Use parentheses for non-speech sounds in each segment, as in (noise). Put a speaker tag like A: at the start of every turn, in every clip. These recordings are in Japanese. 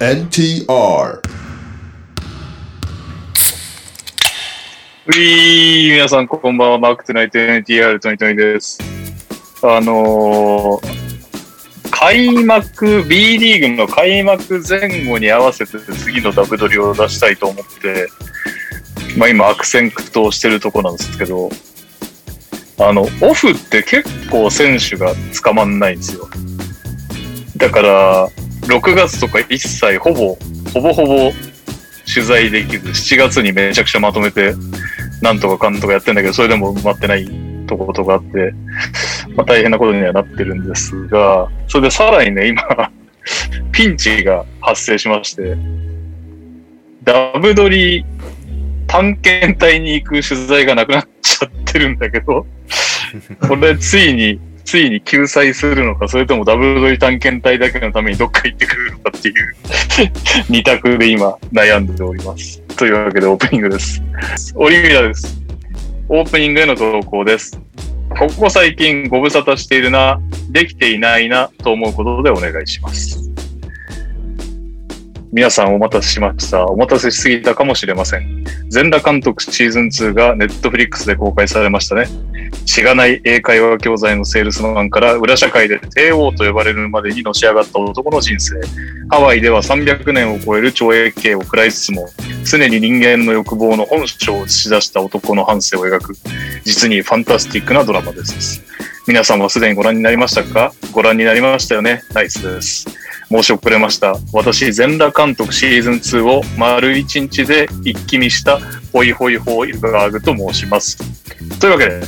A: NTR
B: ういー皆さんこんばんは、マークトゥナイト NTR トニトニです。あのー、開幕、B リーグの開幕前後に合わせて次のダブドリを出したいと思って、まあ今悪戦苦闘してるとこなんですけど、あの、オフって結構選手が捕まんないんですよ。だから、6月とか一切ほぼ、ほぼほぼ取材できず、7月にめちゃくちゃまとめて、なんとかかんとかやってんだけど、それでも埋まってないとことがあって、まあ、大変なことにはなってるんですが、それでさらにね、今、ピンチが発生しまして、ダブドリ探検隊に行く取材がなくなっちゃってるんだけど、これついに、ついに救済するのか、それともダブドリ探検隊だけのためにどっか行ってくるのかっていう二択で今悩んでおります。というわけでオープニングです。オリミラです。オープニングへの投稿です。ここ最近ご無沙汰しているな、できていないなと思うことでお願いします。皆さんお待たせしました。お待たせしすぎたかもしれません。全裸監督シーズン2がネットフリックスで公開されましたね。しがない英会話教材のセールスマンから裏社会で帝王と呼ばれるまでにのし上がった男の人生。ハワイでは300年を超える懲役刑を食らいつつも、常に人間の欲望の本性を映し出した男の半生を描く、実にファンタスティックなドラマです。皆さんはすでにご覧になりましたかご覧になりましたよねナイスです。申し遅れました。私、全裸監督シーズン2を丸1日で一気見した、ホイホイホイガーグと申します。というわけで、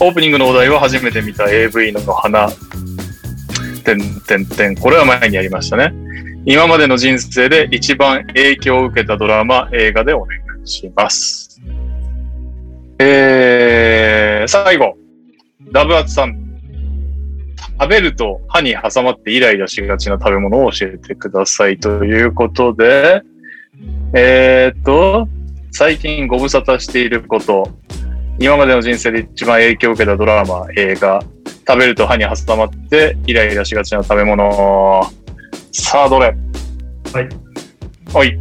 B: オープニングのお題は初めて見た AV の花。てんてんてん。これは前にやりましたね。今までの人生で一番影響を受けたドラマ、映画でお願いします。えー、最後。ダブアツさん。食べると歯に挟まってイライラしがちな食べ物を教えてくださいということで、えーっと、最近ご無沙汰していること、今までの人生で一番影響を受けたドラマ、映画、食べると歯に挟まってイライラしがちな食べ物。さあ、どれ
C: はい。
B: はい。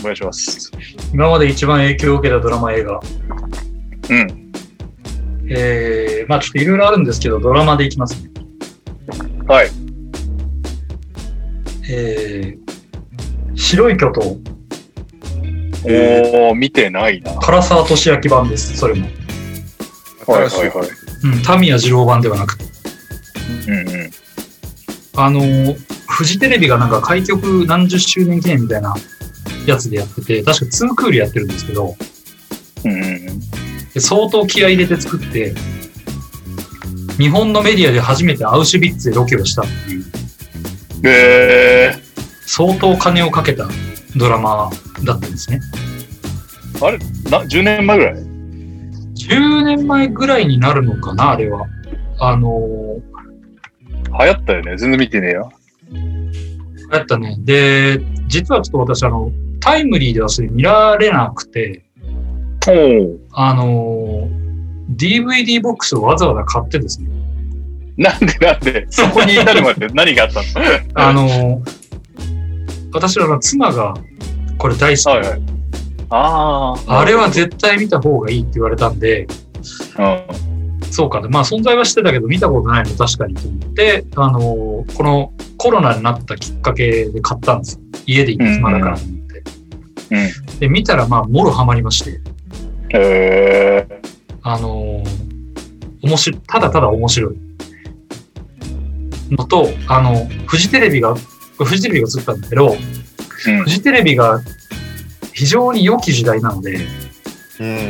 B: お願いします。
C: 今まで一番影響を受けたドラマ映画。
B: うん。
C: えー、まあちょっといろいろあるんですけど、ドラマでいきますね。
B: はい。
C: えー、白い巨頭、
B: おー、見てないな。は
C: 唐沢俊明版です、それも。
B: いはいはい。
C: うん、タミヤ二郎版ではなくて。
B: うんうん。
C: あのー、フジテレビがなんか開局何十周年記念みたいなやつでやってて、確かツークールやってるんですけど、
B: うんうん
C: で相当気合い入れて作って、日本のメディアで初めてアウシュビッツでロケをしたっていう、
B: うん。え
C: 相当金をかけたドラマだったんですね。
B: ー、な、10年前ぐらい
C: 10年前ぐらいになるのかな、あれは。あの
B: 流行ったよね。全然見てねえよ。
C: ー、やったね。で、実はちょっと私、あの、タイムリーではそれ見られなくて、
B: おー。
C: あのー、DVD ボックスをわざわざ買ってですね、
B: なんでなんでそこに (laughs) 至るまで何があったの
C: あのー、私らの妻がこれ大好き、
B: はいはい。ああ。
C: あれは絶対見た方がいいって言われたんで、
B: うん。
C: そうかと、まあ存在はしてたけど見たことないの確かにと思って、あのーこのコロナになったきっかけで買ったんですよ。家で今暇だからと思って。
B: うんうん
C: で、見たらまあ、もろハマりまして、
B: えー、
C: あのー、面白い、ただただ面白い。のと、あの、フジテレビが、これフジテレビが映ったんだけど、
B: うん
C: フジテレビが非常に良き時代なので、
A: うん
C: うん、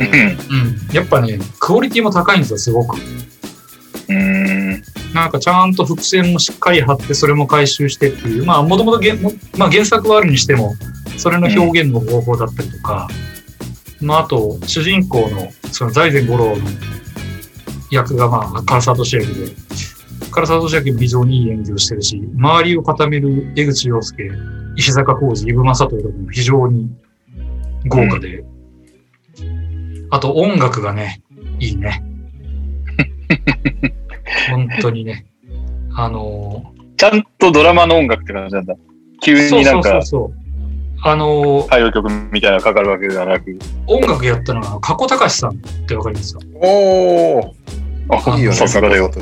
C: やっぱね、クオリティも高いんですよ、すごく。
B: うん。うん。
C: なんかちゃんと伏線もしっかり貼って、それも回収してっていう、まあ、もともと原,も、まあ、原作はあるにしても、それの表現の方法だったりとか、まあ、あと、主人公の、その財前五郎の役が、まあ、唐沢俊明で、唐沢俊明も非常にいい演技をしてるし、周りを固める江口洋介、石坂浩二、伊武正人とかも非常に豪華で、あと音楽がね、いいね。本当にね。あの
B: ちゃんとドラマの音楽って感じなんだ。急
C: そう
B: にな
C: そ
B: ん
C: うそ
B: か
C: う、そう。あのー、
B: 歌謡曲みたいなのかかるわけではなく、
C: 音楽やったのは、加古隆さんってわかりますか
A: おお
B: あ
A: いいよね。
B: さすがだよ。
A: 加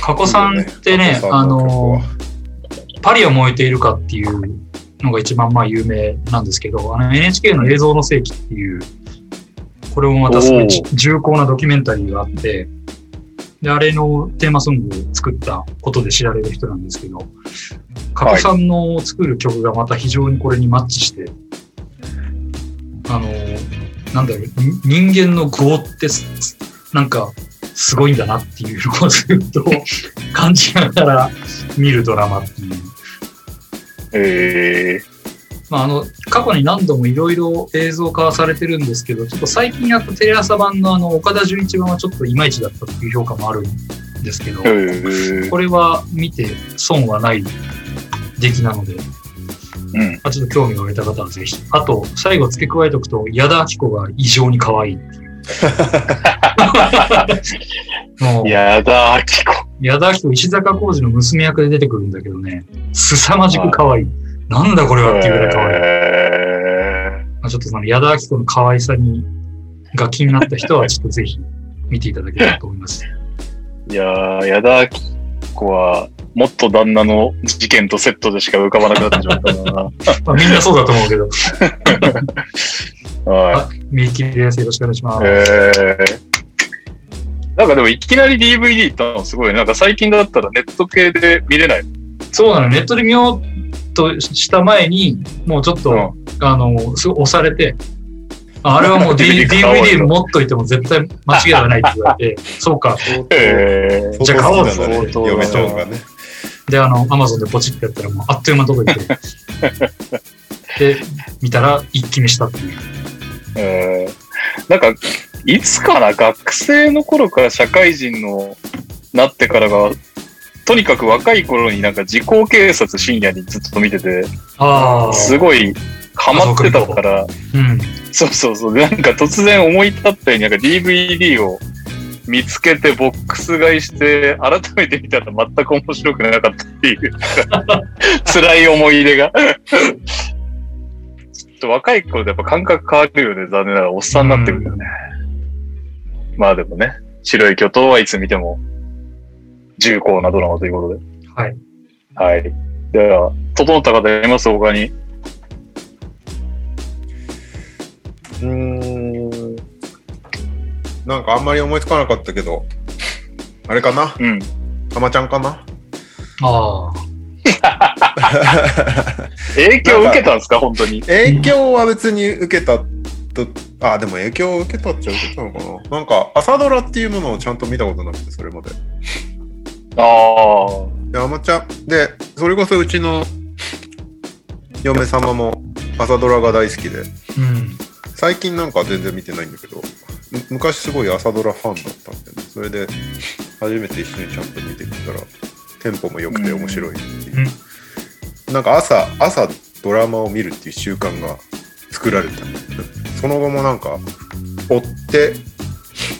C: 加古さんってね、あのー、パリは燃えているかっていうのが一番まあ有名なんですけど、あの NHK の映像の世紀っていう、これもまたすごい
B: お
C: 重厚なドキュメンタリーがあって、で、あれのテーマソングを作ったことで知られる人なんですけど、加古さんの作る曲がまた非常にこれにマッチして、あの、なんだろう、に人間の業ってす、なんか、すごいんだなっていうのをずっと感じながら見るドラマっていう。
B: え
C: まあ、あの過去に何度もいろいろ映像化はされてるんですけど、ちょっと最近やったテレ朝版のあの岡田准一版はちょっといまいちだったっていう評価もあるんですけど
B: ー、、えー
C: これは見て損はない出来なので、
B: うん。
C: あちょっと興味が湧いた方はぜひ。あと、最後付け加えておくと、矢田亜希子が異常に可愛いっていう。もう、
B: やだ、あきこ。
C: 矢田亜希子、石坂浩二の娘役で出てくるんだけどね、凄まじく可愛い。なんだこれはっていうぐらい可愛い。
B: え
C: まあ、ちょっとその矢田亜希子の可愛さにが気になった人は、ちょっとぜひ見ていただければと思
B: (laughs)
C: います。
B: ーいやー、やだ、あきこは、もっと旦那の事件とセットでしか浮かばなくなってしまった (laughs) な。
C: まあ、みんなそうだと思うけど、
B: は
C: 見切りです。よろしくお願いしま
B: い。
C: す。
B: えーなんかでもいきなり DVD 行ったのすごいね。なんか最近だったらネット系で見れない。
C: そうなの、ネットで見ようとした前に、もうちょっと、
B: うん
C: あの、すごい押されて、ああれはも
B: (laughs)
C: う D-
B: DVD 買おうよ
C: DVD 持っといても絶対間違いはないって言われて、 (laughs) そうか。
B: えー
C: じゃあ買おう
A: 相当好きなんだね嫁ちゃんがね。
C: で、あの、アマゾンでポチってやったらもうあっという間届い
B: (laughs)
C: て。で、見たら一気見したっていう。
B: えーなんか、いつかな、学生の頃から社会人のなってからが、とにかく若い頃になんか時効警察深夜にずっと見てて、
C: ああ。
B: すごいハマってたから、
C: うん。
B: そうそうそう、でなんか突然思い立ったようになんか DVD を見つけてボックス買いして、改めて見たら全く面白くなかったっていう、辛い思い出が。ちょっと若い頃でやっぱ感覚変わるよね、残念ながら。おっさんになってくるよね。まあでもね、白い巨頭はいつ見ても重厚なドラマということで。
C: はい。
B: はい。では、整った方います他に。
A: うーん。なんかあんまり思いつかなかったけど、あれかな
B: うん。
A: たまちゃんかな
C: ああ。
B: 影響受けたんですか本当に。
A: 影響は別に受けたと、あ、でも影響を受けたっちゃ受けたのかななんか朝ドラっていうものをちゃんと見たことなくて、それまで。
B: ああ。
A: で、アマチャで、それこそうちの嫁様も朝ドラが大好きで、
C: うん。
A: 最近なんか全然見てないんだけど、む昔すごい朝ドラファンだったんで、ね、それで初めて一緒にちゃんと見てみたら、テンポも良くて面白いっていう。なんか朝、朝ドラマを見るっていう習慣が作られた。その後もなんか、追って、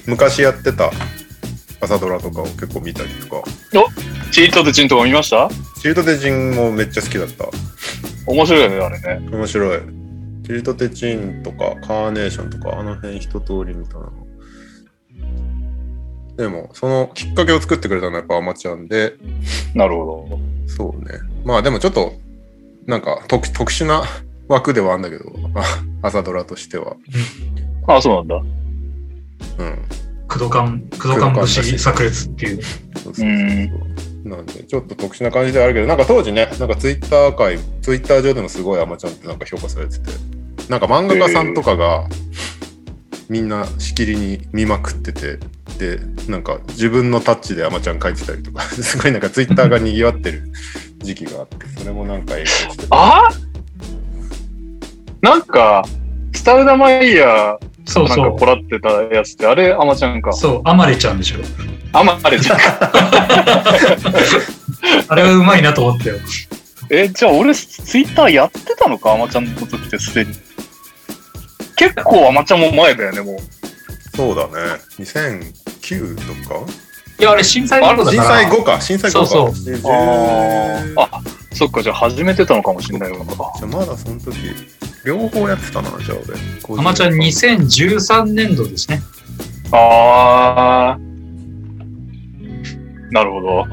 A: 昔やってた朝ドラとかを結構見たりとか、
B: チートでチンとか見ました
A: シートデジンもめっちゃ好きだった。
B: 面白いよね、あれね。
A: 面白い。チルトテチンとかカーネーションとかあの辺一通りみたいなの。でもそのきっかけを作ってくれたのはやっぱアマちゃんで、
B: なるほど。
A: そうね。まあでもちょっとなんか特特殊な枠ではあるんだけど、 (laughs) あ朝ドラとしては。
B: ああ、そうなんだ。
A: うん。
C: 工藤館、工藤館節炸裂っていう。
A: そうそうそうそうなんでちょっと特殊な感じではあるけど、なんか当時ね、なんかツイッター界、ツイッター上でもすごいアマちゃんってなんか評価されてて、なんか漫画家さんとかが、みんなしきりに見まくってて、で、なんか自分のタッチでアマちゃん書いてたりとか、 (laughs) すごいなんかツイッターが賑わってる時期があって、それもなんか影響してた。
B: あなんか、スタウダマイヤー
C: そう
B: なん
C: そ
B: か
C: う
B: こ。らってたやつって、あれ、アマちゃんか。
C: そう、アマレちゃんでしょ。
B: アマれちゃんか。
C: あれはうまいなと思ったよ。
B: え、じゃあ俺、ツイッターやってたのか、アマちゃんの時ってすでに。結構アマちゃんも前だよね、もう。
A: そうだね。2009とか
C: いや、あれ震災の後だ
A: 震
C: から。
A: 災後か、震災後か。
C: そう
A: そう。
B: ああ。
D: そっか、じゃあ始めてたのかもしれないわな。
A: じゃあまだその時、両方やってたな、じゃあ俺。個人
C: アマチュア2013年度ですね。
D: あー。なるほど。
C: だか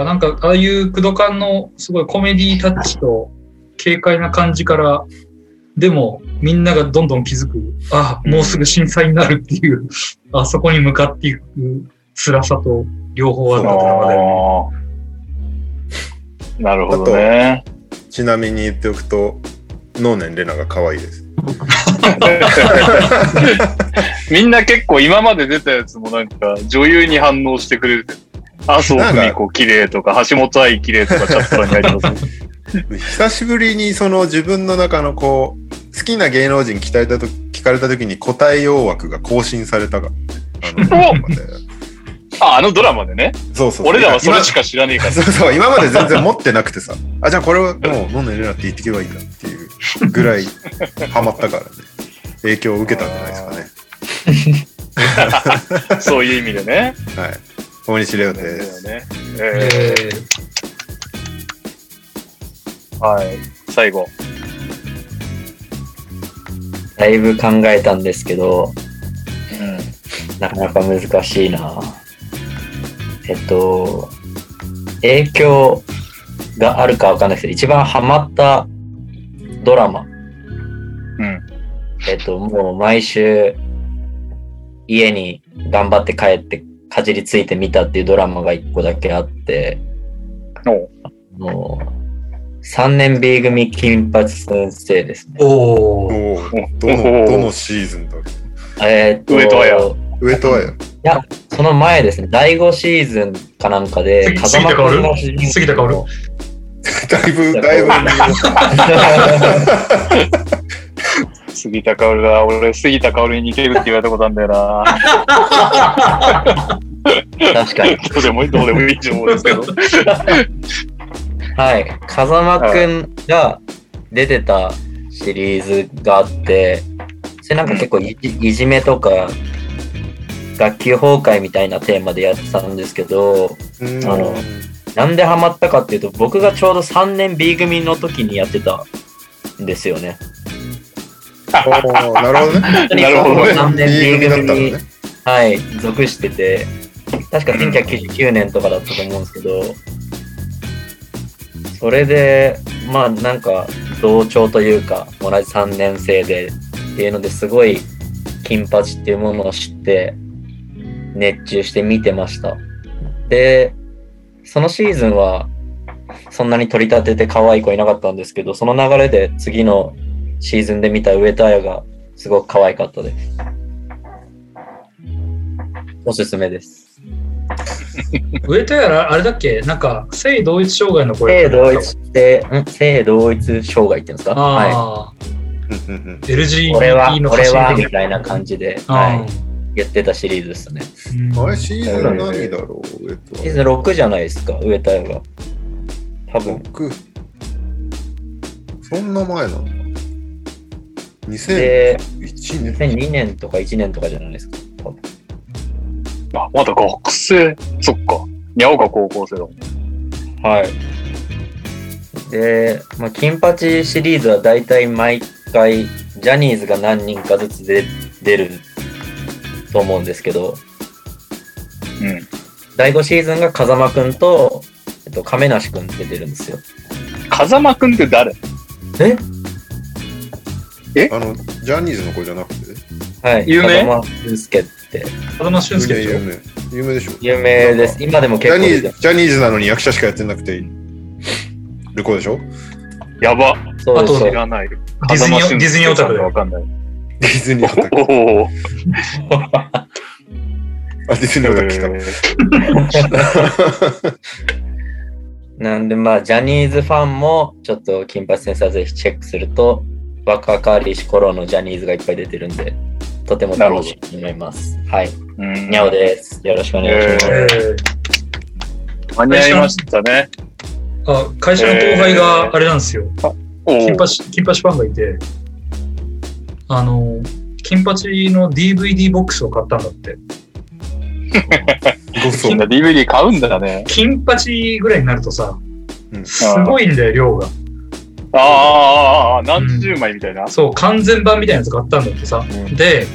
C: らなんか、ああいうクドカンのすごいコメディタッチと軽快な感じから、でもみんながどんどん気づく、ああ、もうすぐ震災になるっていう、 (laughs) あそこに向かっていく辛さと両方あ
D: あ
C: ったドラマだよね。
D: ーなるほどね。
A: ちなみに言っておくと、能年レナが可愛いです。
D: (laughs) みんな結構今まで出たやつもなんか女優に反応してくれるって。麻生久美子綺麗とか、橋本愛綺麗とか、チャット欄にありますね。
A: 久しぶりにその自分の中のこう、好きな芸能人聞かれたと聞かれた時に答えよう枠が更新されたが。あの
D: お
A: まで
D: あ、あのドラマでね。
A: そうそう。
D: 俺らはそれし
A: か。
D: か知らねえから。
A: そうそう、今まで全然持ってなくてさ。あ、じゃあこれはもう能年レナって言ってけばいいんだっていうぐらいハマったからね。影響を受けたんじゃないですかね。
D: そういう意味でね。
A: はい。大西レオ
D: で
A: です。
D: すよね。
C: え
D: え
C: ー
D: ーはい。最後。
E: だいぶ考えたんですけど、
D: うん。
E: なかなか難しいな。えっと、影響があるかわかんないですけど、一番ハマったドラマ。
D: うん。
E: えっと、もう毎週、家に頑張って帰って、かじりついてみたっていうドラマが一個だけあって、
D: お
E: もう、3年 B 組金八先生ですね。
C: お
A: お
C: ー
A: おーど
D: お
A: の、
D: ー
A: どのシーズンだろう。
E: えーっと、
D: 上戸彩
A: 上戸彩。
E: その前ですね、第5シーズンかなんかで、
C: 杉杉田薫
E: 風間君の主人公
C: 杉田薫
A: だいぶ、だいぶ、
D: 杉田薫だ。俺、杉田薫に似てるって言われたことあるんだよな。
E: (laughs) 確かに。
D: (laughs) どうでもいい、どうでもいい情報ですけ
C: (laughs)
D: ど。
E: はい。風間くんが出てたシリーズがあって、それなんか結構いじ,、いじめとか、学級崩壊みたいなテーマでやってたんですけど、
A: うん
E: あのなんでハマったかっていうと、僕がちょうど3年 B 組の時にやってたんですよね。
A: おーなるほどね。
D: なるほどね
E: 3年
A: B
E: B
A: 組だったの
E: 組に
A: ね。
E: はい、属してて、確か1999年とかだったと思うんですけど、それで、まあなんか同調というか、同じ3年生でっていうのですごい金八っていうものを知って、熱中して見てました。で、そのシーズンはそんなに取り立てて可愛い子いなかったんですけど、その流れで次のシーズンで見た上田彩がすごく可愛かったです。おすすめです。
C: 上戸やら、あれだっけなんか、性同一障害の声。
E: 性同一って、ん性同一障害って言うんですかは
C: ああ、
A: うんうんうん
C: LGBT
E: い。
C: の発
E: 俺は、俺
C: 信
E: は、
C: 的
E: みたいな感じで、
C: な
E: は
C: あ
E: い、言ってたシリーズですね。
C: ーうん
A: あれ、シーズン何だろう上戸
E: シー
A: 彩。
E: ズン6じゃないですか、上田屋が。多分。
A: 僕、そんな前なの2001
E: で、
A: 年。
E: 2002年とか1年とかじゃないですか。多分
D: あ、まだ学生。そっか。にゃおが高校生だもん。
E: はい。で、まあ、金八シリーズは大体毎回、ジャニーズが何人かずつで出ると思うんですけど、
D: うん。
E: 第5シーズンが風間くんと、えっと、亀梨くんって出るんですよ。
D: 風間くんって誰
E: え
A: あの、ジャニーズの子じゃなくて、
E: はい。
D: 有名
E: 風間俊介って。
C: 風間俊
A: 有
C: 介
A: 名、
C: でし
A: 有名。
C: ょ
A: 有名でしょ。ジ
E: 有名です。今でも結
A: ャ
E: 構
A: ニ
E: 出
A: ー
E: てま
A: ズ、ジャニーズなのに役者しかやってなくて、る子でしょ
D: やば。
E: す。そう
C: あ
E: です
C: と
E: そ
D: 知
E: うで
D: らない。
C: ディズニー、ディズニーオタクだ
D: わ
C: よ。
D: かん
C: (laughs)
D: ない。
A: ディズニーだったっ
D: おお。
A: けあ、ディズニーだったっけ
E: す。なんでまあ、ジャニーズファンも、ちょっと金八先生はぜひチェックすると、若かりし頃のジャニーズがいっぱい出てるんで、とても楽しいと思います。はい。
D: うん
E: にゃおです。よろしくお願いします。
D: え
C: えー
D: 間に合いましたね。
C: あ会社の後輩があれなんですよ、
D: おお。
C: 金八金八ファンがいてあの金八の DVD ボックスを買ったんだって
A: ごそ
D: み
A: うん (laughs)
E: (laughs)
D: な。DVD 買うんだね。
C: 金八ぐらいになるとさ
A: う
C: すごいんだよ、量が。
B: ああ、ああ、ああ、何十枚みたいな。
C: そう、完全版みたいなやつがあったんだけどさ。
E: うん
C: で、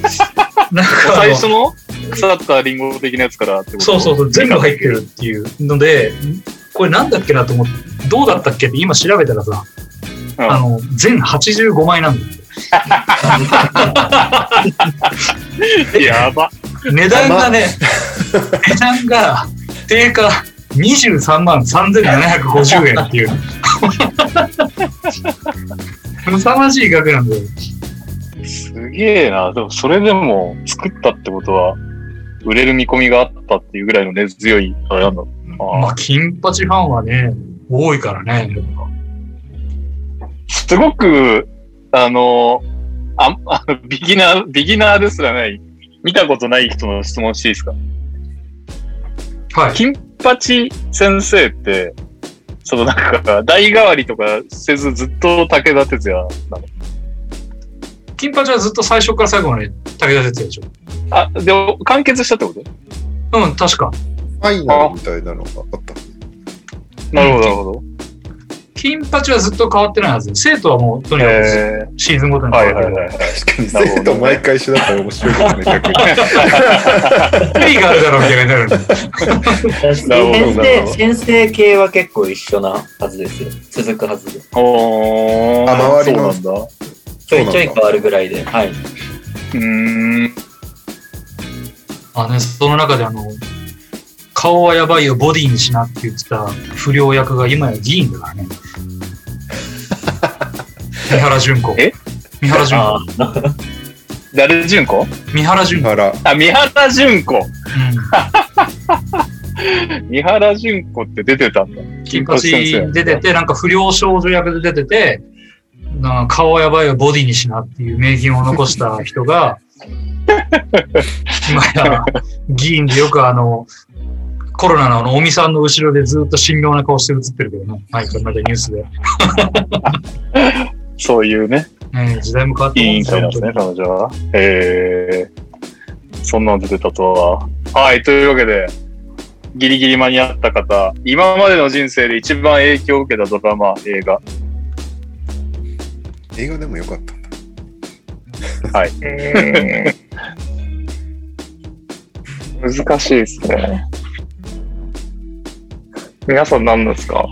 C: なんかあ
B: 最
C: の、
B: 初の腐ったリンゴ的なやつからってこと
C: そうそうそう、全部入ってるっていうので、これなんだっけなと思って、どうだったっけって今調べたらさ、
B: うん
C: あの、全85枚なんだ
D: (laughs)
C: よ。
B: やば。
C: 値段がね、値段が定価23万3750円っていう。凄まじい額なんだよ。
B: すげえな。でも、それでも作ったってことは、売れる見込みがあったっていうぐらいの根強い、あれなんだ。
C: ま
B: あ
C: あ、金八ファンはね、多いからね。やっぱ
B: すごく、あの、ああのビギナー、ビギナーですらない、見たことない人の質問していいですか
C: はい。
B: 金八先生って、そのなんか、代替わりとかせずずっと武田鉄矢なの。
C: 金八はずっと最初から最後まで武田鉄矢でしょ。
B: あ、でも完結したってこと
C: うん、確か。
A: ファイナルみたいなのがあった
B: なるほど、なるほど。
C: 金八はずっと変わってないはず。生徒はもうとにかく
B: え
C: シーズンご
B: ー、
C: とに
B: は
C: 変
B: い
C: わっ
B: は
C: て (laughs)
B: い
C: る。
B: はい。
A: 確かに
B: なるほど
A: 生徒毎回一緒だったら面白いですね逆に
C: (laughs) プレイがあるだろうみたいになるの。
E: 先
B: なるほどなるほ
E: 生、
B: ど
E: 先生系は結構一緒なはずですよ。続くはずで。
B: おー、
A: あ周りの
B: そうなんだ。
E: ち
A: そ
E: ょ
A: うなん
E: い
A: だ
E: ちょい変わるぐらいで。はい。
B: うーん。
C: (laughs) あのね、その中であの、顔はやばいよ、ボディにしなって言ってた不良役が今や議員だか
B: (laughs)
C: らね。三原淳子。
B: え
C: 三原淳
E: あ
C: 子。
E: ー
B: 誰純子
C: 三原淳子。
A: あら
B: あ、三原純子。三原純子って出てたんだ
C: うん。。金八出てて、なんか不良少女役で出てて、なんか顔はやばいよ、ボディにしなっていう名言を残した人が、 (laughs) 今や議員でよくあの、コロナのあの、尾身さんの後ろでずっと神妙な顔して映ってるけどね。毎回またニュースで。
B: そういうね、
C: ね時代も変わっ
B: い
C: て
B: い委員会なんですね、彼女は。えー、そんなの出てたとは。はい、というわけで、ギリギリ間に合った方、今までの人生で一番影響を受けたドラマ、映画。
A: 映画でもよかったんだ
B: 難しいですね。皆さん何ですか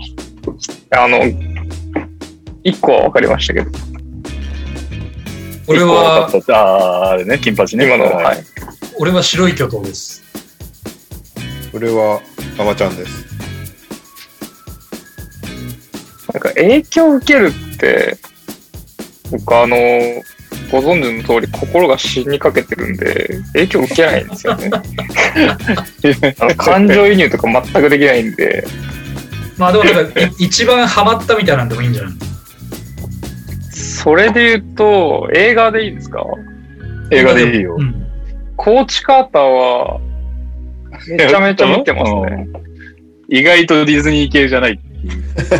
B: あの、一個は分かりましたけど。
C: 俺は、
B: ああ、あれね、金八ね。今のは、い。
C: 俺は白い巨頭です。
A: 俺はアマちゃんです
F: なんか影響を受けるって、僕あの、ご存知の通り心が死にかけてるんで、影響を受けないんですよね。
B: (laughs)
F: あの感情移入とか全くできないんで、
C: まあでもなんか、い一番ハマったみたいなんでもいいんじゃない
F: それで言うと、映画でいいですか
B: 映画でいいよ
C: う。ん。
F: コーチカーターは、めちゃめちゃ見てますね。
B: 意外とディズニー系じゃない。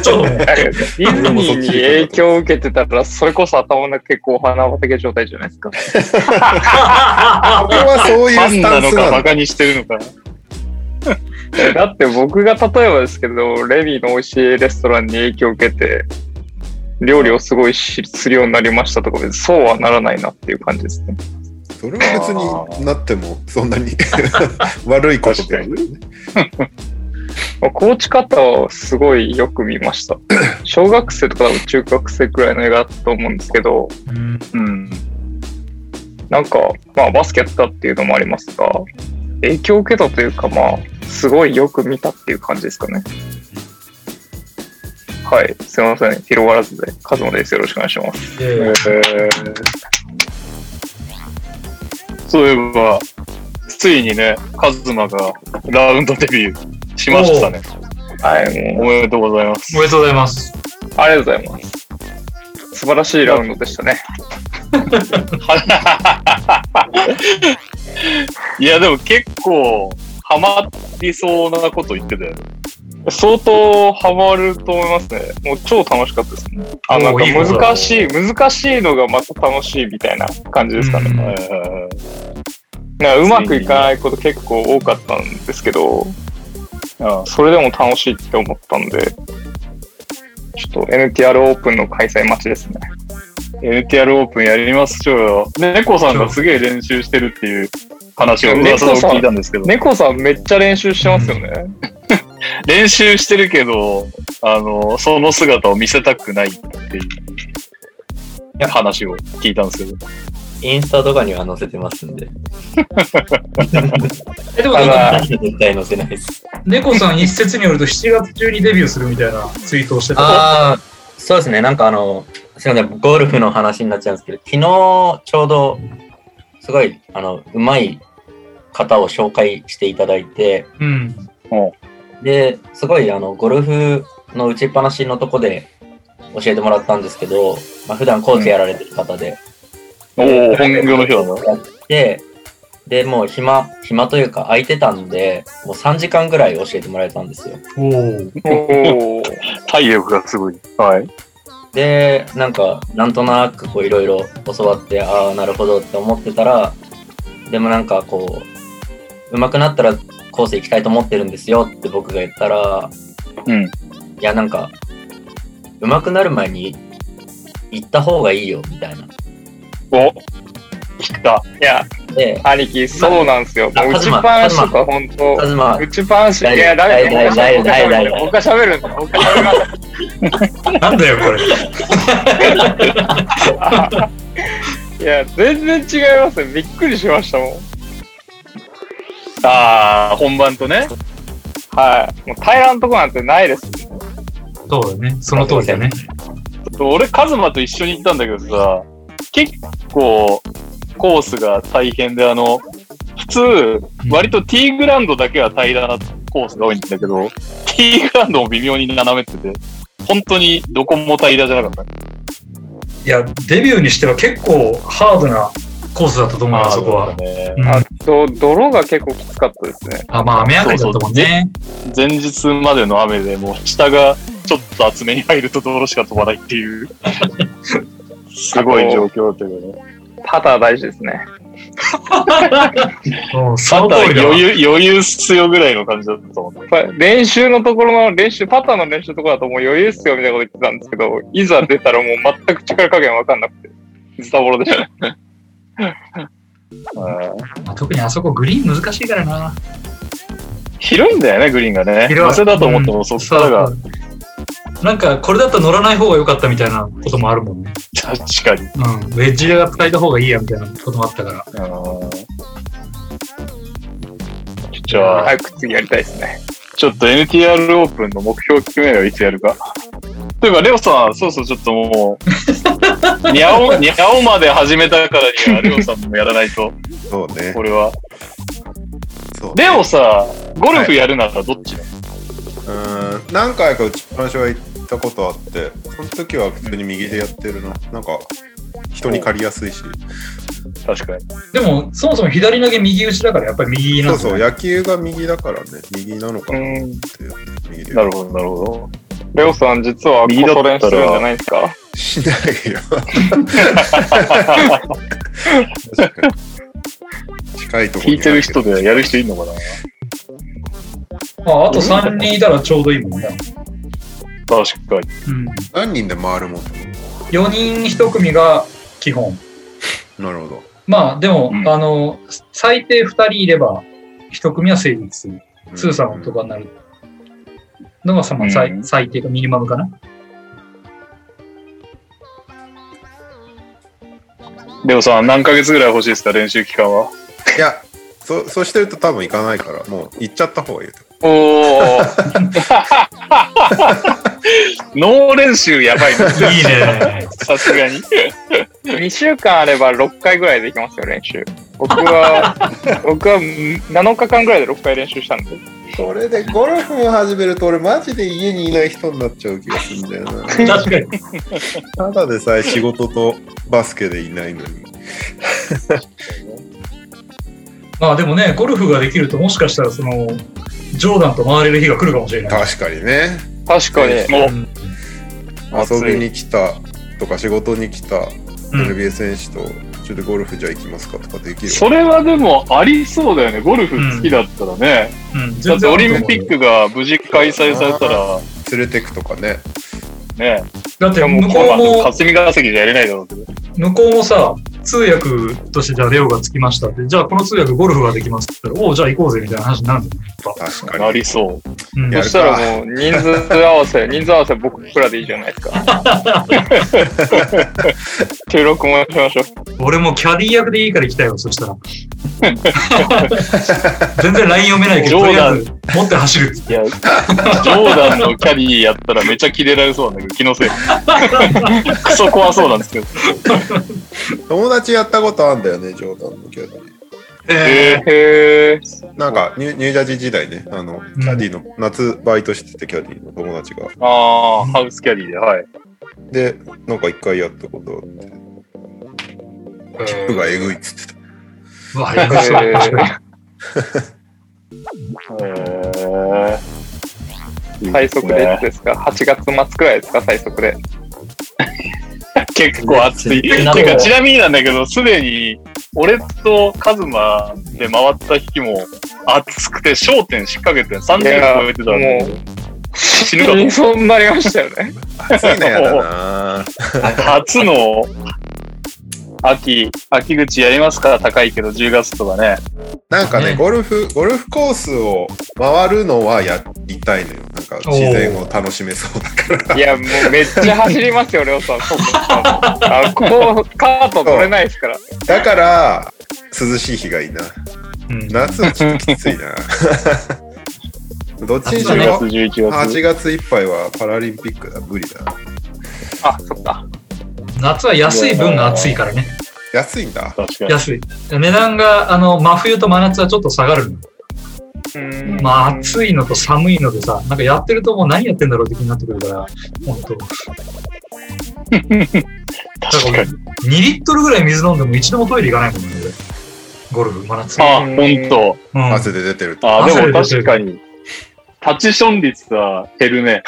C: そうね。
F: ディズニーに影響を受けてたら、それこそ頭の結構お花畑状態じゃないですか。
A: 俺はそう
B: フ
A: いう
B: ァン
A: スタ
B: な
A: ン
B: の
A: ス
B: か
A: な
B: バ
A: の
B: カにしてるのか。
F: えだって僕が例えばですけど、レミの美味しいレストランに影響を受けて、料理をすごいしするようになりましたとか、別にそうはならないなっていう感じですね。
A: それは別になってもそんなに (laughs) 悪いことではない
F: まあコーチ方はすごいよく見ました。小学生とか多分中学生くらいの映画だったと思 (laughs) うんですけど、
C: うん
B: うん。
F: なんか、まあバスケやってたっていうのもありますが、影響を受けたというか、まあ、すごいよく見たっていう感じですかね。はい、すいません。広がらずで、カズマです。よろしくお願いします。
C: で
B: そういえば、ついにね、カズマがラウンドデビューしましたね。
F: はい、
B: お
F: もう、
B: めでとうございます。
C: おめでとうございます。
F: ありがとうございます。素晴らしいラウンドでしたね。
B: いや、でも結構、ハマりそうなこと言ってたよ。
F: 相当ハマると思いますね。もう超楽しかったですね。あ、なん
C: おーいいこ
F: か
C: とだ
F: 難しい、難しいのがまた楽しいみたいな感じですかね。
C: うん
B: はいはいはい
F: なんかうまくいかないこと結構多かったんですけど、
B: ああ
F: それでも楽しいって思ったんで、ちょっと NTR オープンの開催待ちですね。
B: NTR オープンやりましょうよ。猫さんがすげえ練習してるっていう話を噂を聞いたんですけど、
F: 猫さんめっちゃ練習してますよね。
B: 練習してるけど、あの、その姿を見せたくないっていう話を聞いたんですけど。
E: インスタとかには載せてますんで。
C: え、でも
F: あ
C: なん
F: ら
C: か、
E: 何で絶対載せないです。
C: 猫さん一説によると7月中にデビューするみたいなツイートをしてた。
E: ああ、そうですね。なんかあの、すいません、ゴルフの話になっちゃうんですけど、昨日ちょうど、すごい、あの、うまい方を紹介していただいて、
C: うん。
E: で、すごい、あの、ゴルフの打ちっぱなしのとこで教えてもらったんですけど、まあ、普段コーチやられてる方で、
B: おお、本業の人だな。
E: やって、で、もう暇、暇というか空いてたので、もう3時間ぐらい教えてもらえたんですよ。
C: おお。
F: おー
B: 体力がすごい。はい。
E: で、なんか、なんとなくこういろいろ教わって、ああ、なるほどって思ってたら、でもなんかこう、上手くなったらコース行きたいと思ってるんですよって僕が言ったら、
B: うん
E: いや、なんか、上手くなる前に行った方がいいよみたいな。
B: お、来た。
F: いや、
E: で、
F: 兄貴、そうなんですよ。
E: あ
F: もう打ちっぱなしとか本当。
E: カズマ、
F: 打ちっぱなし。い
E: 大丈夫
F: や、ダメだよ。
E: 大丈夫大丈夫
F: 僕が喋るんだ。僕が喋るんだ。僕が喋るんだ
C: なんだよ、これ。
F: いや、全然違いますよ。びっくりしましたもん。
B: ああ、本番とね。
F: はい。もう平らんとこなんてないです。
C: そうだね。その通りだね。
B: 俺、カズマと一緒に行ったんだけどさ、結構、コースが大変で、あの、普通、割と T グラウンドだけは平らなコースが多いんだけど、T グラウンドも微妙に斜めってて、本当にどこも平らじゃなかった。
C: いや、デビューにしては結構ハードなコースだったと思うよ、そこは。
B: ね
C: う。ん
F: あと、泥が結構きつかったですね。
C: あ、まあ、雨上がりだったもんね。
B: 前日までの雨でもう下がちょっと厚めに入ると泥しか飛ばないって (laughs) いうすごい状況というね
F: パター大事ですね。
C: うん、そ
B: パ
C: の
B: タ
C: 通り
B: ー
C: だわ。
B: 余裕余裕っすよぐらいの感じだったもんね
F: やっぱり練習のところの練習、パターの練習のところだともう余裕っすよみたいなこと言ってたんですけど、いざ出たらもう全く力加減わかんなくて、ズタボロでしたね。
C: まあ特にあそこグリーン難しいからな。
B: 広いんだよねグリーンがね
C: 広い
B: 乗せだと思ってもそっからが、
C: そうそうなんか、これだったら乗らない方が良かったみたいなこともあるもんね。
B: 確かに
C: うん。ウェッジが使えた方がいいや、みたいなこともあったから。
B: じゃあ、
F: 早く次やりたいですね。
B: ちょっと NTR オープンの目標を決めよういつやるかというかレオさんそうそうちょっともうにゃおにゃおまで始めたからにはレオさんもやらないと
A: そうね
B: こ。れは
A: そうね
B: レオさ、ゴルフやるならどっちだ、
A: うーん何回か打ちっぱなしは行ったことあってその時は普通に右でやってるななんか人に借りやすいし
B: 確かに。
C: でも、そもそも左投げ右打ちだから、やっぱり右な
A: そ
C: ん
A: う
C: だよ
A: そう
C: ね
A: 野球が右だからね右なのか
F: う
A: なっ
F: ん。
A: て右で
B: なるほど、なるほど。
F: レオさん、実はコソ練してるんじゃないですか
A: しないよ確かに近いところ
B: 聞いてる人でやる人いるのかな
C: まあ、あと3人いたらちょうどいいもんね。
B: 確かに。
C: うん。
A: 何人で回るもん
C: 4人1組が基本。
A: なるほど
C: まあ、でも、
B: うん
C: あの、最低2人いれば、1組は成立する。ツーさんと
A: か
C: かになるのがさ、まあ、最
B: うん
C: 最低かミニマムかな。
B: レオさん、何ヶ月ぐらい欲しいですか、練習期間は。
A: いやそそうしてると多分行かないからもう行っちゃった方がいいと
B: おお。
F: (laughs)
B: 脳練習やばいね。
C: いいね。
B: さすがに。
F: ?2 週間あれば6回ぐらいできますよ、練習。僕は、僕は7日間ぐらいで6回練習したんで。
A: それでゴルフを始めると俺マジで家にいない人になっちゃう気がするんだよな
C: (laughs) 確かに。
A: ただでさえ仕事とバスケでいないのに。
C: まあでもね、ゴルフができると、もしかしたら、その、ジョーダンと回れる日が来るかもしれない。
A: 確かにね。
F: 確かに。
B: も
C: うん
B: 暑い
A: 遊びに来たとか仕事に来た
C: うん
A: NBA 選手と、ちょっとゴルフじゃあ行きますかとかできる。
B: それはでもありそうだよね。ゴルフ好きだったらね。
C: うん、
B: だ
C: 全
B: って
C: 然あ
B: オ
C: る
B: リ
C: と思うよ
B: ンピックが無事開催されたら、
A: 連れてくとかね。
B: ね。
C: だっ
B: い
C: て
B: やもう、
C: 向こ
B: ま
C: う
B: あ、
C: も、
B: 霞ヶ関じゃやれないだろうけど。
C: 向こうもさ、通訳としてじゃあレオがつきましたって、じゃあこの通訳ゴルフができますって言ったら、おう、じゃあ行こうぜみたいな話になるんだよ。
A: 確か
B: な
A: に。
B: りそう。
C: うん
A: や
F: そ
A: るか
F: したらもう人数合
B: (laughs)
F: わせ、人数合わせ僕らでいいじゃないですか。
B: (laughs)
F: 収録もしましょう。
C: 俺もキャディ役でいいから行きたいわ、そしたら。全然 LINE 読めないけど、と
B: 冗
C: りあえ
B: 談
C: ず持って走る。
B: いや、ジョーダンのキャディーやったらめちゃキレられそうなんだけど、気の (laughs) せい。クソ怖そうなんですけど。
A: 友達やったことあんだよね、ジョーダンのキャディ。
C: え
B: え
F: へえ。
A: なんかニュー、ニュージャージー時代ね、あの、キャディの、夏バイトしててキャディの友達が。
B: ー、ああ、ハウスキャディーで、はい。
A: で、なんか一回やったことあって、服がえぐいっつってた。
C: ー、うわ、えぐそう
F: え
B: えー、
F: 最速でいつですか ?8 月末くらいですか最速で。
B: 結構暑い。て
E: なんか
B: か、ちなみになんだけど、すでに、俺とカズマで回った日も暑くて、焦点しっかけて30超えてたら
F: いや
B: も
F: も
B: う死ぬかと
F: 死
B: 思
F: にそうになりましたよね。
A: 暑いのやだなぁ
B: う。初の秋、秋口やりますから高いけど、10月とかね。
A: なんかね
C: ね
A: ゴルフ、ゴルフコースを回るのはやりたいのよ。なんか自然を楽しめそうだから。
F: いや、もうめっちゃ走りますよ、レオさん。そうか。あ、ここ、カート取れないですから。
A: だから、涼しい日がいいな。
C: うん
A: 夏はちょっときついな。 (laughs) どっちにし
C: そ
B: 10
C: うね
A: ろ
B: 月、11月。
A: 8月いっぱいはパラリンピックだ。無理だ。
F: あ、そっか。
C: 夏は安い分暑いからね。
A: 安いんだ。
B: 確かに。
C: 安い。値段が、あの、真冬と真夏はちょっと下がるの。
F: うーん
C: まあ、暑いのと寒いのでさ、なんかやってるともう何やってんだろうって気になってくるから、本当
B: 確かに。
C: 2リットルぐらい水飲んでも一度もトイレ行かないもんね、俺ゴルフ、真夏。
B: あ、ほんと。
C: うん
A: 汗で出てると。
B: あ、で
C: 汗
B: も
C: で出て
B: 確
C: る
B: かに。タッチション率は減るね。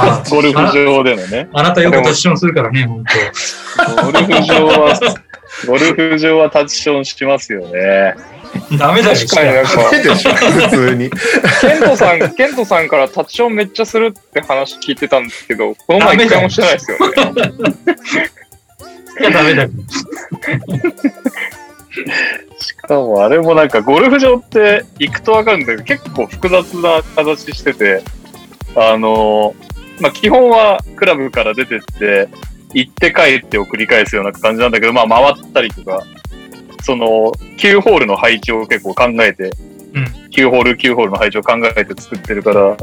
C: あ
B: (laughs) ゴルフ場でのね。
C: あなたよくタッチションするからね、本
B: ゴルフ場は、ゴルフ場はタッチションしますよね。
C: 当。ダメだよ、
F: 確かになんか、
A: 汗でしょ、普通に。
F: ケントさん、 (laughs) ケントさんからタッチションめっちゃするって話聞いてたんですけど、この前一回もしてないですよね。
C: いや、ダメだよ。
B: しかもあれもなんかゴルフ場って行くとわかるんだけど、結構複雑な形してて、あの、まあ、基本はクラブから出てって、行って帰ってを繰り返すような感じなんだけど、まあ、回ったりとか、その、9ホールの配置を結構考えて、
C: うん
B: 9ホール9ホールの配置を考えて作ってるから、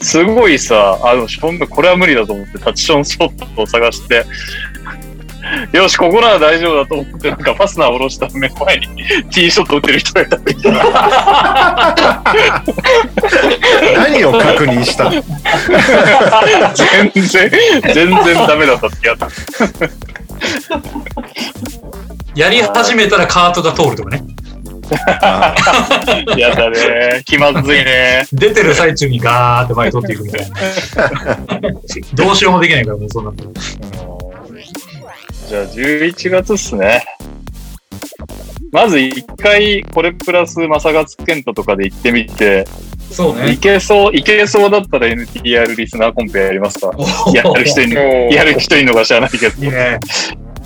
B: すごいさ、あの、ほんとこれは無理だと思って、タッチションスポットを探して、よし、ここなら大丈夫だと思って、なんかファスナーを下ろした目の前に T ショット打ってる人がいたり
A: 何を確認
C: (laughs)
A: したの
B: 全然、全然ダメだったってやつ。
C: やり始めたらカートが通るとかね。
A: あ
B: やだね。気まずいね。
C: 出てる最中にガーって前に取っていくみたいな。
B: (laughs)
C: どうしようもできないから、もうそんなの。
B: じゃあ11月っすね。まず一回、これプラス、正勝健太とかで行ってみて、
C: そう
B: い。けそう、いけそうだったら NTR リスナーコンペやりますか
C: おー
B: やる人いんの
F: もう
B: やる人いんのか知らないけど。
C: いいね。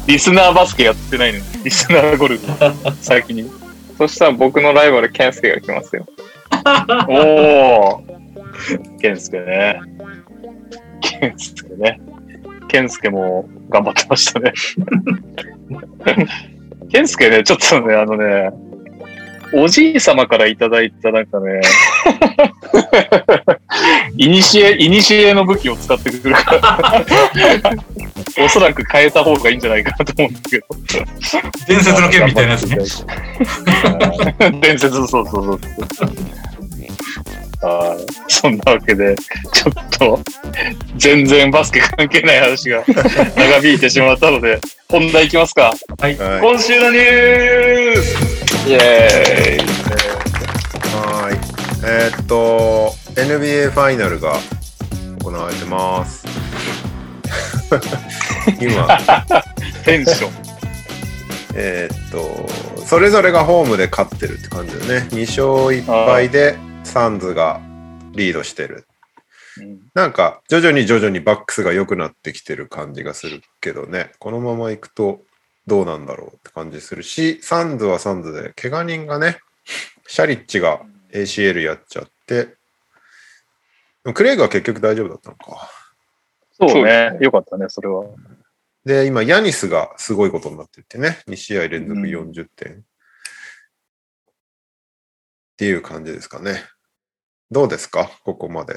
B: リスナーバスケやってないのに、リスナーゴ (laughs) ルフ、先に。
F: そしたら僕のライバル、ケンスケが来ますよ。
B: おー。ケンスケね。ケンスケね。ケンスケも頑張ってましたね。ケンスケね、ちょっとね、あのね、おじい様からいただいたなんかね、いにしえ、いにしえの武器を使ってくるから、おそらく変えた方がいいんじゃないかなと思うんだけど。
C: 伝説の剣みたいなやつね。
B: 伝説、そうそうそうそう。あーそんなわけで、ちょっと、全然バスケ関係ない話が長引いてしまったので、本題いきますか。
A: ーはい
B: 今週のニュース
F: イエーイ。
A: はーい。えーっと、NBA ファイナルが行われて
C: (laughs)
A: ます。今、
B: テンション。
A: えーっと、それぞれがホームで勝ってるって感じだよね。2勝1敗でサンズがリードしてる。
B: うん
A: なんか徐々に徐々にバックスが良くなってきてる感じがするけどね、このまま行くとどうなんだろうって感じするし、サンズはサンズで、怪我人がね、シャリッチが ACL やっちゃって、でもクレイグは結局大丈夫だったのか。
B: そうね。よかったね、それは。
A: で、今、ヤニスがすごいことになっててね、2試合連続40点。っていう感じですかね。どうですかここまで。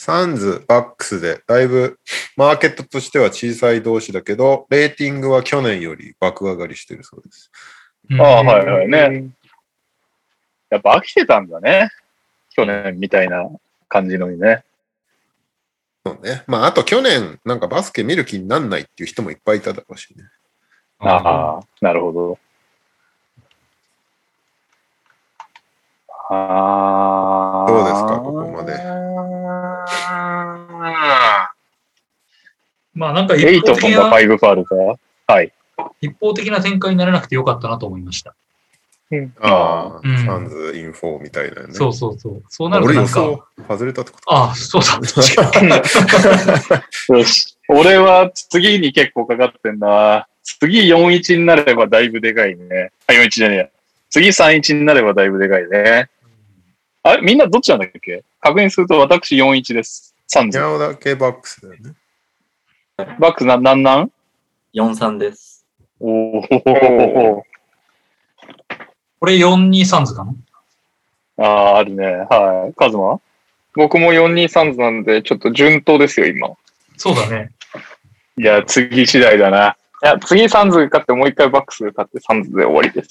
A: サンズ、バックスで、だいぶ、マーケットとしては小さい同士だけど、レーティングは去年より爆上がりしてるそうです。
C: うん
B: ああ、はいはいね。やっぱ飽きてたんだね。去年みたいな感じのにね。
A: そうね。まあ、あと去年、なんかバスケ見る気になんないっていう人もいっぱいいただろうしね。
B: ああ、なるほど。ああ。
A: どうですかここまで
C: まあなんか
B: エイ
C: 一
B: ト
C: 方
B: ン
C: 的
B: がフ
C: な
B: ァイブファールかはい。
C: 一方的な展開にならなくてよかったなと思いました。
A: ああ、
C: うん
A: サンズ、インフォーみたいなね。
C: そうそうそう。そうなると
A: 俺
C: な
A: 予
C: んか、
A: 想外れたってことか
C: ああ、そうだ。確 (laughs) かに
B: よし。俺は次に結構かかってんな。次4-1になればだいぶでかいね。あ、4-1じゃねえや。次3-1になればだいぶでかいね。あれみんなどっちなんだっけ確認すると私4-1です。サンズ。
A: ヤオだけバックスだよね。
B: バックスな、なんなん
E: 43です。
B: おお
C: これ423図かな
B: ああー、あるね。はい。カズマ
F: 僕も4-2サンズなんで、ちょっと順当ですよ、今。
C: そうだね。
B: いや、次次第だな。
F: いや、次サンズ勝って、もう一回バックス勝って、サンズで終わりです。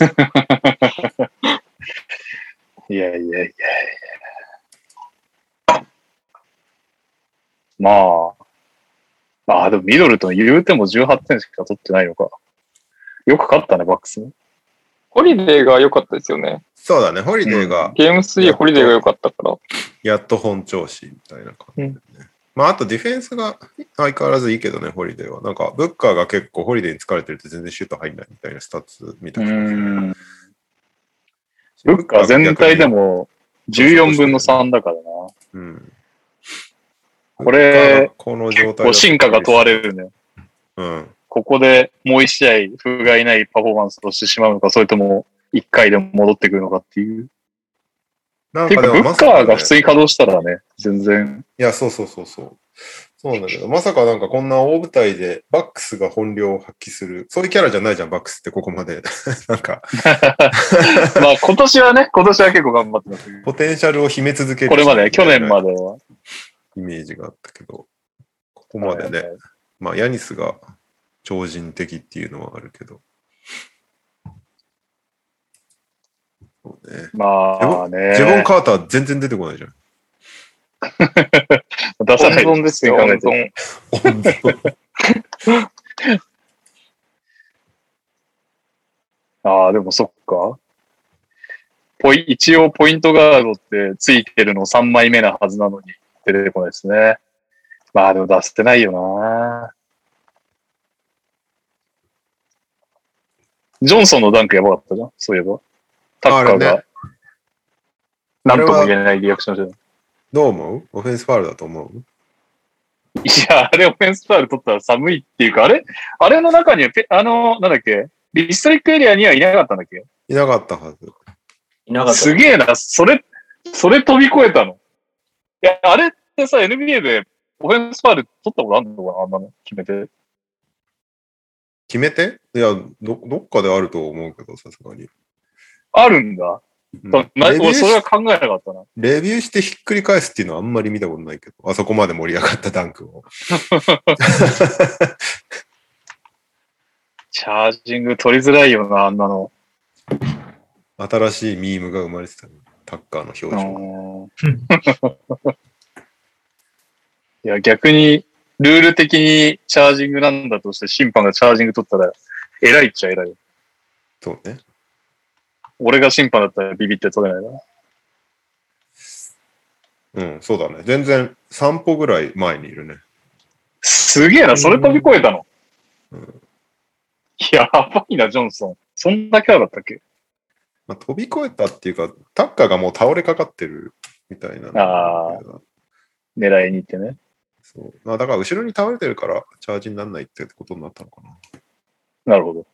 B: いやいやいやいや。まあ。まあ、でもミドルと言うても18点しか取ってないのか。よく勝ったね、バックスも。
F: (laughs) ホリデーが良かったですよね。
A: そうだね。ホリデーが
F: ゲーム3、ホリデーが良かったから。
A: やっと本調子みたいな感じだよね。まあ、あとディフェンスが相変わらずいいけどね、ホリデーは。なんか、ブッカーが結構ホリデーに疲れてると全然シュート入んないみたいなスタッツ見た気がする。
B: ん。ブッカー全体でも14分の3だからな。
A: うん。ブ
B: これ
A: ッカーがこの状
B: 結
A: 態
B: 構進化が問われるね。
A: る。うん。
B: ここでもう一試合、不甲斐ないパフォーマンスをしてしまうのか、それとも一回でも戻ってくるのかっていう。
A: なん
B: ていう
A: か
B: か、
A: で
B: ブ
A: もま
B: ッ
A: さ
B: カ
A: かね
B: ーが普通に稼働したらね、全然。
A: いや、そうそうそうそう。そうなんだけど、まさかなんかこんな大舞台でバックスが本領を発揮する、そういうキャラじゃないじゃん、バックスってここまで。 (laughs) なんか、
B: まあ今年はね、今年は結構頑張ってますけど。
A: ポテンシャルを秘め続ける。
B: これまで、去年までは。
A: イメージがあったけど、ここまでね、まあ、ヤニスが超人的っていうのはあるけど。そうね。
B: まあね。
A: ジェボン・カーター全然出てこないじゃん。
B: 出さない
F: 温存ですよ、
B: 考
F: 温
B: えて
F: 存。
B: ああ、でもそっか。ポイ一応ポイントガードってついてるの3枚目なはずなのに出てこないですね。まあでも出せてないよな。ジョンソンのダンクやばかったじゃんそういえば。タッカー
A: あれ
B: が
A: ね。
B: なんとも言えないリアクションしてる。
A: どう思うオフェンスファールだと思う
B: いや、あれオフェンスファール取ったら寒いっていうか、あれあれの中にはペ、あの、なんだっけディストリックエリアにはいなかったんだっけ
A: いなかったはず。
E: いなかった。
B: すげえな、それ、それ飛び越えたの。いや、あれってさ、NBA でオフェンスファール取ったことあるのかなあんなの決めて。
A: 決めていやど、どっかであると思うけど、さすがに。
B: あるんだ。
A: うん
B: な
A: レビュー
B: 俺、
A: し
B: それは考えなかったな。
A: レビューしてひっくり返すっていうのはあんまり見たことないけど、あそこまで盛り上がったダンクを。
B: チャージング取りづらいよな、あんなの。
A: 新しいミームが生まれてたね、タッカーの表
B: う
A: 情。
B: ーん (laughs) いや、逆に、ルール的にチャージングなんだとして、審判がチャージング取ったら、偉いっちゃ偉い。
A: そうね。
B: 俺が審判だったらビビって取れないな。
A: うん、そうだね。全然3歩ぐらい前にいるね。
B: すげえな、それ飛び越えたの。
A: うん
B: やばいな、ジョンソン。そんなキャラだったっけ
A: まあ、飛び越えたっていうか、タッカーがもう倒れかかってるみたいな。
B: あ狙いに行ってね。
A: そうまあだから後ろに倒れてるからチャージにならないってことになったのかな。
B: なるほど。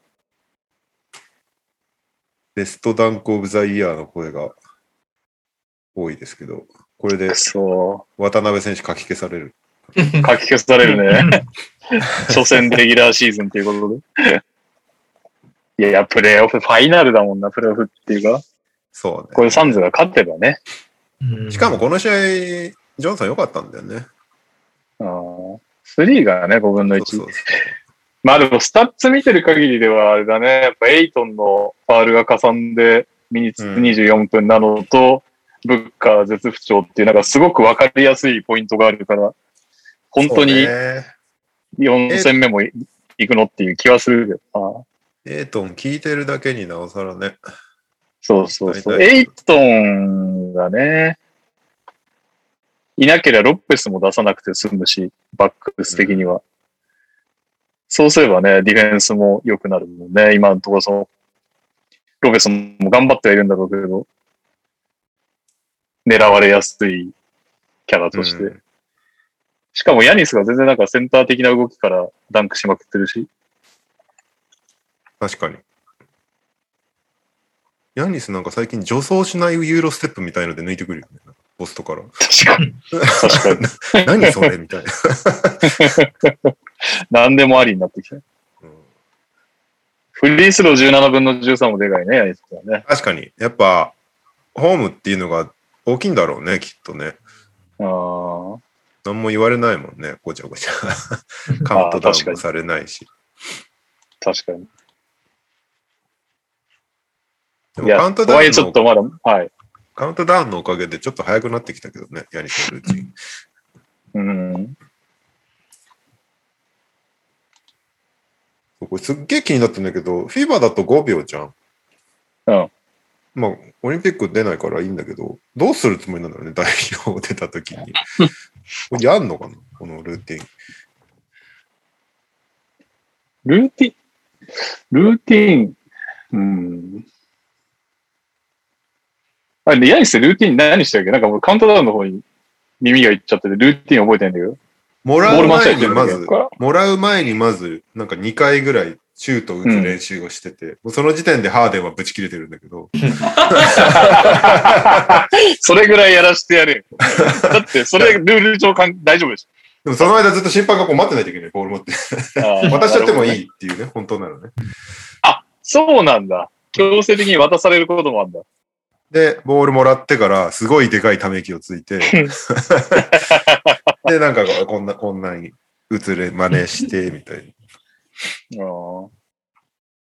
A: ベストダンク・オブ・ザ・イヤーの声が多いですけど、これで
B: そ
A: 渡辺選手かき消される。
B: う。かき消されるね。初戦レギュラーシーズンということで。いやいや、プレーオフ、ファイナルだもんな、プレーオフっていうか。
A: そう
B: こ
A: ね。
B: れサンズが勝てばね。
C: うん
A: しかもこの試合、ジョンソン良かったんだよね。
B: あースリーがね、5分の
A: そ
B: 1
A: う。そうそう
B: まあでも、スタッツ見てる限りでは、あれだね、やっぱエイトンのファールがかさんで、ミニッツ
A: うん
B: 24分なのと、ブッカー絶不調っていう、なんかすごくわかりやすいポイントがあるから、本当に
A: そうね
B: 4戦目もい行くのっていう気はするけどな。
A: エイトン聞いてるだけになおさらね。
B: そうそうそう。
A: 大体
B: エイトンがね、いなければロッペスも出さなくて済むし、バックス的には。そうすればね、ディフェンスも良くなるもんね。今のところその、ロペスも頑張ってはいるんだろうけど、狙われやすいキャラとして。
A: うん
B: しかもヤニスが全然なんかセンター的な動きからダンクしまくってるし。
A: 確かに。ヤンニスなんか最近助走しないユーロステップみたいので抜いてくるよね。ポスト
B: (laughs)
A: から。
B: 確かに。確かに。
A: 何それみたいな。
B: 何でもありになってきた。
A: うん
B: フリースロー17分の13もでかいね、ヤニスはね。
A: 確かに。やっぱ、ホームっていうのが大きいんだろうね、きっとね。
B: あー
A: 何も言われないもんね、ごちゃご
B: (laughs)
A: ちゃ。カウントダウンもされないし。
B: 確かに。
A: で
B: い
A: も
B: や、
A: カウント
B: と
A: ダ
B: は
A: ウ
B: い
A: ン
B: えちょっ
A: の、
B: とまだ、はい。
A: カウントダウンのおかげでちょっと早くなってきたけどね、ヤニスのルーチン。
B: うん。
A: そうこれすっげえ気になったんだけど、フィーバーだと5秒じゃん。
B: うん。
A: まあ、オリンピック出ないからいいんだけど、どうするつもりなんだろうね、代表出た時に。 (laughs) これやんのかな、このルーティン。
B: ルーティン、ルーティン、うん。あれ、リアイスルーティン何してるっけなんかもうカウントダウンの方に耳がいっちゃってて、ルーティン覚えてないんだけど。
A: も
B: ボ
A: ら
B: ー
A: う
B: ル回し
A: 前
B: た
A: に
B: り
A: ま
B: してる
A: ず
B: んだ、け
A: もらう前にまず、なんか2回ぐらいシュート打つ練習をしてて、もうその時点でハーデンはぶち切れてるんだけど、
B: どそれぐらいやらして
A: (laughs)
B: やれよ。だって、それルール上かん大丈夫でし
A: でもその間ずっと審判がこう待ってないといけない、ボール持って。 (laughs)
B: ょ。あー
A: 渡しちゃってもい。
B: なるほどね
A: いっていうね、本当なのね。
B: そうなんだ。強制的に渡されることもあるんだ。
A: で、ボールもらってから、すごいでかいため息をついて、 (laughs) で、なんかこんな、こんなに、うつれ、真似して、みたいな。
B: あー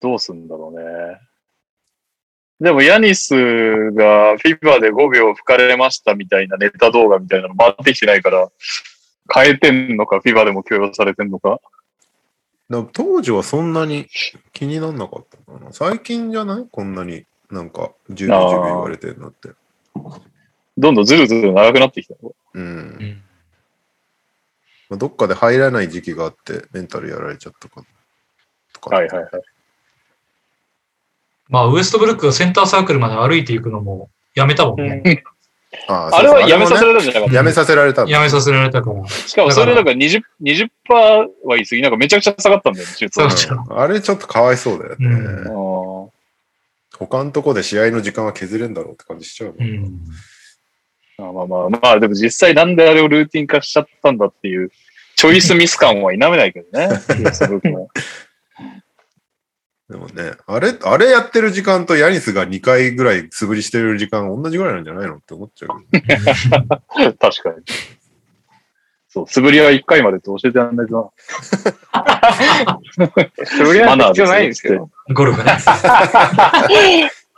B: どうすんだろうね。でも、ヤニスが FIFA で5秒吹かれましたみたいなネタ動画みたいなの回ってきてないから、変えてんのか、FIFA でも許容されてんのか。
A: なんか当時はそんなに気になんなかったかな。最近じゃないこんなに、なんか、10秒、
B: あー
A: 10秒言われてるのって。
B: どんどんずるずる長くなってきた。
A: うん
C: う。ん
A: まあ、どっかで入らない時期があって、メンタルやられちゃったか。とか。
B: はいはいはい。
C: まあ、ウエストブルックがセンターサークルまで歩いていくのもやめたもんね。
A: あー
B: あれはやめさせ
A: れ
B: られたんじゃなかっ
A: やめさせられたんだ
C: やめさせられたから。
B: た。しかもそれなんか20、20%は言い過ぎ、なんかめちゃくちゃ下がったんだよね、シュート
C: そう
B: が
C: めちゃ
A: うんあれちょっとかわいそうだよね。
C: う
B: あー
A: 他のとこで試合の時間は削れんだろうって感じしちゃうも。
C: うんん。
B: まあまあまあ、まあでも実際なんであれをルーティン化しちゃったんだっていう、チョイスミス感は否めないけどね、Facebook (laughs) も。
A: でもね、あれ、あれやってる時間とヤニスが2回ぐらい素振りしてる時間同じぐらいなんじゃないのって思っちゃうけど。
B: (laughs) 確かに。そう、素振りは1回までって教えてやんないと
F: (laughs) それやる必要ないんですけど。
C: ゴルフね。
B: な。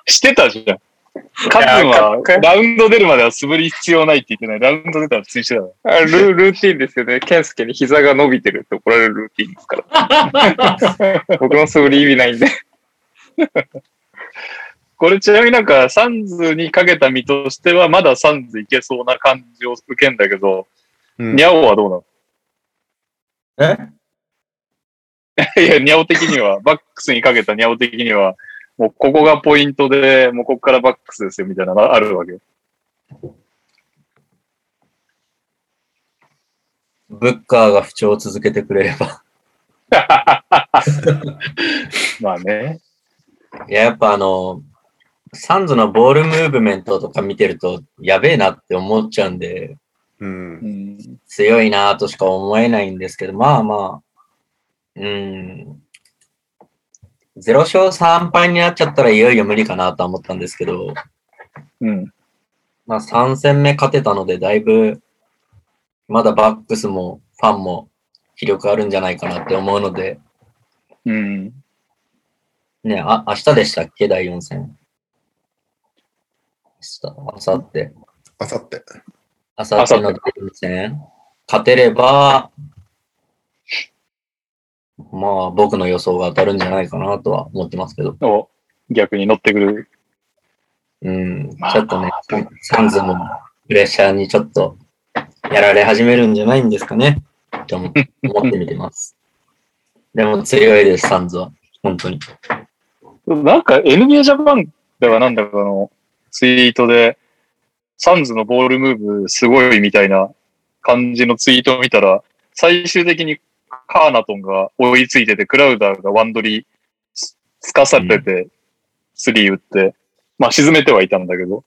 B: してたじゃん。カズは、ラウンド出るまでは素振り必要ないって言ってない。ラウンド出たら普通にしてたの。
F: あルルーティンですよね。健介に膝が伸びてるって怒られるルーティンです
B: (laughs)
F: から。僕の素振り意味ないんで。
B: これちなみになんか、サンズにかけた身としては、まだサンズいけそうな感じを受けんだけど、
A: うん
B: ニャオはどうなの
E: え
B: いや、ニャオ的には、 (laughs) バックスにかけたニャオ的には、もうここがポイントで、もうここからバックスですよみたいなのがあるわけ。
E: ブッカーが不調を続けてくれれば。
B: まあね。
E: いや、やっぱあの、サンズのボールムーブメントとか見てると、やべえなって思っちゃうんで、
A: うん。
B: うん。
E: 強いなとしか思えないんですけど、まあまあ、うん。0勝3敗になっちゃったらいよいよ無理かなとは思ったんですけど、
B: うん。
E: まあ3戦目勝てたので、だいぶ、まだバックスもファンも気力あるんじゃないかなって思うので、
B: うん。
E: ね、あ、明日でしたっけ第4戦。明日、明後日。
A: あさって。
E: あさっての第2戦、勝てれば、まあ僕の予想が当たるんじゃないかなとは思ってますけど、
B: お、逆に乗ってくる。
E: うん、ち
B: まあ
E: ょっとね、サンズもプレッシャーにちょっとやられ始めるんじゃないんですかねって思思ってみてます。 (laughs) でも強いです、サンズは。本当に。
B: なんか NBA ジャパンだかなんだかのツイートで、サンズのボールムーブすごいみたいな感じのツイートを見たら、最終的にカーナトンが追いついてて、クラウダーがワンドリーすすかされて、スリー打って、まあ沈めてはいたんだけど、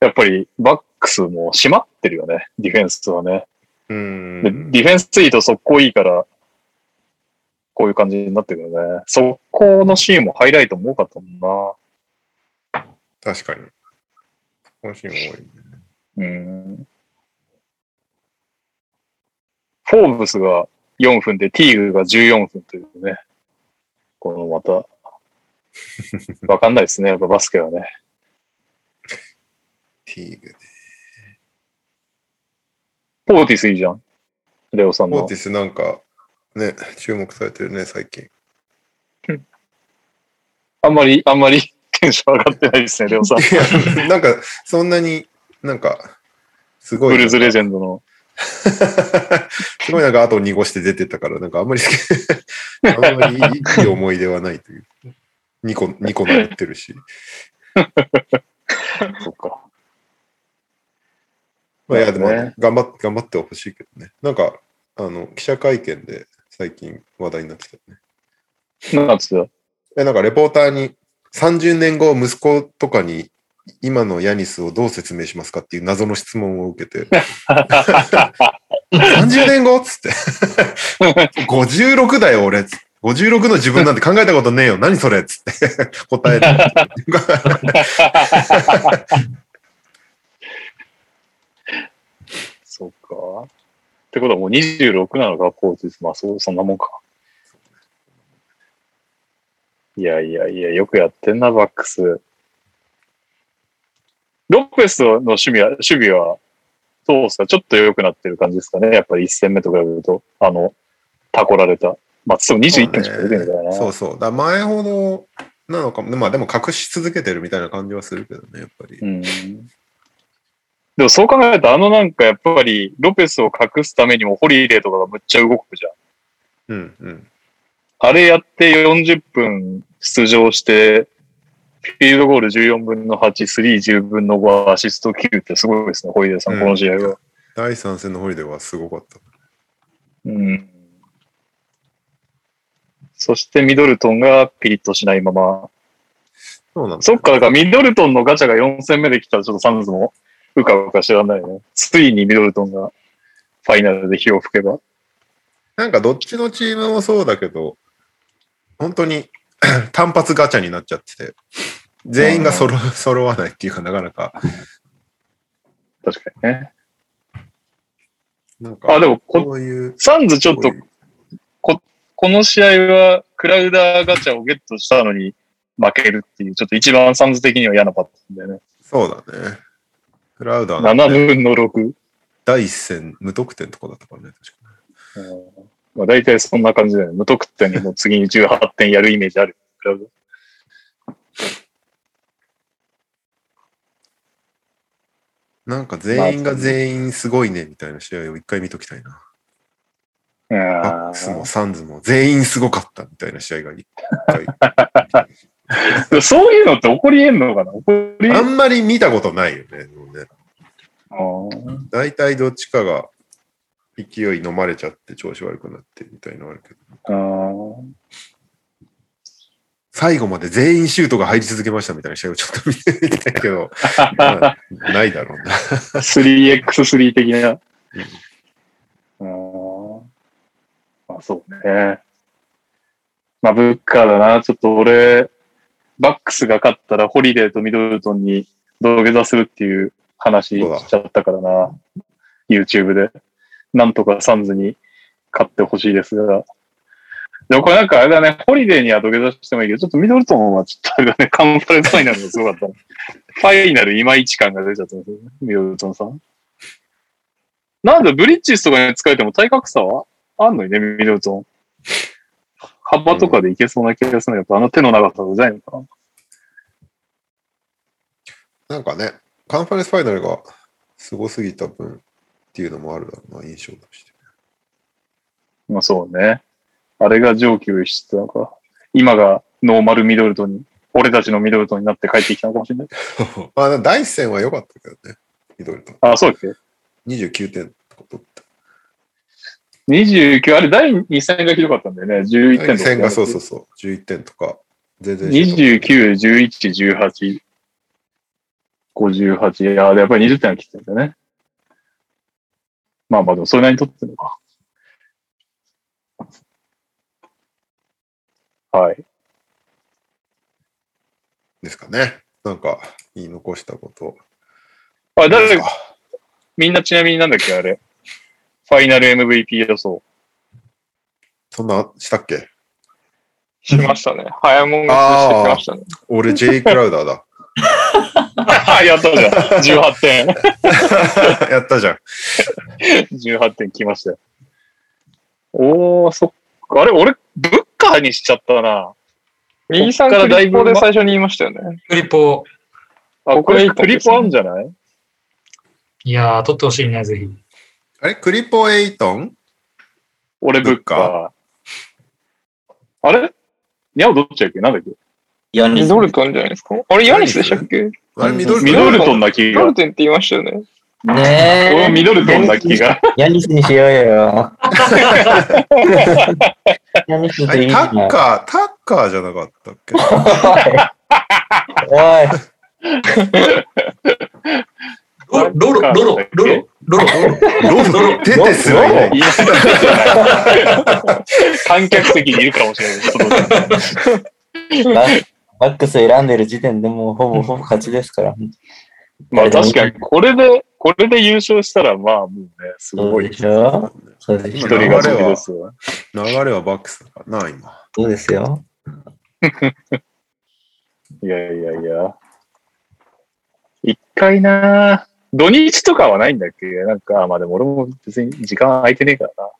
B: やっぱりバックスも締まってるよね、ディフェンスはね。
A: う
B: で、
A: ん。
B: ディフェンスツイート速攻いいから、こういう感じになってるよね。速攻のシーンもハイライトも多かったも
A: 確かに。このシーン多いね。
B: んな。うん。フォーブスが4分で、ティーグが14分というね。このま
A: (laughs)
B: た、わかんないですね。やっぱバスケはね。
A: ティーグ。
B: ポーティスいいじゃん。レオさん
A: ポー
B: の
A: ティ。スなんか、ね、注目されてるね、最近。
B: あんまり、あんまりテンション上がってないですね、レオさん。
A: いや、なんか、そんなになんか、すご
B: ブ
A: い。
B: ルーズレジェ
A: ン
B: ンドの。
A: (laughs) すごいなんか後を濁して出てたから、なんかあんまり、あんまりいい思い出はないという。2個、2個なってるし。
B: (laughs) そっか。
A: まあ、いや、でも、
B: そうね
A: 頑張っ頑張ってほしいけどね。なんか、あの、記者会見で最近話題になってたよね。
B: なんつって
A: え、なんかレポーターに、30年後息子とかに今のヤニスをどう説明しますかっていう謎の質問を受けて、30年後っつって。56だ
B: (laughs)
A: よ、俺っつって。56の自分なんて考えたことねえよ。何それっつって答えて。
B: (laughs) そっか。ってことはもう26なのか、コーチです。まあ、そう、そんなもんか。いやいやいや、よくやってんな、バックス。ロペスの守備は、守備は、どうですかちょっと良くなってる感じですかね。やっぱり1戦目と比べると、あの、タコられた。まあ、つっても21分しか出てないからな。
A: そうそう。だから前ほどなのかも。まあでも隠し続けてるみたいな感じはするけどね、やっぱり。
B: うんでもそう考えると、あのなんかやっぱり、ロペスを隠すためにもホリデーとかがむっちゃ動くじゃん。
A: うんうん。
B: あれやって40分出場して、フィールドゴール14分の8、スリー10分の5、アシスト9ってすごいですね、ホイデーさ、
A: うんん
B: この試合は。
A: 第3戦のホリデーはすごかった。
B: うん。そしてミドルトンがピリッとしないまま。
A: そうなんだ。
B: そっか、だからミドルトンのガチャが4戦目で来たらちょっとサンズもうかうかしてらんないよね。ついにミドルトンがファイナルで火を吹けば。
A: なんかどっちのチームもそうだけど、本当に (coughs) 単発ガチャになっちゃってて、全員が揃揃わないっていうかなかなか、
B: 確かにね。
A: なんか
B: あ、でもこ、
A: こういう、
B: サンズちょっと
A: こういう
B: この試合はクラウダーガチャをゲットしたのに負けるっていう、ちょっと一番サンズ的には嫌なパターンだよね。
A: そうだね。クラウダーの
B: 7分の6。うん
A: 第一戦無得点とかだったからね、確か
B: まあ、大体そんな感じだよね。無得点にもう次に18点やるイメージある。クラウダー
A: なんか全員が全員すごいねみたいな試合を一回見ときたいな。バックスもサンズも全員すごかったみたいな試合が一回。
B: うんそういうのって起こりえんのかな起こりえん
A: あんまり見たことないよね。でもね
B: うん
A: 大体どっちかが勢い飲まれちゃって調子悪くなってみたいなのあるけど、
B: あー
A: 最後まで全員シュートが入り続けましたみたいな試合をちょっと見てみたけど、まあないだろうな。
B: 3x3 的な。うん。まあそうね。まあブッカーだな。ちょっと俺、バックスが勝ったらホリデーとミドルトンに土下座するっていう話しちゃったからな。YouTube で。なんとかサンズに勝ってほしいですが。でもこれなんかあれだね、ホリデーには土下座してもいいけど、ちょっとミドルトンはちょっとあれだね、 (laughs) カンファレンスファイナルがすごかったね。ファイナルいまいち感が出ちゃったんですよね、ミドルトンさん。なんでブリッジスとかに使えても体格差はあんのにね、ミドルトン。幅とかでいけそうな気がするんだけど、あの手の長さがうざいのかな。
A: なんかね、カンファレンスファイナルがすごすぎた分っていうのもあるだろうな、印象として。
B: まあそうね。あれが上級してたのか。今がノーマルミドルトンに、俺たちのミドルトンになって帰ってきたのかもしれない。
A: まあ、第一戦は良かったけどね、ミドルトン。
B: あ、そうだっけ
A: 29点とか取って。
B: 29、あれ第2戦がひどかったんだよね。11点とか。
A: 戦がそうそうそう、11点とか、全然シュートも
B: 29、11、18、58。いやー、やっぱり20点は切ってんだよね。まあまあ、でもそれなりに取ってるのか。はい。
A: ですかね。なんか言い残したこと。
B: あ、誰
A: ですか
B: みんなちなみになんだっけ、あれ。ファイナル MVP 予想。 (laughs)
A: そんなしたっけ
F: しましたね。 (laughs) 早もん勝ちしてきましたね。
A: 俺、ジェイ・クラウダー (laughs) だ。
B: やったじゃん。18点。
A: やったじゃん。
B: 18点きましたよ。おー、そっか。あれ、俺、ブッカーにしちゃったな。
F: 右さんクリポで最初に言いましたよね。
C: クリポ、
B: あ、こ
F: これ
B: れ
F: 一
B: ク
F: 本
B: リ
F: で
B: ップ
F: す
B: あ
F: ね
B: んじゃない
C: いやー、取ってほしいね、ぜひ。
A: あれ、クリポ・エイトン
B: 俺ブッカー。あれニャオどっちだっけなんだっけ
G: ヤニ
F: ミ
G: ス
F: ドルトンじゃないですか。あれ、ヤニスでしたっけ
A: あれ、ミドルトン
B: ミドルトンな気
F: ミド
B: が
F: ル。トンって言いましたよね。
E: ね
B: 俺もミドルトンな気が。
E: ヤニスにしよ
B: (laughs)
E: うよ。ヤニス
A: あ
E: とい
A: れ
E: い
A: タ
E: な。
A: ッカー、タッカーじゃなかったっけ
E: おい。
C: ロロロ、ロロ、ロロ、
A: ロ
C: ロロ。
A: ロ、出てすらいない
B: いや観客席にいるかもしれないちょっと。 (laughs)
E: バッバックス選んでる時点でもうほぼほぼ勝ちですから。
B: まあ確かに、これで、これで優勝したら、まあもうね、す
E: そ
B: ご
E: う
B: い
E: で。しょそうでし
B: 一
E: ょ
A: 今
B: 人が好きですよ。
A: 流れはバックスだからな、今。
E: そうですよ。
B: いやいやいや。一回な土日とかはないんだっけなんか、まあでも俺も別に時間空いてねえからな。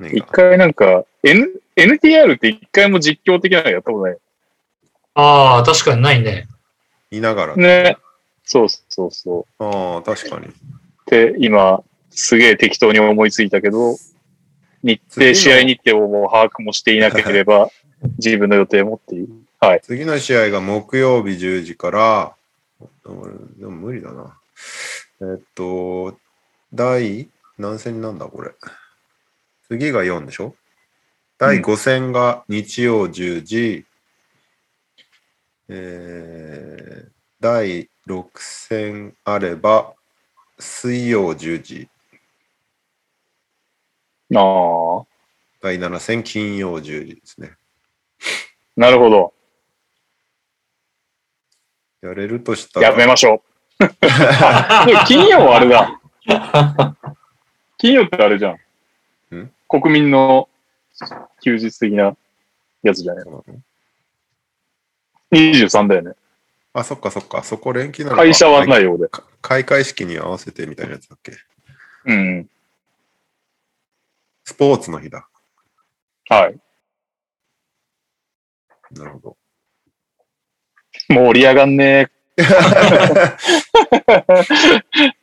A: 何が
B: 一回なんか、N、NTR って一回も実況的なのやったことない。
C: ああ、確かにないね。
A: いながら。
B: ね。そうそうそう。
A: ああ、確かに。
B: って、今、すげえ適当に思いついたけど、日程、試合日程をもう把握もしていなければ、自分の予定もっていう。はい。
A: 次の試合が木曜日10時から、でも無理だな。えっと、第何戦なんだこれ。次が4でしょ第5戦が日曜10時、えー第6戦あれば水曜10時、
B: ああ、
A: 第7戦金曜10時ですね。
B: なるほど。
A: やれるとしたら、
B: やめましょう。でも金曜はあれだ。金曜ってあれじゃん。
A: ん
B: 国民の休日的なやつじゃない
A: そうなの
B: 23だよね。
A: あ、そっかそっか、そこ連休なのか
B: 会社はないよ、俺。
A: か開会式に合わせてみたいなやつだっけ
B: うん。
A: スポーツの日だ。
B: はい。
A: なるほど。
B: 盛り上がんね
A: (laughs)
B: え。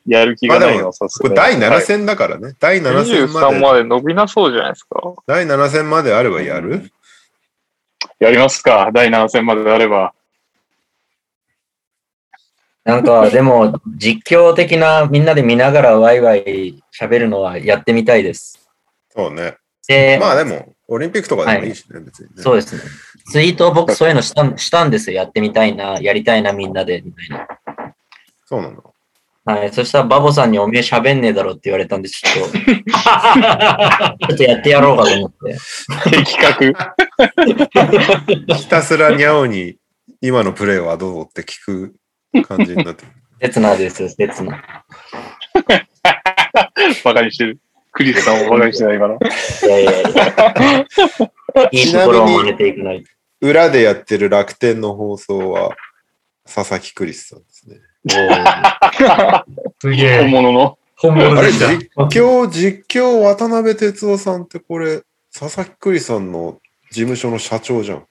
B: やる気が
A: ま
B: ない
A: あで
B: の、
A: も
B: さす
A: こ
B: が
A: れ
B: に。
A: 第7戦だからね。第7戦ま
F: 23
A: で、
F: まで伸びなそうじゃないですか。
A: 第7戦まであればやる、
B: (laughs) やりますか。第7戦まであれば。
E: なんか、でも、実況的な、みんなで見ながらワイワイ喋るのはやってみたいです。
A: そうね。
E: で、
A: まあでも、オリンピックとかでもいいしね、別にね。
E: そうですね。ツイートを僕、そういうのしたんしたんですよ。やってみたいな、やりたいな、みんなで、みたいな。
A: そうなの。
E: はい。そしたら、バボさんにおめえ喋んねえだろって言われたんで、ち
B: (laughs)
E: ょっと、ちょっとやってやろうかと思って。
F: 的確。
A: ひたすらにゃおに、 (laughs) 今のプレーはどうって聞く感じになってる。
E: 刹那ですよ、刹那。
B: バカにしてる。クリスさんをバカにしてないから。
E: いやいやいや。いいところを真似ていくのに。
A: 裏でやってる楽天の放送は、佐々木クリスさんですね。
C: すげ
B: 本
C: え。
B: 物の。
C: 本物
A: あ
C: で
A: れ、(laughs)
C: し
A: 実
C: た。
A: 況、実況、渡辺哲夫さんってこれ、佐々木クリスさんの事務所の社長じゃん。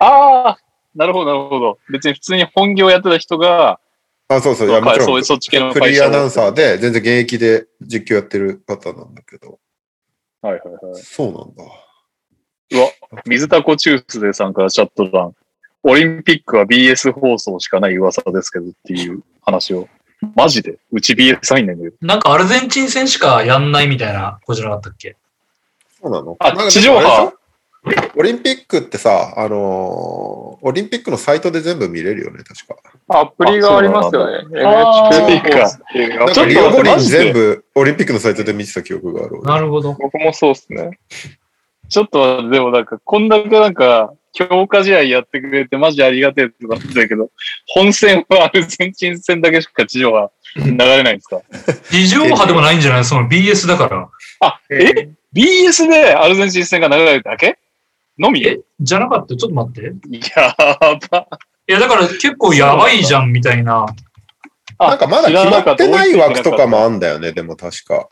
B: ああ、なるほど、なるほど。別に普通に本業やってた人が、
A: あ、そうそう、いや、もちろ
B: そ
A: ん
B: う、そっち系の
A: フ
B: 会
A: リ
B: 社
A: ー
B: を
A: アナウンサーで、全然現役で実況やってる方なんだけど。
B: はいはいはい。
A: そうなんだ。
B: 水田コチュースデーさんからチャット欄、オリンピックは BS 放送しかない噂ですけどっていう話を。マジでうち BS 入んないんだけど。
C: なんかアルゼンチン戦しかやんないみたいなことじゃなかったっけ
A: そうなの
B: あ
A: なんか
B: 地上波
A: あれでしょオリンピックってさ、あのーオリンピックのサイトで全部見れるよね、確か。
F: アプリがありますよね。
C: あそうなんだ
F: NHK
B: あー
F: スポーツっていう
A: な
F: ア
A: ん
F: プ
A: か
F: リ
A: リオ五輪
B: マジで
A: 全部オリンピックのサイトで見てた記憶がある。
C: なるほど。
F: 僕もそうっすね。
B: ちょっと待って、でもなんか、こんだけなんか、強化試合やってくれてマジありがてえってなってたけど、本戦はアルゼンチン戦だけしか地上波流れないん
A: (laughs)
B: ですか
C: 地上波でもないんじゃないその BS だから。
B: え ?BS でアルゼンチン戦が流れるだけのみや
C: えじゃなかったちょっと待って。
B: ば。
C: いや、だから結構やばいじゃんみたいな。
B: あ
A: なんかまだ決まってない枠とかもあんだよね、でも確か。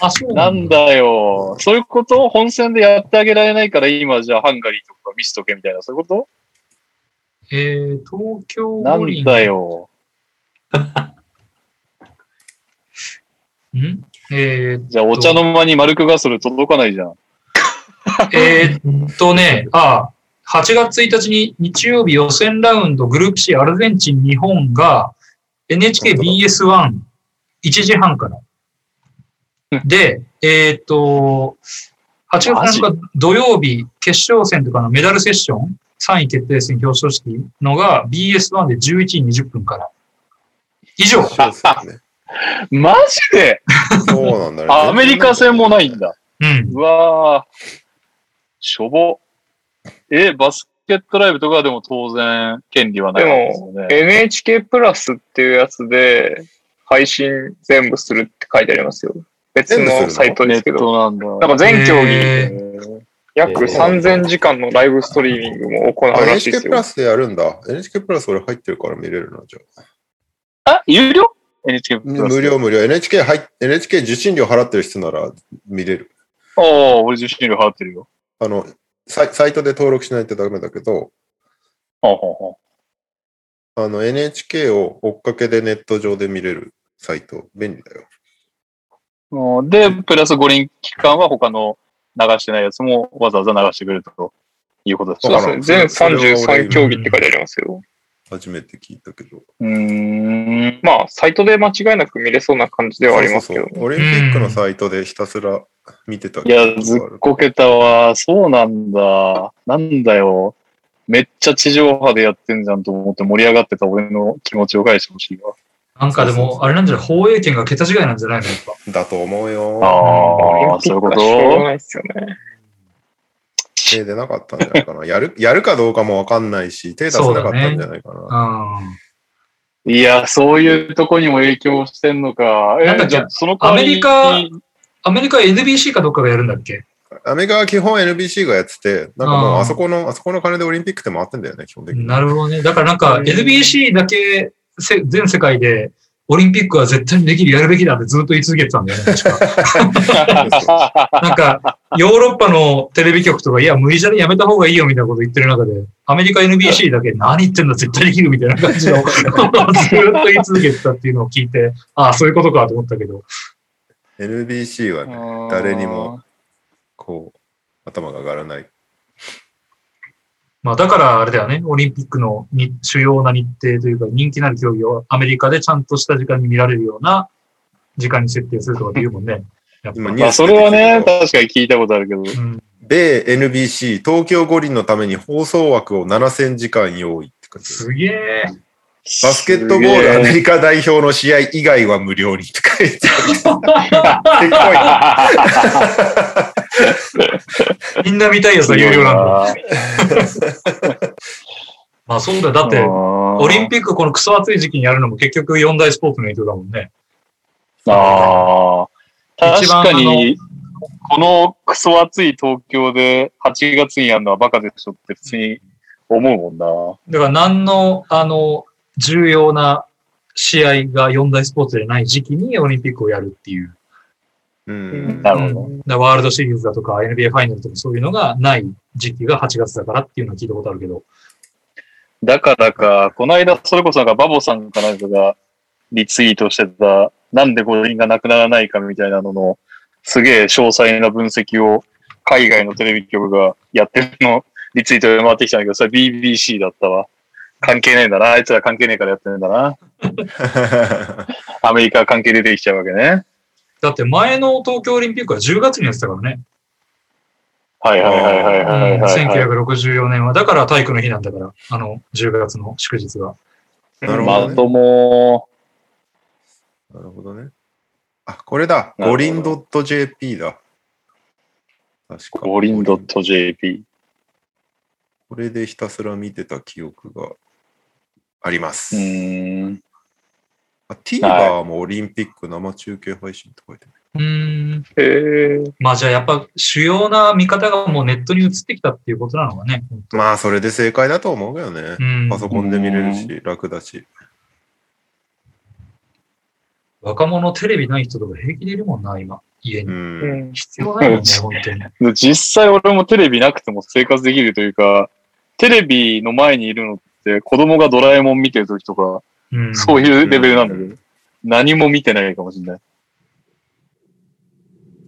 C: あ、そう
B: な
C: なん
B: ん
C: だ。
B: だよ。そういうこと本戦でやってあげられないから、今じゃあハンガリーとか見せとけみたいな、そういうこ
C: えー、東京
B: とな
C: 五
B: ん
C: 輪。
B: だよ。
C: んえー
B: じゃあお茶の間にマルクガソル届かないじゃん。
C: えーっとね、ああ、8月1日に日曜日予選ラウンドグループ C アルゼンチン日本が NHKBS11 時半から。で、えーっと、8月
B: マジ
C: 7日土曜日決勝戦とかのメダルセッション3位決定戦表彰式のが BS1 で11時20分から。以上。
A: そうですよね
B: マジで
A: そうなんだよね。
B: あアメリカ戦もないんだ。
C: うん。
B: うわぁ。しょぼ。え、バスケットライブとかはでも当然、権利はないですよね。
F: NHK プラスっていうやつで、配信全部するって書いてありますよ。別
A: 全部する
F: の
A: の
F: サイト
B: ネ
F: ですけ
B: ッ
F: ど。
B: トなんだ。
F: なんか全競技
C: えー
B: え
F: 約
E: えー
F: 3000時間のライブストリーミングも行う
A: あ
F: らしい
A: NHK
F: です
A: プ
F: よ
A: ラ。スでやるんだ。NHK プラス俺入ってるから見れるな、じゃあ。
B: ーあ、有料 ?NHK プラス。
A: 無料無料。NHK 入っ NHK 受信料払ってる人なら見れる。
B: ああ、俺受信料払ってるよ。
A: あの、サイサイトで登録しないとダメだけど、
B: はあはあはあ
A: あの NHK を追っかけでネット上で見れるサイト、便利だよ。
B: うんで、プラス五輪期間は他の流してないやつもわざわざ流してくれるということです
F: そう
B: か
F: で
B: う
F: すね。
A: それ
F: 全
A: それは俺
F: 33競技って書いてありますよ。
A: 初めて聞いたけど。
B: ーん。
F: まあ、サイトで間違いなく見れそうな感じではありますけど
A: そう。そうそうオリンピックのサイトでひたすら見てた
B: いや、ずっこけたわ。そうなんだ。なんだよ。めっちゃ地上波でやってんじゃんと思って盛り上がってた俺の気持ちを返してほしいわ。
C: なんかでも、あれなんじゃない放映権が桁違いなんじゃないのやっぱ。
A: だと思うよ。
B: ああ、そういうこ
F: オリンピックはしょうが
B: と
F: ないですよね。
A: 手出なかったんじゃないかな。やる、やるかどうかもわかんないし、手出せなかったんじゃないかな。
C: うん。
B: いや、そういうとこにも影響してんのか。え
C: なんか
B: じゃあその代わりに
C: アメリアメリカ NBC かどっかがやるんだっけ
A: アメリカは基本 NBC がやってて、なんかも
C: あ
A: う
C: ー
A: あそこの、あそこの金でオリンピックって回ってんだよね、基本的に。
C: なるほどね。だからなんか NBC だけせ全世界でオリンピックは絶対にできる、やるべきだってずっと言い続けてたんだよ (laughs) ね、確か。
A: (laughs)
C: なんか、ヨーロッパのテレビ局とか、いや、無理じゃねやめた方がいいよみたいなこと言ってる中で、アメリカ NBC だけ何言ってんだ、絶対できるみたいな感 (laughs) じの、ずっと言い続けてたっていうのを聞いて、ああ、そういうことかと思ったけど。
A: NBC はね、
B: うん
A: 誰にもこう、頭が上がらない。
C: まあだからあれだよね、オリンピックのに主要な日程というか人気なる競技をアメリカでちゃんとした時間に見られるような時間に設定するとかっていうもんね。やっぱ
A: 今ニュ
B: ま
A: ー
B: あ、
A: ス
B: そ
A: 出て
B: れ
A: き
B: は
A: たけど
B: ね、確かに聞いたことあるけど。
C: うん、
A: 米 NBC 東京五輪のために放送枠を7000時間用意って感じ。
C: すげえ。
A: バスケットボールアメリカ代表の試合以外は無料にって書いてある。結構いい
B: (laughs)
C: みんな見たいやつは有料なんだ。
E: あー
C: まあそうだよ。だって、オ
B: オ
C: リン
B: ピ
C: ピックこのクソ暑い時期にやるのも結局四大スポーツの影響だもんね。
B: ック。ああ。
C: 一
B: 確
C: 番
B: かに、このクソ暑い東京で8月にやるのはバカでしょって普通に思うもんな。
C: だから何の、あの、重要な試合が四大スポーツでない時期にオリンピックをやるっていう。
A: うん。
B: なるほど。
C: うんだからワールドシリーズだとか NBA ファイナルとかそういうのがない時期が8月だからっていうのは聞いたことあるけど。
B: だからか、この間それこそなんかバボさんかなんかがリツイートしてた、なんで五輪がなくならないかみたいなのの、すげえ詳細な分析を海外のテレビ局がやってるの、リツイートで回ってきたんだけど、それ BBC だったわ。関係ないんだな。あいつら関係ねえからやってるんだな。アメリカ関係出てきちゃうわけね。
C: だって前の東京オリンピックは10月にやってたからね。
B: はいはいはいはいはいはい、はい。
C: 1964年は。だから体育の日なんだから、あの、10月の祝日が。
A: (laughs) なるほど
B: ま
A: ね
B: とも、
A: なるほどね。あ、これだ。
B: なる
A: 五
B: ほど
A: 輪 .jp だ。確か。
B: 五輪 .jp。
A: これでひたすら見てた記憶がありま
B: う
A: す。
B: ーん。
A: あ TVer もオリンピック生中継配信って書いてある。
C: うーん。
F: へえ。
C: まあじゃあやっぱ主要な見方がもうネットに移ってきたっていうことなのかね。
A: まあ、それで正解だと思うけどね
C: う。ん。
A: パソコンで見れるし、楽だし。
C: 若者テレビない人とか平気でいるもんな、今。家
A: う。
C: に。
F: うんん。
C: 必要ないもん
B: (laughs)
C: ね、本当に。
B: 実際俺もテレビなくても生活できるというか、テレビの前にいるのって子供がドラえもん見てる時とか、
C: うん。
B: そういうレベルなんだけど、何も見てないかもしれない。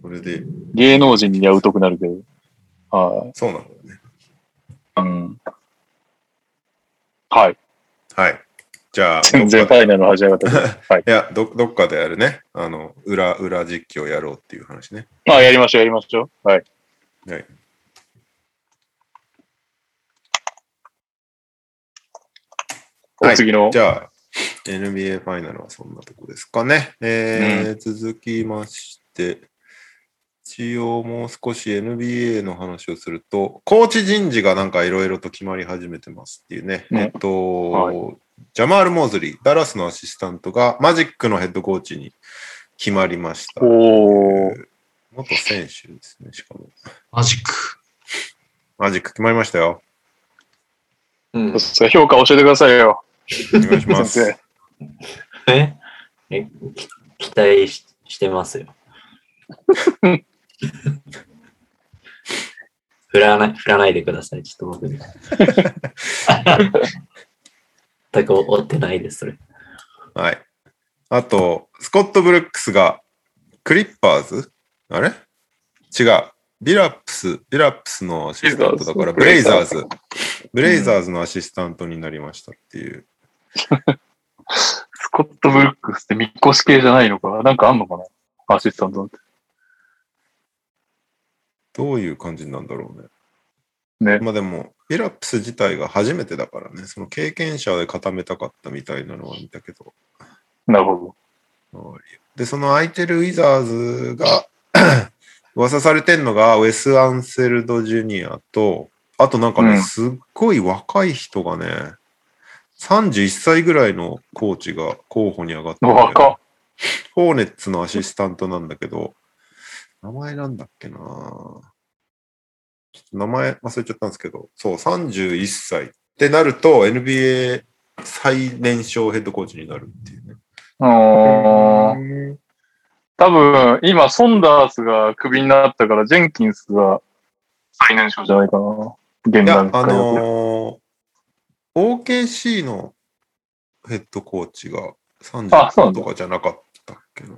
A: それで、
B: 芸能人には疎くなるけど。は
A: そうなんだよね。
B: い。うん。はい。
A: はい。じゃあ、
B: 全然フ
A: どっか
B: ァイナルの始まり方で。はい。
A: いやど、どっかでやるね。あの、裏、裏実況やろうっていう話ね。
B: まあ、やりましょう、やりましょう。はい。
A: はい。
B: お次の。
A: じゃあ、NBA ファイナルはそんなとこですかね。えー続きまして、一応もう少し NBA の話をすると、コーチ人事がなんかいろいろと決まり始めてますっていうね。
B: うん
A: えっと、
B: は
A: ジャマール・モーズリー、ダラスのアシスタントがマジックのヘッドコーチに決まりました。
B: おー。
A: 元選手ですね、しかも。
C: マジック。
A: マジック決まりましたよ。
H: うん
B: そ。したら評価教えてくださいよ。
A: お願いしま
B: (laughs) 先
A: す
B: 生。。
E: ええき期待ししてますよ。振らない、振らないでください。ちょっと僕に。全く追ってないです、それ。
A: はい。あと、スコット・ブルックスが、クリッパーズあれ違う。ビラップス、ビラップスのアシスタントだから、ブ
F: ブ
A: レ
F: レ
A: イ
F: イ
A: ザ
F: ザ
A: ー
F: ー
A: ズ。ブレイザーズのアシスタントになりましたっていう。
B: スコット・ブルックスって見越し系じゃないのかなんかあんのかなアシスタントって。
A: どういう感じなんだろうね。
B: ね
A: まあでも、ビラップス自体が初めてだからね、その経験者で固めたかったみたいなのは見たけど。
B: なるほど。
A: で、その空いてるウィザーズが (coughs) 噂されてんのが、ウェス・アンセルド・ジュニアと、あとなんかね、
B: うん
A: すっごい若い人がね、31歳ぐらいのコーチが候補に上がってて
B: 若っ。
A: ホーネッツのアシスタントなんだけど、名前なんだっけなちょっと名前忘れちゃったんですけど、そう、31歳ってなると NBA 最年少ヘッドコーチになるっていうね。
B: うーん多分、今、ソンダースがクビになったから、ジェンキンスが最年少じゃないかな。現
A: いや
B: 段、
A: あ
B: 階だと
A: のー、OKC のヘッドコーチが
B: あそうな
A: 30
B: んだ
A: とかじゃなかったっけな、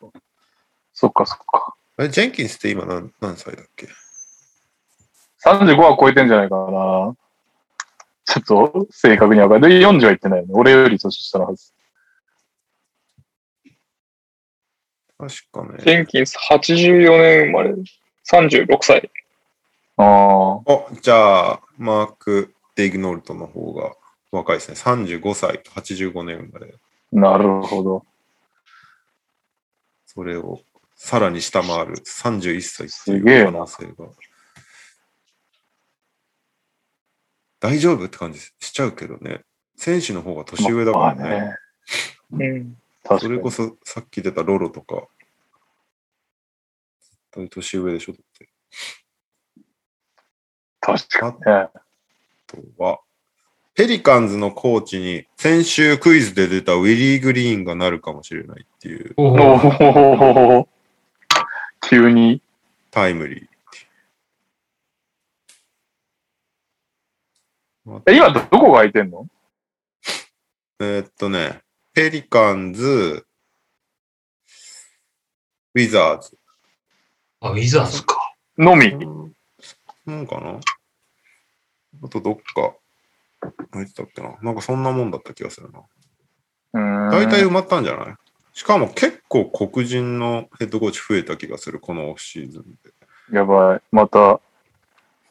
A: 確か。
B: そっかそっか。
A: あれ、ジェンキンスって今何何歳だっけ
B: 35は超えてんじゃないかな。ちょっと正確にわかる。で、40は言ってないよね。俺より年下のはず。
A: 確か
F: ジ
A: ね。
F: ェンキンス84年生まれ、36歳。
B: あ
A: あ、じゃあ、マーク・デイグノルトの方が若いですね。35歳と85年生まれ。
B: あ、なるほど。
A: それをさらに下回る31歳って
B: すげ
A: い
B: え
A: う可
B: な
A: 能性が。大丈夫って感じしちゃうけどね。選手の方が年上だから
B: まあ
A: ね。
B: ね。
F: うん。
B: 確か
A: そ
B: に
A: れこそさっき出たロロとか、絶対年上でしょだって。
B: 確か
A: あ
B: にね。
A: とは、ペリカンズのコーチに先週クイズで出たウィリー・グリーンがなるかもしれないっていう
C: お
B: お
C: お。
B: お急に。
A: タイムリー。
B: え、今どこが空いてんの
A: えーっとね、ペリカンズ、ウィザーズ、
C: あ、ウィザーズか。
B: のみ。
A: なんかなあとどっか、何てたっけななんかそんなもんだった気がするな。
B: 大
A: 大体埋まったんじゃないしかも結構黒人のヘッドコーチ増えた気がする、このオフシーズンで。 (laughs)
B: やばい。また、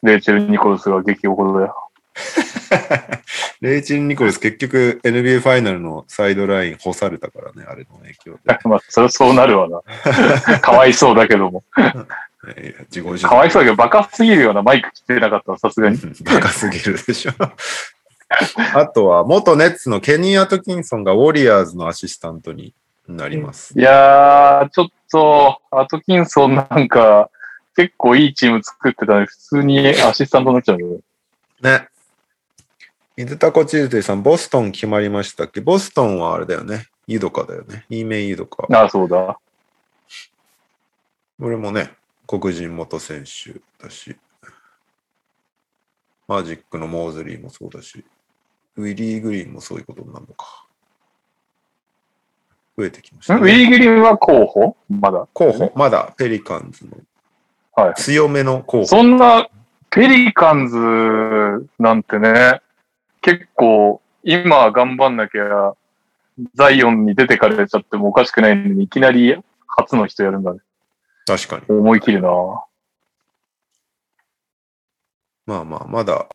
B: レイチェル・ニコルスが激おこだよ。
A: レイチン・ニコルス結局 NBA ファイナルのサイドライン干されたからね、あれの影響で。
B: (laughs) まあ、それはそうなるわな。 (laughs) かわいそうだけども。 (laughs)
A: えー自業自得
B: かわいそうだけど、バカすぎるようなマイク着てなかったわさすがに。
A: (laughs) バカすぎるでしょ。 (laughs) あとは、元ネッツのケニー・アトキンソンがウォリアーズのアシスタントになります。
B: いやー、ちょっと、アトキンソンなんか、結構いいチーム作ってたのに、普通にアシスタントになっちゃうよ。
A: ね。水田こちるていさん、ボストン決まりましたっけボストンはあれだよね。井戸かだよね。イーメン・井戸か。
B: ああ、そうだ。
A: 俺もね、黒人元選手だし、マジックのモーズリーもそうだし、ウィリー・グリーンもそういうことになるのか。増えてきました、
B: んウィ
A: ね。
B: ーグリーンは候補まだ。
A: 候補、まだペリカンズの
B: はい。
A: 強めの候補。
B: そんな、ペリカンズなんてね、結構、今頑張んなきゃ、ザイオンに出てかれちゃってもおかしくないのに、いきなり初の人やるんだね。
A: 確かに。
B: 思い切るなぁ
A: まあまあ、まだ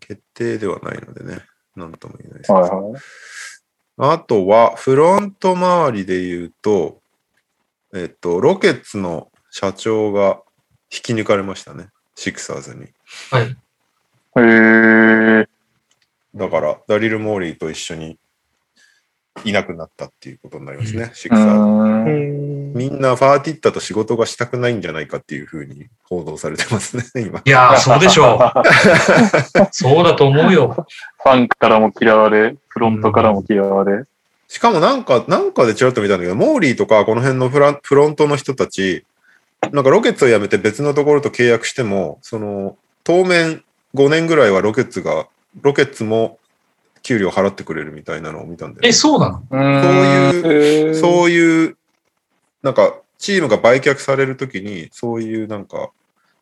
A: 決定ではないのでね、なんとも言えないですけど
B: はいはい。
A: あとは、フロント周りで言うと、えっと、ロケッツの社長が引き抜かれましたね、シクサーズに。
C: はい。
B: えー、
A: だから、ダリル・モーリーと一緒にいなくなったっていうことになりますね、シクサーズ。
F: う
B: うーん
F: ん。
A: みんなファーティッタと仕事がしたくないんじゃないかっていうふうに報道されてますね、今。
C: いやー、そうでしょう。 (laughs) そうだと思うよ。
B: ファンからも嫌われ、フロントからも嫌われ。
A: しかもなんか、なんかでちらっと見たんだけど、モーリーとかこの辺のフランフロントの人たち、なんかロケッツを辞めて別のところと契約しても、その、当面5年ぐらいはロケッツが、ロケッツも給料払ってくれるみたいなのを見たんだよね、
C: え、そうなの
B: う
A: そう
B: ーん。
A: いう、
F: う。
A: そういう、なんか、チームが売却されるときに、そういうなんか、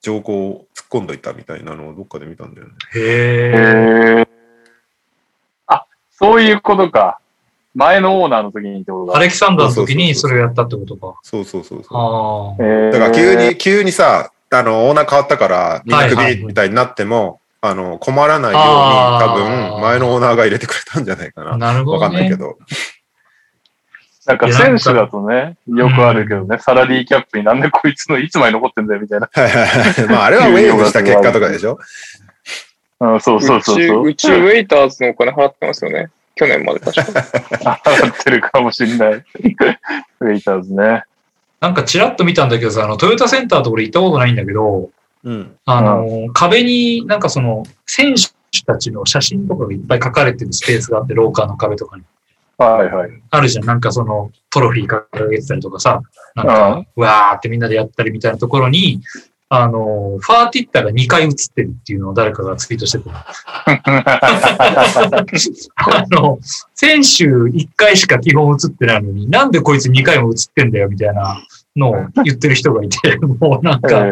A: 情報を突っ込んどいたみたいなのをどっかで見たんだよね。
B: え
C: へえ。
B: ー、あ、そういうことか。前のオーナーの時にってこと
C: ア
B: だ。
C: レキサンダーの時にそれをやったってことか。
A: そうそうそうそう。
C: ああ。
B: えー
A: だから急に、急にさ、あの、オーナー変わったから、みんなク
C: はいはい
A: ビみたいになっても、あの、困らないように、
C: あー
A: 多分、前のオーナーが入れてくれたんじゃないかな。
C: なるほ
A: わか
C: ど
A: んないけ
C: ね。
A: ど。 (laughs)
B: なんか選手だとね、よくあるけどね、サラリーキャップになんでこいつのいつまで残ってんだよみたいな。
A: まあ、あれはウェーブした結果とかでしょ
B: うん、そうそう
F: う
B: そう
F: ち、
B: そう。
F: うちウェイターズのお金払ってますよね。去年まで確か。
B: 払ってるかもしんない。ウェイターズね。
C: なんかちらっと見たんだけどさ、あの、トヨタセンターと俺行ったことないんだけど、
A: うん。
C: あの、壁になんかその、選手たちの写真とかがいっぱい書かれてるスペースがあって、廊下の壁とかに。
B: はいはい。
C: あるじゃん。なんかその、トロフィー掲げてたりとかさ、なん
B: う
C: か、わーってみんなでやったりみたいなところに、あの、ファーティッタが2回映ってるっていうのを誰かがツイートしてて。あの、選手1回しか基本映ってないのに、なんでこいつ2回も映ってんだよみたいなのを言ってる人がいて、 (laughs) もうなんか、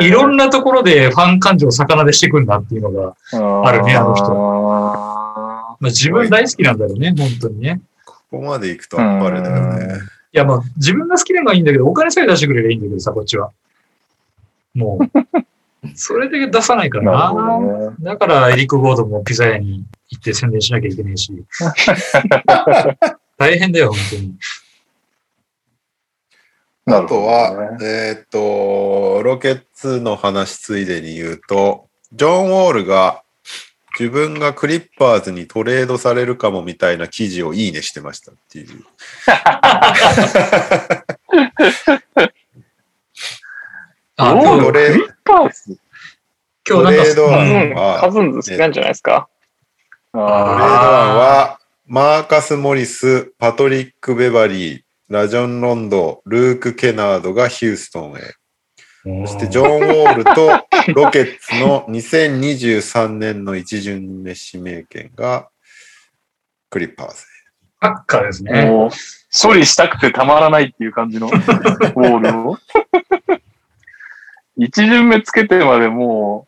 F: い
C: いろんなところでファン感情を魚でしてくんだっていうのが、
F: な
C: あるねあの人
F: 人。
C: まあ、自分大好きなんだろうね、本当にね。
A: ここまで行くとあっぱれだよね。
C: いや、まあ、自分が好きなのはいいんだけど、お金さえ出してくれればいいんだけどさ、こっちは。もう、
F: (laughs)
C: それで出さないから
F: なる
C: な。
F: ほどね。
C: だから、エリック・ゴードンもピザ屋に行って宣伝しなきゃいけない
F: (laughs)
C: し。大変だよ、本当に。
A: あとは、えーっと、ロケッツの話ついでに言うと、ジョン・ウォールが自分がクリッパーズにトレードされるかもみたいな記事をいいねしてましたっていう。
C: あ、
F: どう
A: ト
C: 今日、
A: レ
F: クリッパーズ
C: 今日
A: トレ
C: な
A: ー
C: んか、
A: ド
F: う
A: 案
F: ん。
A: は
F: カズンズ好きなんじゃないですか
A: トレード
C: あ
A: 案は、マーカス・モリス、パトリック・ベバリー、ラジョン・ロンド、ルーク・ケナードがヒューストンへ。
C: うん
A: そして、ジョン・ウォールとロケッツの2023年の一巡目指名権がクリッパーズへ。
C: サッカーですね。
B: もう、処理したくてたまらないっていう感じ
C: (laughs)
B: のボールを。 (laughs) 一巡目つけてまでも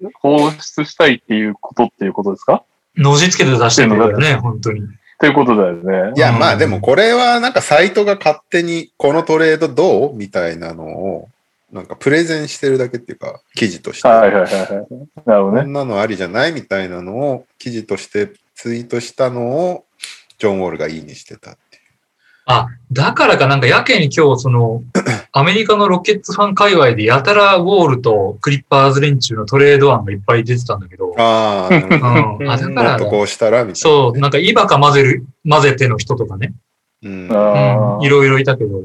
B: う、放出したいっていうことっていうことですか
C: のじつけて出してるんだよね、本当に。
B: っていうことだよね
A: い。や、ま
C: う
A: あ
C: ん
A: でもこれはなんかサイトが勝手にこのトレードどうみたいなのをなんかプレゼンしてるだけっていうか記事として、
B: はいはいはいはい。なるほど
A: こ
B: ね。
A: んなのありじゃないみたいなのを記事としてツイートしたのをジョン・ウォールがいいにしてたってい
C: あ、だからかなんかやけに今日、
A: (clears throat)
C: その、アメリカのロケッツファン界隈でやたらウォールとクリッパーズ連中のトレード案がいっぱい出てたんだけど、
A: う。ああ、なる
C: う
A: ほ
C: ん、あだ
A: ど
C: か
A: も
C: ら
A: っと
C: だ、
A: こうしたらみたいな、
C: (laughs) そう、なんか、イバカ混ぜる、混ぜての人とかね、
A: う。ん。
B: あ
C: うん
B: ー
C: いろいろいたけど。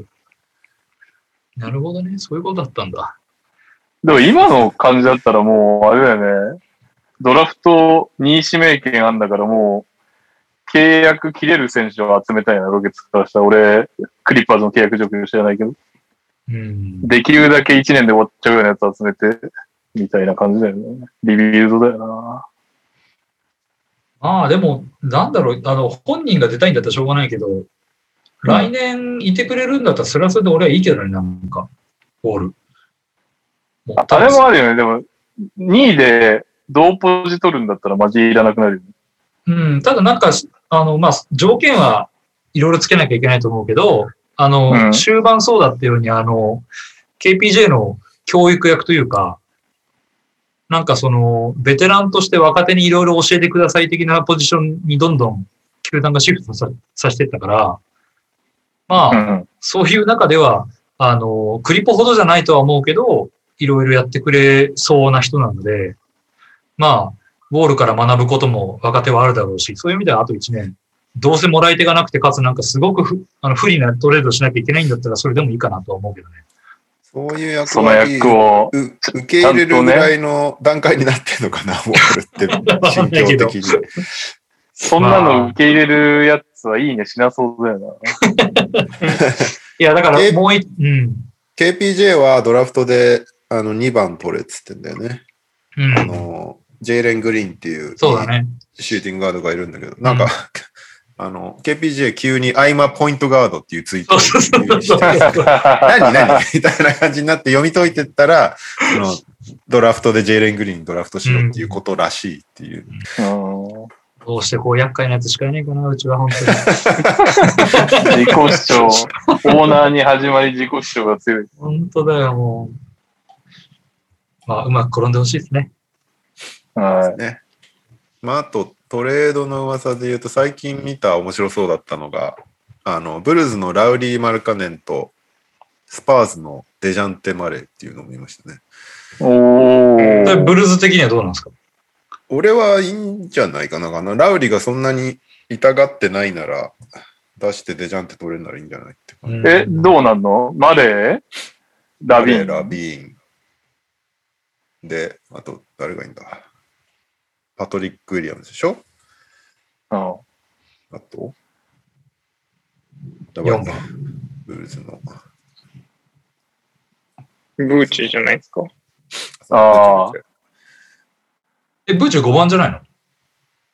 C: なるほどね、そういうことだったんだ。
B: でも今の感じだったらもう、あれだよね。ドラフト2位指名権あんだからもう、契約切れる選手を集めたいな、ロケッツからしたら。俺、クリッパーズの契約状況知らないけど、
C: うん。
B: できるだけ1年で終わっちゃうようなやつ集めて、みたいな感じだよね。リビルドだよな。
C: まあでも、なんだろう、あの、本人が出たいんだったらしょうがないけど、来年いてくれるんだったら、それはそれで俺はいいけどね、なんか、ボール。もった
B: あ
C: いな
B: れ
C: い
B: もあるよね。でも、2位で同ポジ取るんだったらマジいらなくなるよね。
C: うん、ただなんか、あの、まあ、条件はいろいろつけなきゃいけないと思うけど、あの、
B: うん
C: 終盤そうだったように、あの、KPJ の教育役というか、なんかその、ベテランとして若手にいろいろ教えてください的なポジションにどんどん球団がシフトささせてったから、まあ、
B: うん。
C: そういう中では、あの、クリポほどじゃないとは思うけど、いろいろやってくれそうな人なので、まあ、ウォールから学ぶことも若手はあるだろうし、そういう意味ではあと1年、どうせもらい手がなくて、かつなんかすごくふあの不利なトレードしなきゃいけないんだったら、それでもいいかなとは思うけどね。
A: そういう役
B: その
A: 割
B: 役を。
A: う受け入れるぐらいの段階になってるの
C: (laughs)
A: かな、ウォールって、心境的に。
B: そんなの受け入れるやつはいいね、しなそうだよ
C: いや、だから
A: え
C: もうい、うん。
A: KPJ はドラフトであの2番取れっつってんだよね。
C: う
A: あ
C: ん。
A: の、ジェイレン・グリーンっていう、
C: そうだね。
A: シューティングガードがいるんだけど、なんか、あの、KPJ 急に合間ポイントガードっていうツイートを
C: そうそうそう
A: し
C: そう
A: て、何何 (laughs) みたいな感じになって読み解いてったら、そのドラフトでジェイレン・グリーンドラフトしろっていうことらしいっていう。
B: な。うん。
C: どうしてこう厄介なやつしかいないかな、うちは本当に。 (laughs)
B: 自己主張、オーナーに始まり自己主張が強い。
C: 本当だよ、もう。まあ、うまく転んでほしいですね。
B: は
A: ね。まあ、あとトレードの噂で言うと最近見た面白そうだったのが、あの、ブルーズのラウリー・マルカネンとスパーズのデジャンテ・マレーっていうのを見ましたね。
B: い。お
C: それ
B: ー。
C: ブルーズ的にはどうなんですか
A: 俺はいいんじゃないかなかな。ラウリがそんなに痛がってないなら、出してデジャンって取れるならいいんじゃないって感じ。
B: え、どうなんのマレーダビ
A: マレーラ
B: ン。
A: ビーン。で、あと、誰がいいんだパトリック・ウィリアムズでしょ
B: うん
A: あと、やばい
C: 4
A: な
C: 番。
A: ブルーズの。
F: ブーチーじゃないですか。
B: あー
C: え、ブーチュ5番じゃないの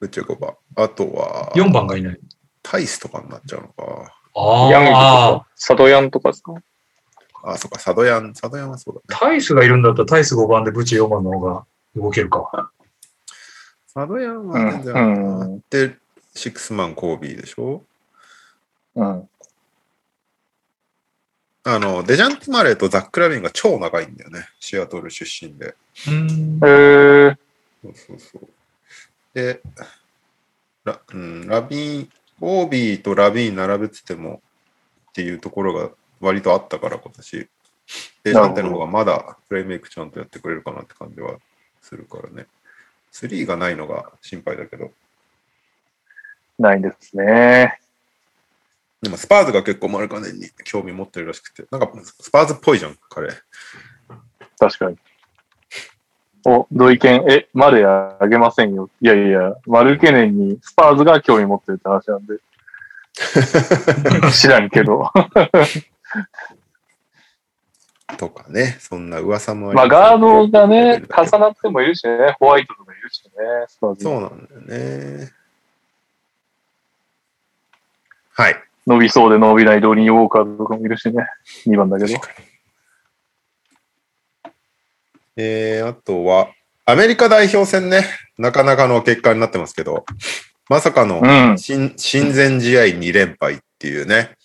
A: ブチェコバ。あとは、
C: ?4 番がいない。
A: タイスとかになっちゃうのか。
C: あ
F: ヤンギと
C: ああ
F: か、サドヤンとかですか
A: あ、そっか、サドヤン、サドヤンはそうだね。
C: タイスがいるんだったらタイス5番でブチ4番の方が動けるか。
A: サドヤン
B: う
A: は全然、
B: ん。うん。
A: で、シックスマン、コービーでしょ
B: うん。
A: あの、デジャン・ティマレーとザック・ラビンが超長いんだよね。シアトル出身で。
C: うーん。
F: へえ
A: そうそうそう。で、ラ,、うん、ラビン、オービーとラビン並べててもっていうところが割とあったから今年。デジャンテの方がまだプレイメイクちゃんとやってくれるかなって感じはするからね。3がないのが心配だけど。
B: ないですね。
A: でもスパーズが結構マルカネンに興味持ってるらしくて。なんかスパーズっぽいじゃん、彼。
B: 確かに。お、同意見、え、マルヤあげませんよ。いやいや、マルケネンにスパーズが興味持ってるって話なん
A: (laughs)
B: で。知らんけど。
A: とかね。そんな噂もあり
B: まあ、
A: すけど
B: ガードがね、重なってもいるしね、ホワイトとかいるしね、スパーズ
A: そうなんだよね。はい。
B: 伸びそうで伸びないドリー・ウォーカーとかもいるしね、2番だけど。
A: えー、あとは、アメリカ代表戦ね、なかなかの結果になってますけど、まさかの
B: うん、
A: 親親善試合2連敗っていうね、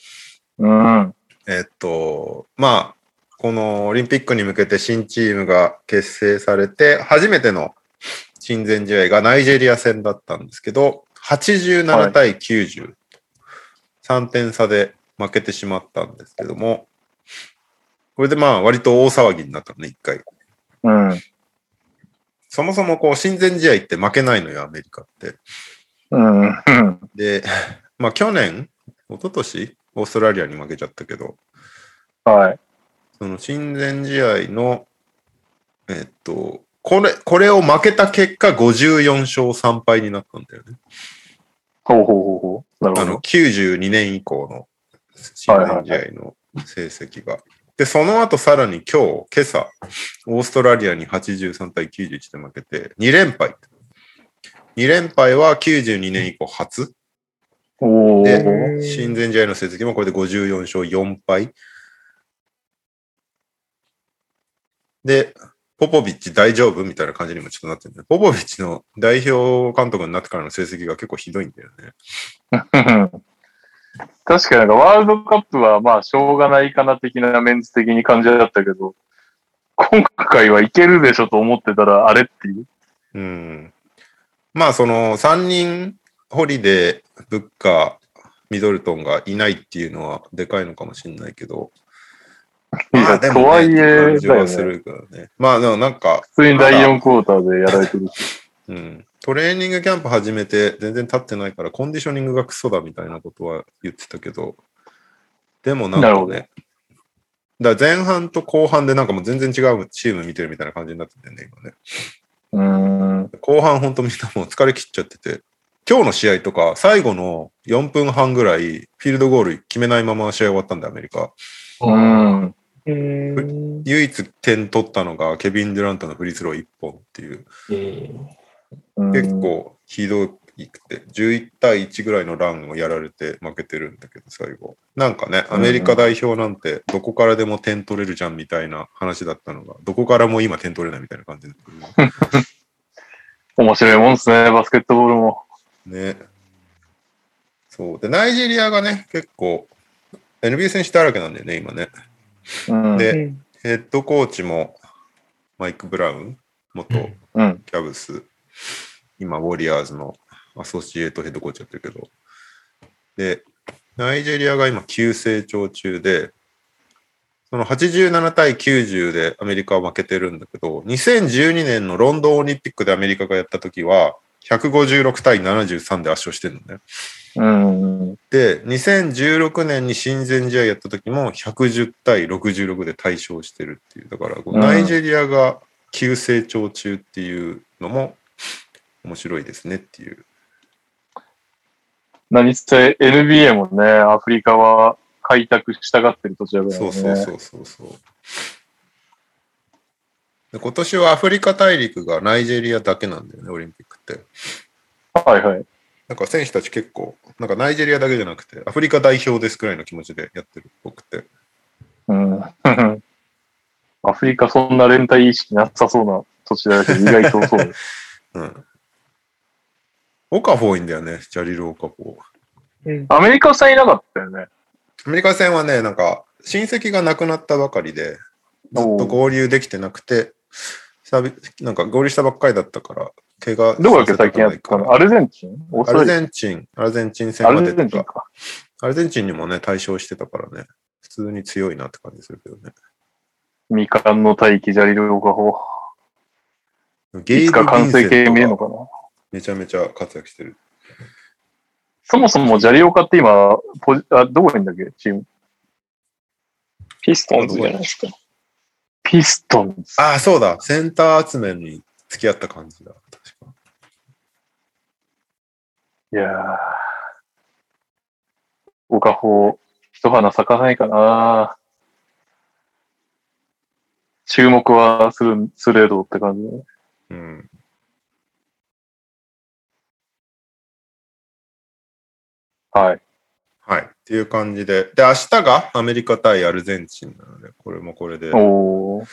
B: うん、
A: えっと、まあ、このオリンピックに向けて新チームが結成されて、初めての親善試合がナイジェリア戦だったんですけど、87対90、3点差で負けてしまったんですけども、これでまあ、割と大騒ぎになったのね、一回。
B: うん、
A: そもそもこう、親善試合って負けないのよ、アメリカって。
B: うん、うん、
A: で、 (laughs) まあ去年、一昨年オーストラリアに負けちゃったけど、
B: はい。
A: その親善試合の、えっと、これ、これを負けた結果、54勝3敗になったんだよね。
B: ほうほうほうほう。なる
A: あ
B: ほ
A: の、
B: ど。
A: 92年以降の親善試合の成績が。で、その後さらに今日、今朝、オーストラリアに83対91で負けて、2連敗。2連敗は92年以降初。
B: おお。
A: で、親善試合の成績もこれで54勝4敗。で、ポポビッチ大丈夫みたいな感じにもちょっとなってるんで、ポポビッチの代表監督になってからの成績が結構ひどいんだよね。
B: 確かになんかワールドカップはまあしょうがないかな的なメンツ的に感じだったけど、今回はいけるでしょと思ってたらあれっていう。
A: うん。まあ、その3人、ホリデー、ブッカー、ミドルトンがいないっていうのはでかいのかもしれないけど、
B: いや
A: まあでも
B: とはい
A: っ
B: え
A: て感じは
B: だよね
A: するからね。まあ、でもなんか、
B: 普通に第4クォーターでやられてるし。
A: うん、トレーニングキャンプ始めて全然経ってないからコンディショニングがクソだみたいなことは言ってたけど、でもなん
B: なる
A: か
B: ほど
A: ね、だから前半と後半でなんかもう全然違うチーム見てるみたいな感じになっててね、今ね。
B: うーん。
A: 後半ほんとみんなもう疲れ切っちゃってて、今日の試合とか最後の4分半ぐらいフィールドゴール決めないまま試合終わったんだ、アメリカ。
B: うん。
F: ー。
A: 唯一点取ったのがケビン・デュラントのフリースロー1本っていう。
E: えー
A: 結構ひどいくて、11対1ぐらいのランをやられて負けてるんだけど、最後。なんかね、アメリカ代表なんて、どこからでも点取れるじゃんみたいな話だったのが、どこからも今点取れないみたいな感じにな (laughs) ってる
B: 面白いもんですね、バスケットボールも。
A: ね。そう。で、ナイジェリアがね、結構、NBA 選手だらけなんだよね、今ね。
B: うん。
A: で
F: うん
A: ヘッドコーチも、マイク・ブラウン、元
B: うん。
A: キャブス、今、ウォリアーズのアソシエイトヘッドコーチやってるけど、で、ナイジェリアが今、急成長中で、その87対90でアメリカは負けてるんだけど、2012年のロンドンオリンピックでアメリカがやった時は、156対73で圧勝してるのね。
B: うん。
A: で、2016年に親善試合やった時も110対66で大勝してるっていう。だからこう、
B: うん
A: ナイジェリアが急成長中っていうのも面白いですねっていう。
B: 何せ NBA もね、アフリカは開拓したがってる土地だからね。
A: そうそうそうそうそう。で今年はアフリカ大陸がナイジェリアだけなんだよね、オリンピックって。
B: はいはい。
A: だなんか選手たち結構、なんかナイジェリアだけじゃなくて、アフリカ代表ですくらいの気持ちでやってるっぽくて。
B: うん。 (laughs) アフリカそんな連帯意識なさそうな土地だけど、意外とそうです
A: うん。オカフォーいいんだよね、ジャリル・オカフォー。
B: アメリカさんいなかったよね。
A: アメリカ戦はね、なんか、親戚が亡くなったばかりで、ずっと合流できてなくて、久々なんか合流したばっかりだったから、怪我
B: どこだっけ最近やったのアルゼンチンオース
A: ア
B: トラ
A: ル
B: リア
A: ゼンチン、アルゼンチン戦
B: ア
A: が
B: ル
A: 出
B: ゼン
A: て
B: チン
A: た。
B: か。
A: アルゼンチンにもね、対象してたからね、普通に強いなって感じするけどね。
B: 未完の大気ジャリルオカホ。
A: ゲ
B: い
A: イ
B: つ
A: ブ・ヴ
B: か
A: ィ
B: 完
A: ンセ
B: 成形見え
A: ン
B: る
A: ト
B: の
A: が
B: かな
A: めちゃめちゃ活躍してる。
B: そもそもジャリオカって今、ポジあどこがいいんだっけチーム。
F: ピストンズじゃないですか。
B: ピストンズ。
A: ああ、そうだ、センター集めに付き合った感じだ。確か。
B: いやー。オカホ、一花咲かないかな注目はする、スレードって感じだね。
A: うん。
B: はい。
A: はい。っていう感じで。で、明日がアメリカ対アルゼンチンなので、これもこれで
B: おー。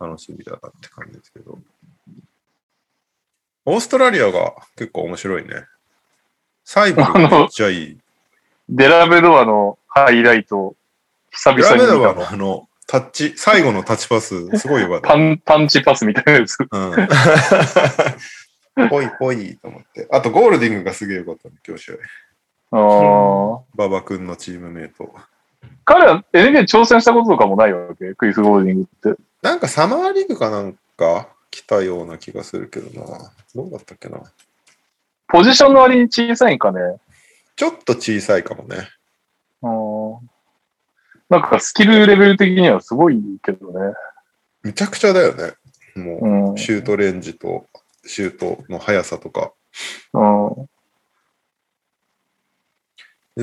A: 楽しみだなって感じですけど。オーストラリアが結構面白いね。サイブルがめっちゃいい。
B: デラベドアのハイライト、久々
A: ラ
B: に
A: メド
B: 見
A: バ
B: た
A: のあの、タッチ、最後のタッチパス、すごい良かった
B: パ。ン、パンチパスみたいなやつ。
A: うん。 (laughs) ぽいぽいと思って。あと、ゴールディングがすげえ良かったね、今日試合。
B: あー。
A: 馬場君のチームメイト。
B: 彼は NBA 挑戦したこととかもないわけクリス・ゴールディングって。
A: なんかサマーリーグかなんか来たような気がするけどな。どうだったっけな。
B: ポジションの割に小さいんかね。
A: ちょっと小さいかもね。
B: うんなんかスキルレベル的にはすごいけどね。
A: めちゃくちゃだよね。
B: う
A: も
B: ん。
A: う、シュートレンジと、シュートの速さとか。
B: う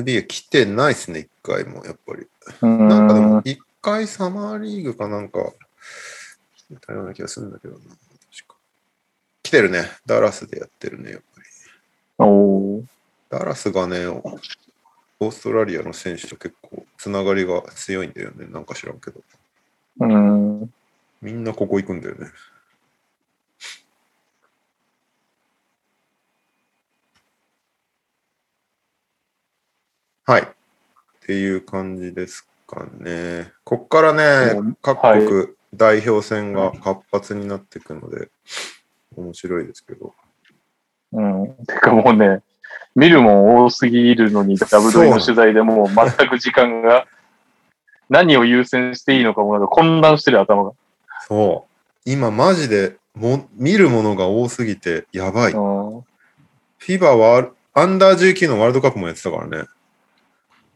B: ん、
A: NBA 来てないっすね、一回も、やっぱり。
B: うん
A: なんかでも、一回サマーリーグかなんか、来てたような気がするんだけどな。確か来てるね。ダラスでやってるね、やっぱり。
B: おー
A: ダラスがね、オーストラリアの選手と結構つながりが強いんだよね。なんか知らんけど。
B: うん。
A: みんなここ行くんだよね。はい。っていう感じですかね。こっから
B: う
A: ね、各国代表戦が活発になっていくので、面白いですけど。
B: うん。てかもうね、見るもん多すぎるのに、ダブルの取材でもう全く時間が、何を優先していいのかもなんか混乱してる頭が。
A: そう。今マジでも見るものが多すぎてやばい。
B: う
A: FIBA
B: ん
A: はアンダー19のワールドカップもやってたからね。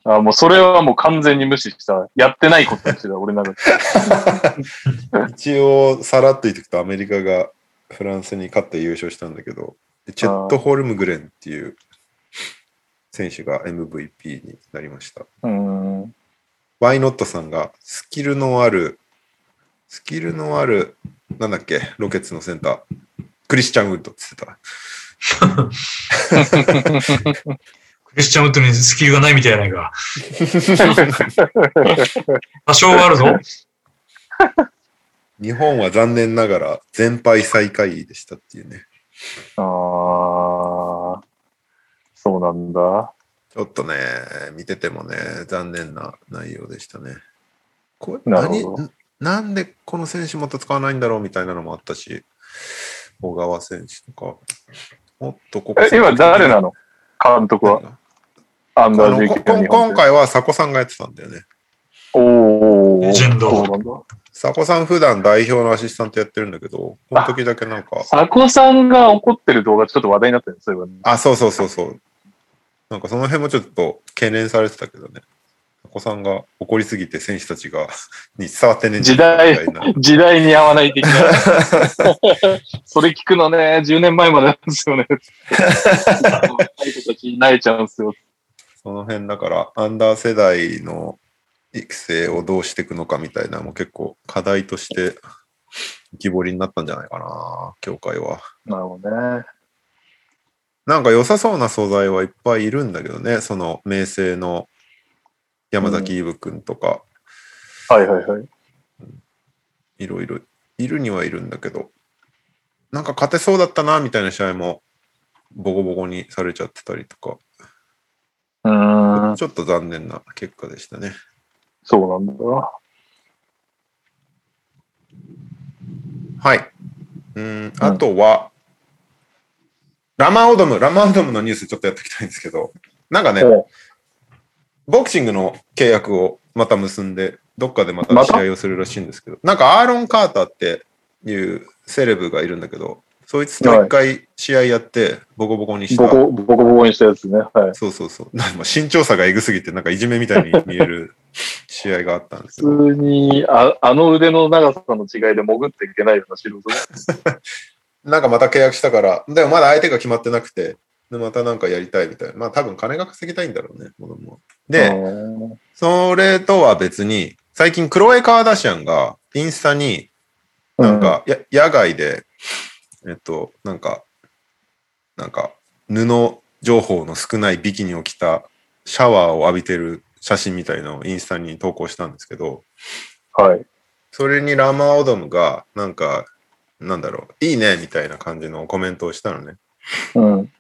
B: あもうそれはもう完全に無視した。やってないことにしてた、俺なんか。
A: 一応さらっと言ってくとアメリカがフランスに勝って優勝したんだけどでチェット・ホルムグレンっていう選手が MVP になりました
B: うん。 (laughs) うん。
A: ワイノットさんがスキルのあるスキルのあるなんだっけロケッツのセンタークリスチャン・ウッドっつってた
C: クリスチャンウッドにスキルがないみたいやないか。多少はある (laughs) ぞ。
A: 日本は残念ながら全敗最下位でしたっていうね
B: ああ、そうなんだ。
A: ちょっとね、見ててもね、残念な内容でしたね。これ
B: なるほど
A: 何なんでこの選手もっと使わないんだろうみたいなのもあったし、小川選手とか、もっとここ
B: え、今誰なの監督は。
A: あ
B: アンダ
A: の
B: ー
A: こ
B: 19
A: こ
B: の日
A: 今
B: 本で。
A: 回は佐古さんがやってたんだよね。
B: お
C: レ
B: ー
C: ジェンド
B: そうなんだ。
A: 佐古さん普段代表のアシスタントやってるんだけど、この時だけなんか、
B: 佐古さんが怒ってる動画ちょっと話題になったよね、そういえばね。
A: あ、そうそうそうそう。なんかその辺もちょっと懸念されてたけどね。佐古さんが怒りすぎて選手たちがに伝わってねえんじゃねえかみたいな。
B: 時代に合わない
A: (laughs)
B: 的な。それ聞くのね、10年前までなんですよね。若い子たちに慣れちゃうんですよ。
A: その辺だから、アンダー世代の育成をどうしていくのかみたいなのも結構課題として浮き彫りになったんじゃないかな、協会は。
B: なるほどね。
A: なんか良さそうな素材はいっぱいいるんだけどね、その、明星の山崎イブ君とか、
D: はいはいはい。
A: いろいろ、いるにはいるんだけど、なんか勝てそうだったな、みたいな試合も、ボコボコにされちゃってたりとか、
D: うーん、
A: ちょっと残念な結果でしたね。
D: そうなんだな。
A: はい。うん、あとは、ラマオドム、ラマオドムのニュースちょっとやっていきたいんですけど、なんかね、
D: お
A: ボクシングの契約をまた結んで、どっかでまた
D: また
A: 試合をするらしいんですけど、なんかアーロン・カーターっていうセレブがいるんだけど、そいつと一回試合やって、ボコボコにした。
D: ボコ、ボコボコにしたやつね。はい。
A: そうそうそう。なんか身長差がえぐすぎて、なんかいじめみたいに見える試合があったんですけど
D: 普通に、ああの腕の長さの違いで潜っていけないような素人
A: なんかまた契約したから、でもまだ相手が決まってなくて、でまたなんかやりたいみたいな。まあ多分金が稼ぎたいんだろうね、子供は。で、
D: うん
A: それとは別に、最近クロエ・カーダシャンがインスタに、なんか、や野外で、えっと、なんか、なんか、布情報の少ないビキニを着たシャワーを浴びてる写真みたいのをインスタに投稿したんですけど、
D: はい。
A: それにラマオドムが、なんか、なんだろう、いいねみたいな感じのコメントをしたのね。
D: うん。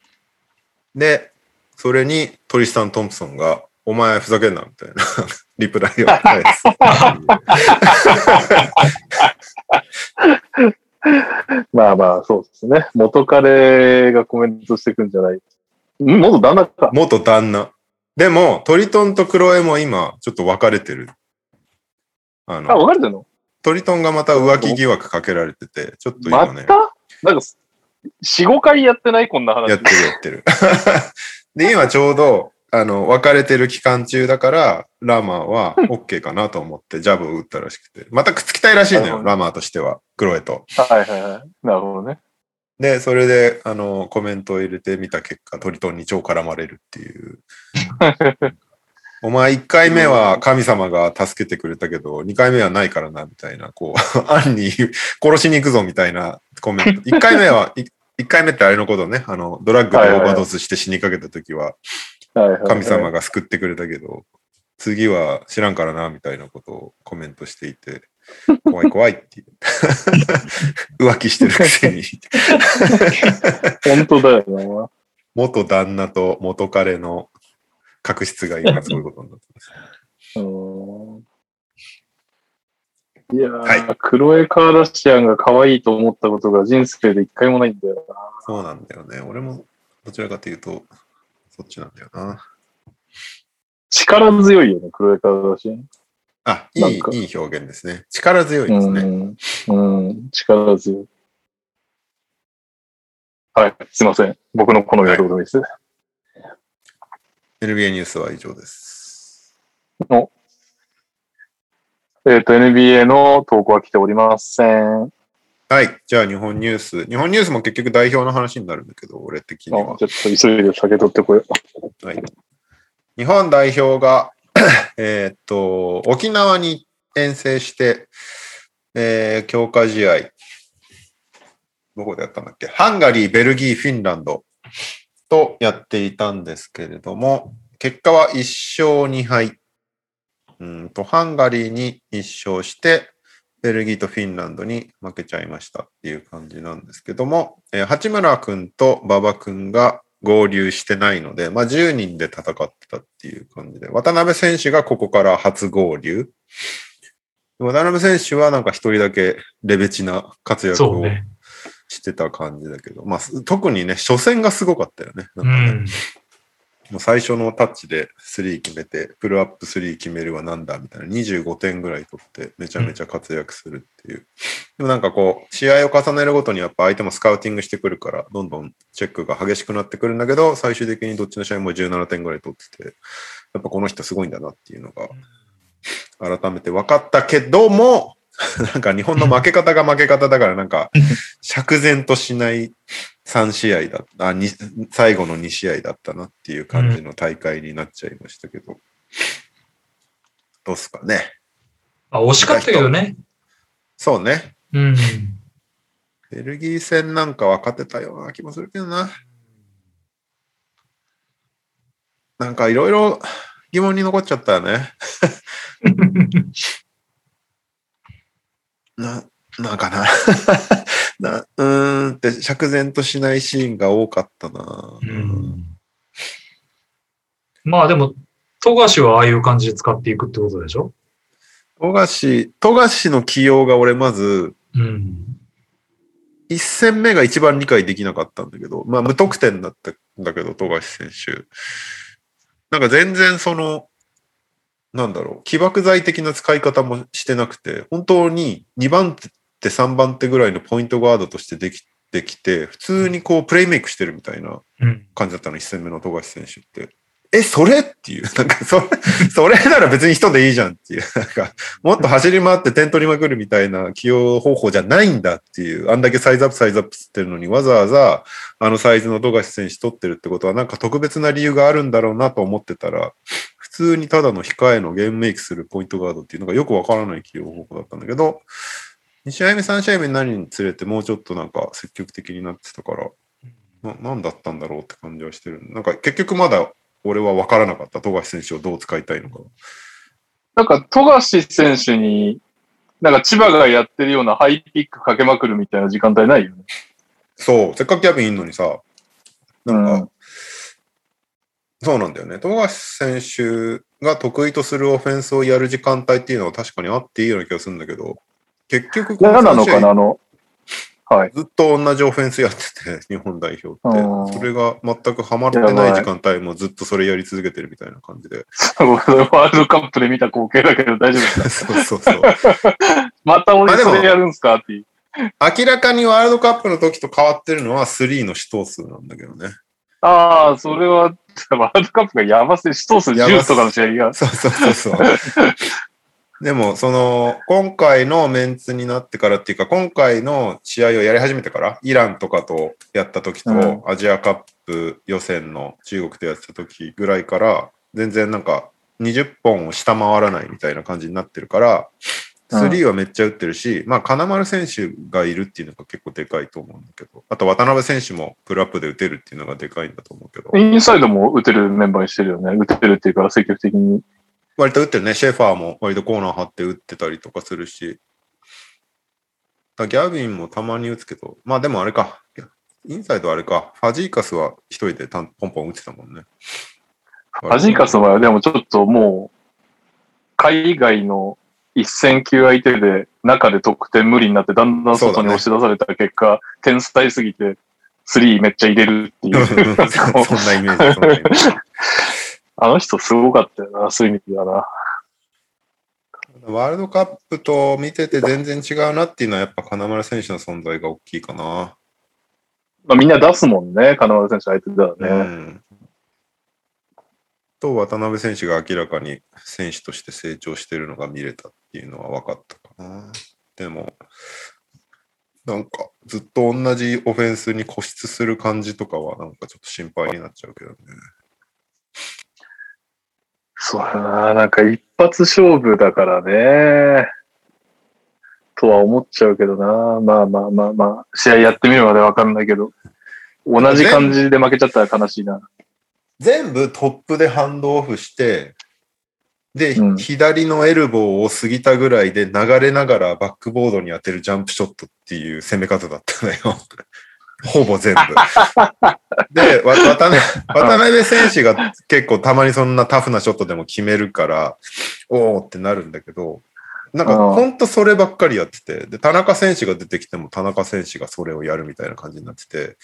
A: で、それにトリスタン・トンプソンが、お前ふざけんなみたいな (laughs) リプライを返
D: (laughs)
A: す。
D: まあまあ、そうですね。元彼がコメントしてくんじゃない。ん元旦那か。
A: 元旦那。でも、トリトンとクロエも今、ちょっと別れてる。あ
D: あ、
A: の、
D: 別れてんの
A: トリトンがまた浮気疑惑かけられてて、ちょっと
D: ま
A: 今
D: た
A: ね、
D: なんか、四五回やってないこんな話。
A: やってるやってる。 (laughs) で、今ちょうど、あの、別れてる期間中だから、ラマーは OK かなと思ってジャブを打ったらしくて。またくっつきたいらしいの
D: なる
A: よ、
D: ほ
A: ラマーとしては、クロエと。
D: はいはいはい。なるほどね。
A: で、それで、あの、コメントを入れてみた結果、トリトンに超絡まれるっ
D: (laughs)
A: ていう。お前、1回目は神様が助けてくれたけど、2回目はないからな、みたいな、こう、 (laughs) 暗に殺しに行くぞ、みたいなコメント。1回目は、1回目ってあれのことね、あの、ドラッグでオーバードースして死にかけた時は、
D: はいはい、はい。
A: 神様が救ってくれたけど、次は知らんからな、みたいなことをコメントしていて、怖い怖いっていう。 (laughs) 浮気してるくせに。
D: 本当だよ
A: 元旦那と元彼の確執が今そういうことになってます。 (laughs)
D: な。うんいやー、
A: は
D: クロエ・カーダシアンが可愛いと思ったことが人生で一回もないんだよな。
A: そうなんだよね。俺もどちらかというと、そっちなんだよな。
D: 力強いよね、クロエ・カーダシアン。
A: あ、い
D: なんか
A: い、いい表現ですね。力強いですね。
D: うん、うん、力強い。はい、すいません。僕の好みはどうでもいいです。
A: NBA ニュースは以上です。
D: えっ、と、NBA の投稿は来ておりません。
A: はい。じゃあ日本ニュース。日本ニュースも結局代表の話になるんだけど、俺的
D: あち
A: に
D: ょ
A: は
D: っ。と急いで酒取ってこよ
A: はい、日本代表が、 (coughs) えーっと、沖縄に遠征して、えー強化試合、どこでやったんだっけハンガリー、ベルギー、フィンランドとやっていたんですけれども、結果は1勝2敗。うーんと、ハンガリーに1勝して、ベルギーとフィンランドに負けちゃいましたっていう感じなんですけども、えー八村君と馬場君が合流してないので、まあ、10人で戦ってたっていう感じで、渡辺選手がここから初合流。渡辺選手はなんか一人だけレベチな活躍
C: そう
A: を
C: ね。
A: してた感じだけど、まあ、す特にね、初戦がすごかったよね。なん
C: う
A: かね
C: ん。
A: もう最初のタッチで3決めて、プルアップ3決めるはなんだみたいな、25点ぐらい取って、めちゃめちゃ活躍するっていう。でもなんかこう、試合を重ねるごとにやっぱ相手もスカウティングしてくるから、どんどんチェックが激しくなってくるんだけど、最終的にどっちの試合も17点ぐらい取ってて、やっぱこの人すごいんだなっていうのが、改めて分かったけども、 (laughs) なんか日本の負け方が負け方だから、なんか、釈然としない3試合だあに最後の2試合だったなっていう感じの大会になっちゃいましたけど、どうっすかね。
C: あ、惜しかったけどね。
A: そうね。
C: うん。
A: ベルギー戦なんかは勝てたような気もするけどな。なんかいろいろ疑問に残っちゃったよ
C: (laughs)
A: ね。な、なんかな (laughs) な。うーんって釈然としないシーンが多かったな。
C: うんまあでも、富樫はああいう感じで使っていくってことでしょ
A: 富樫、富樫の起用が俺まず、
C: うん。
A: 一戦目が一番理解できなかったんだけど、まあ無得点だったんだけど、富樫選手。なんか全然その、なんだろう、起爆剤的な使い方もしてなくて、本当に2番手、3番手ぐらいのポイントガードとしてできてきて、普通にこうプレイメイクしてるみたいな
C: うん。
A: 感じだったの、一戦目の富樫選手って。え、それっていう、 (laughs) なんか、それ、それなら別に人でいいじゃんっていう、 (laughs) なんか、もっと走り回って点取りまくるみたいな起用方法じゃないんだっていう、あんだけサイズアップ、サイズアップつってるのに、わざわざ、あのサイズの富樫選手取ってるってことは、なんか特別な理由があるんだろうなと思ってたら、普通にただの控えのゲームメイクするポイントガードっていうのがよくわからない起用方法だったんだけど、2試合目、3試合目になるにつれて、もうちょっとなんか積極的になってたから、な何だったんだろうって感じはしてる。なんか結局まだ俺は分からなかった。富樫選手をどう使いたいのか。
B: なんか、富樫選手に、なんか千葉がやってるようなハイピックかけまくるみたいな時間帯ないよね。
A: そう、せっかくキャビンいんのにさ、なんか、
B: う
A: そうなんだよね。富樫選手が得意とするオフェンスをやる時間帯っていうのは確かにあっていいような気がするんだけど、結局こ
B: 嫌なの
A: 三試合
B: かなあの、はい。 (laughs)
A: ずっと同じオフェンスやってて、日本代表
B: あ
A: っ
B: ー
A: て。それが全くハマってない時間帯もずっとそれやり続けてるみたいな感じ
B: (laughs)
A: で。
B: ワールドカップで見た光景だけど大丈夫ですか
A: そうそうそう。
B: また
A: まあ
B: 俺
A: でも
B: それやるんすかっていう。
A: 明らかにワールドカップの時と変わってるのは3の死闘数なんだけどね。
B: ああ、それは、 (laughs) ワールドカップがやばすぎ、シュトース10とかの試合が。
A: そうそうそう
B: (laughs)
A: そう。でも、その、今回のメンツになってからっていうか、今回の試合をやり始めてから、イランとかとやった時と、
B: うん
A: アジアカップ予選の中国とやってた時ぐらいから、全然なんか、20本を下回らないみたいな感じになってるから、
B: うん
A: 3はめっちゃ打ってるし、まあ、金丸選手がいるっていうのが結構でかいと思うんだけど、あと渡辺選手もプルアップで打てるっていうのがでかいんだと思うけど、
B: インサイドも打てるメンバーにしてるよね。打てるっていうか、積極的に。
A: 割と打ってるね。シェファーも割とコーナー張って打ってたりとかするし。だギャビンもたまに打つけど、まあでもあれか。インサイドあれか。ファジーカスは一人でたんポンポン打ってたもんね。
B: アジーカスの場合は、でもちょっともう、海外の一戦級相手で、中で得点無理になって、だんだん外に押し出された結果、天才すぎて、3めっちゃ入れるってい
A: うん (laughs)
B: う。
A: うん (laughs) そそんなイメージ。そんなイメージ
B: あの人すごかったよな、そういう意味ではな。
A: ワールドカップと見てて全然違うなっていうのはやっぱ金丸選手の存在が大きいかな。
B: まあ、みんな出すもんね、金丸選手相手だよね。
A: うん。と渡辺選手が明らかに選手として成長してるのが見れたっていうのは分かったかな。でも、なんかずっと同じオフェンスに固執する感じとかはなんかちょっと心配になっちゃうけどね。
B: そうだな、なんか一発勝負だからね。とは思っちゃうけどな。まあまあまあまあ、試合やってみるまでわかんないけど。同じ感じで負けちゃったら悲しいな。
A: 全部トップでハンドオフして、で、
B: うん
A: 左のエルボーを過ぎたぐらいで流れながらバックボードに当てるジャンプショットっていう攻め方だったのよ。 (laughs) ほぼ全部。
B: (laughs)
A: で、わ渡辺 (laughs) 渡辺選手が結構たまにそんなタフなショットでも決めるから、おーってなるんだけど、なんか
B: あー
A: ほんとそればっかりやってて、で、田中選手が出てきても田中選手がそれをやるみたいな感じになってて、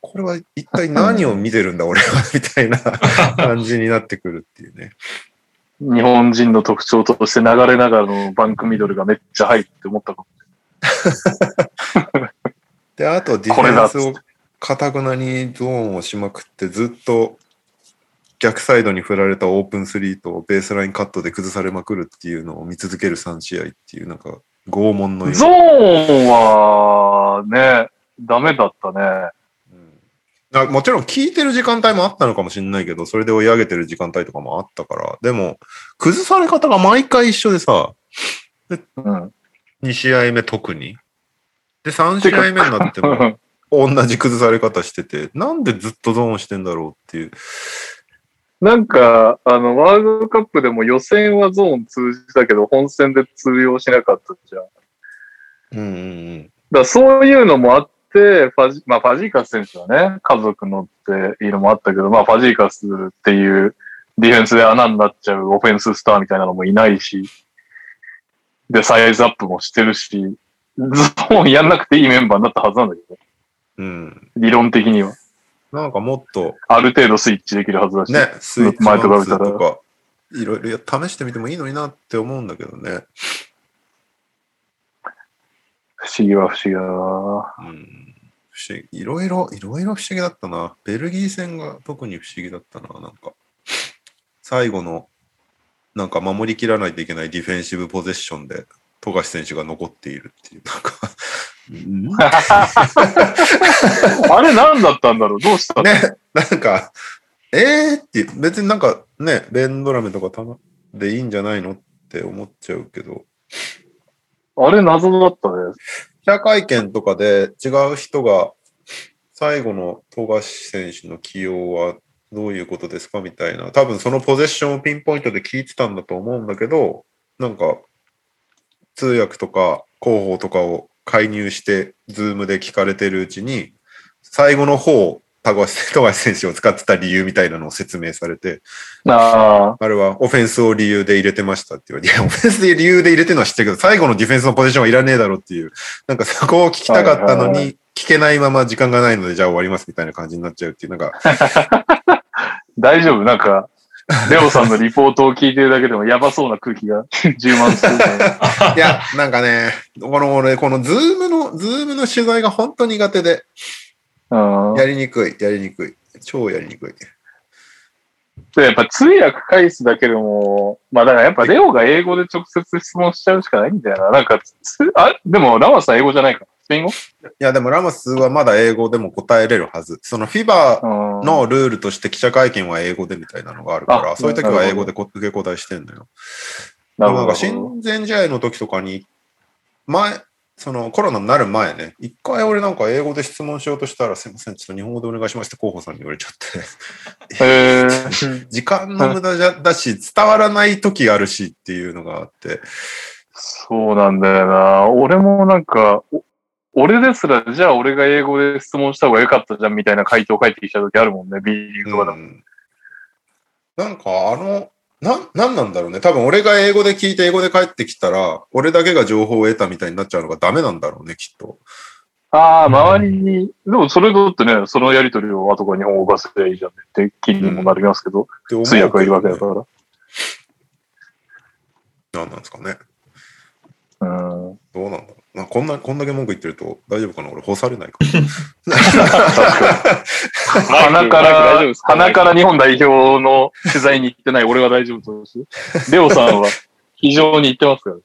A: これは一体何を見てるんだ俺はみたいな感じになってくるっていうね。
B: 日本人の特徴として流れながらのバンクミドルがめっちゃ入って思ったか
A: で、あとディフェンスをかたくなにゾーンをしまくってずっと逆サイドに振られたオープンスリーとベースラインカットで崩されまくるっていうのを見続ける3試合っていうなんか拷問のよ
B: も。
A: う
B: ゾー
A: な。
B: ンはね、ダメだったね。
A: うんなもちろん聞いてる時間帯もあったのかもしれないけど、それで追い上げてる時間帯とかもあったから、でも、崩され方が毎回一緒でさ、
B: うん。
A: 2試合目特に。で、3試合目になっても、同じ崩され方してて、なんでずっとゾーンしてんだろうっていう
B: なんか、あの、ワールドカップでも予選はゾーン通じたけど、本戦で通用しなかったじゃん。だか
A: うんうん
B: らそういうのもあって、ファジ、まあ、ファジーカス選手はね、家族のっていうのもあったけど、まあ、ファジーカスっていうディフェンスで穴になっちゃうオフェンススターみたいなのもいないし、で、サイズアップもしてるし、ゾーンやんなくていいメンバーになったはずなんだけど、
A: うん。うん。
B: 理論的には。
A: なんかもっと、
B: ある程度スイッチできるはずだし。
A: (laughs) ね、スイッチマ
B: 前
A: ウ
B: と比べ
A: ス
B: たら
A: とか、いろいろ試してみてもいいのになって思うんだけどね。
B: 不思議は不思議だな
A: うん。不思議いろいろ、いろいろ不思議だったな。ベルギー戦が特に不思議だったな。なんか、最後の、なんか守りきらないといけないディフェンシブポゼッションで、富樫選手が残っているっていう、なんか、うん
B: あれ何だったんだろうどうしたの、
A: ね、なんか、えーって、別になんかね、ベンドラメとかたまでいいんじゃないのって思っちゃうけど、
B: あれ謎だったね。
A: 記者会見とかで違う人が、最後の富樫選手の起用はどういうことですかみたいな、多分そのポゼッションをピンポイントで聞いてたんだと思うんだけど、なんか、通訳とか広報とかを介入して、ズームで聞かれてるうちに、最後の方、富樫富樫選手を使ってた理由みたいなのを説明されて、
B: あ
A: あれはオフェンスを理由で入れてましたって言われて、いや、 (laughs) オフェンスで理由で入れてるのは知ってるけど、最後のディフェンスのポジションはいらねえだろっていう、なんかそこを聞きたかったの
B: はいはい
A: に、聞けないまま時間がないので、じゃあ終わりますみたいな感じになっちゃうっていう、なんか、
B: (laughs) あ、大丈夫なんか、レオさんのリポートを聞いてるだけでもやばそうな空気が (laughs) 充満するから。
A: いや、なんかね、この俺、このズームの、ズームの取材が本当苦手で、
B: うん
A: やりにくい、やりにくい、超やりにくい。
B: でやっぱ通訳返すだけでも、まあだからやっぱレオが英語で直接質問しちゃうしかないんだよな。なんかつ、あ、でもラマスは英語じゃないか。スペイン語
A: いや、でもラモスはまだ英語でも答えれるはず。そのフィバー
B: うん。
A: のルールとして記者会見は英語でみたいなのがあるから、
B: あ
A: そういう時は英語でこ受け答えしてんのよ。
B: なる
A: な
B: ほ
A: ん
B: ど
A: か。親善試合の時とかに、前、そのコロナになる前ね、一回俺なんか英語で質問しようとしたら、すいません、ちょっと日本語でお願いしますって候補さんに言われちゃって、
B: へー
A: (laughs) 時間の無駄じゃだし、伝わらない時あるしっていうのがあ
B: (laughs)
A: って、
B: そうなんだよな。俺もなんか、お俺ですら、じゃあ俺が英語で質問した方が良かったじゃんみたいな回答返ってきた時あるもんね、B リーグとかで
A: う
B: も。
A: んなんかあの、なん、なんなんだろうね。多分俺が英語で聞いて英語で帰ってきたら、俺だけが情報を得たみたいになっちゃうのがダメなんだろうね、きっと。
B: ああ、周りに、でもそれだってね、そのやりとりを後から日本語化すりゃいいじゃんねって気にもなりますけど、
A: って思うけど
B: 通
A: ね
B: 訳がいるわけだか
A: なんなんですかね。
B: ら。うん。
A: どうなんだろう。まあ、こんな、こんだけ文句言ってると大丈夫かな俺干されないかな
B: 鼻か
F: マイク大丈夫
B: ら
F: です、か
B: 鼻から日本代表の取材に行ってない俺は大丈夫とし、レオさんは非常に行ってますから。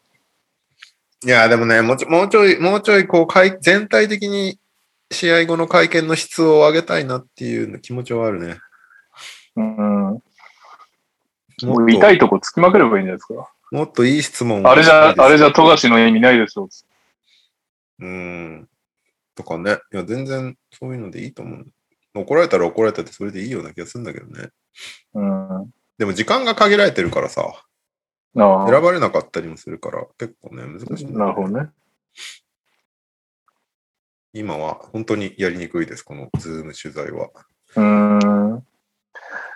A: いや、でもね、もうちょもうちょい、もうちょい、こうかい、全体的に試合後の会見の質を上げたいなっていう気持ちはあるね。
B: うん。
A: も
B: も
A: っ
B: う
A: と
B: 痛いとこつきまくればいいんじゃないですか。
A: もっといい質問を
B: あれじゃ、あれじゃ、富
A: が。
B: 樫の意味ないでしょ。
A: うん。とかね。いや、全然そういうのでいいと思う。怒られたら怒られたってそれでいいような気がするんだけどね。
B: うん。あ
A: でも時間が限られてるからさ、
B: あ
A: 選ばれなかったりもするから、結構ね、難しいんだよね、
B: なるほどね。
A: 今は本当にやりにくいです、このズーム取材は。
B: うーん。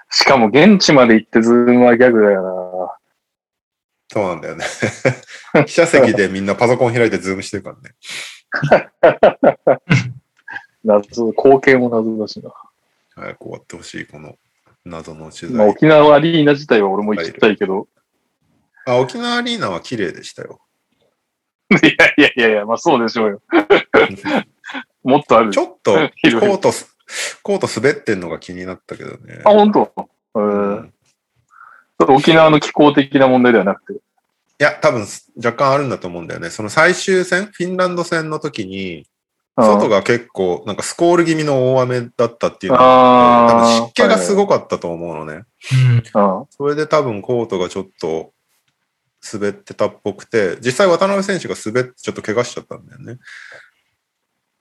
B: しかも現地まで行ってズームはギャグだよ
A: そうなんだよね。 (laughs) 記者席でみんなパソコン開いてズームしてるからね。
B: な。謎、光景も謎だしな。
A: 早く終わってほしい、この謎の取
B: まあ、
A: 材。
B: 沖縄アリーナ自体は俺も行きたいけど。
A: あ沖縄アリーナは綺麗でした
B: (laughs)
A: よ。
B: いやいやいやいや、まあそうでしょうよ。もっとある
A: ち。ょっとコ
B: (laughs) 広い
A: ートす、コート滑ってんのが気になったけどね
B: あ、。本当。え
A: う
B: ー
A: ん
B: 沖縄の気候的な問題ではなくて。
A: いや、多分若干あるんだと思うんだよね。その最終戦、フィンランド戦の時に、外
B: が
A: が結構なんかスコール気味の大雨だったっていうのがあって多分
B: ああ。
A: 湿気がすごかったと思うのね。
C: うん。
B: うん。
A: それで多分コートがちょっと滑ってたっぽくて、実際渡辺選手が滑ってちょっと怪我しちゃったんだよね。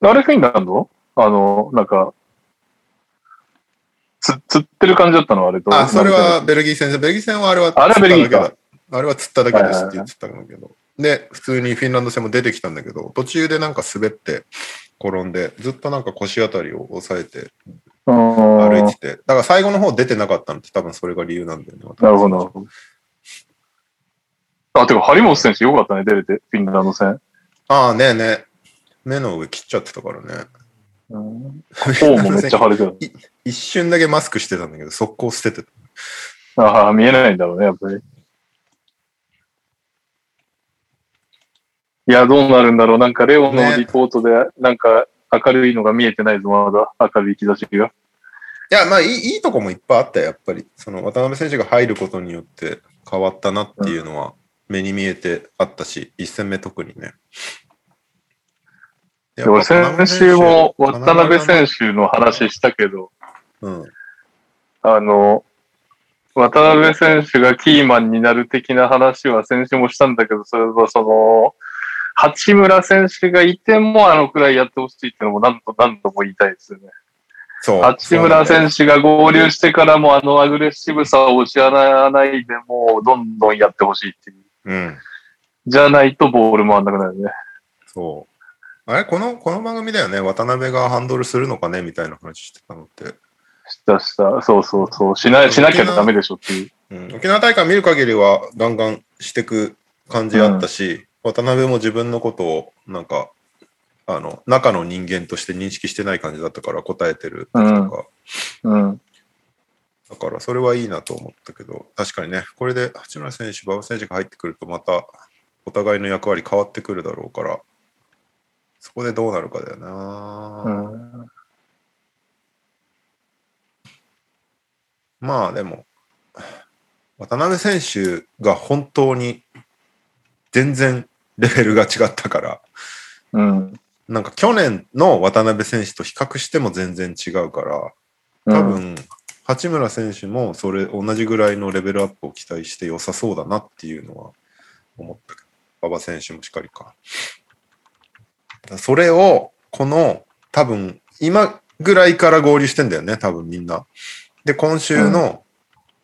B: あれフィンランドあの、なんか、つ、釣ってる感じだったのはあれどう
A: あ、それは、ベルギー戦で、ベルギー戦はあれは
B: あれはベルギーか
A: 釣っただけだ。あれは釣っただけですって言ってたんだけど。で、普通にフィンランド戦も出てきたんだけど、途中でなんか滑って転んで、ずっとなんか腰あたりを押さえて
B: 歩
A: 歩いてて、だから最後の方出てなかったのって多分それが理由なんだよね。
B: なるほど、なるほど。あ、てか、張本選手よかったね、出れて、フィンランド戦。
A: ああ、ねえねえ。目の上切っちゃってたからね。
B: うん、頬もめっちゃ腫れて
A: い一瞬だけマスクしてたんだけど、速攻捨ててた。
B: た。ああ、見えないんだろうね、やっぱり。いや、どうなるんだろう。なんか、レオの
A: ね
B: リポートで、なんか、明るいのが見えてないぞ、まだ。明るい兆しが。
A: いや、まあいい、いいとこもいっぱいあったよ、やっぱり。その渡辺選手が入ることによって変わったなっていうのは、目に見えてあったし、一戦目特にね。
B: で俺、先週も渡辺選手の話したけど、
A: 手。うん。
B: あの、渡辺選手がキーマンになる的な話は先週もしたんだけど、それはその、八村選手がいてもあのくらいやってほしいっていうのも何度何度も言いたいですよね。
A: そう。
B: 八村選手が合流してからもあのアグレッシブさを失わないでもうどんどんやってほしいっていう。
A: 手。うん。
B: じゃないとボール回んなくなるね。
A: そう。あれこの、この番組だよね。渡辺がハンドルするのかねみたいな話してたのって。
B: したした。そうそうそう。しなしなきゃダメでしょっていう。
A: うん、沖縄大会見る限りはガンガンしてく感じあったし、渡辺も自分のことをなんかあの中の人間として認識してない感じだったから答えてる時とか、
B: うん。
A: だからそれはいいなと思ったけど確かにねこれで八村選手馬場選手が入ってくるとまたお互いの役割変わってくるだろうからそこでどうなるかだよな、
B: うん
A: まあでも、渡辺選手が本当に全然レベルが違ったから、
B: うん。
A: なんか去年の渡辺選手と比較しても全然違うから、多
B: う
A: 分、
B: ん、
A: 八村選手もそれ同じぐらいのレベルアップを期待して良さそうだなっていうのは思ったけど、馬場選手もしっかりか。だからそれを、この、多分、今ぐらいから合流してんだよね、多分みんな。で、今週の、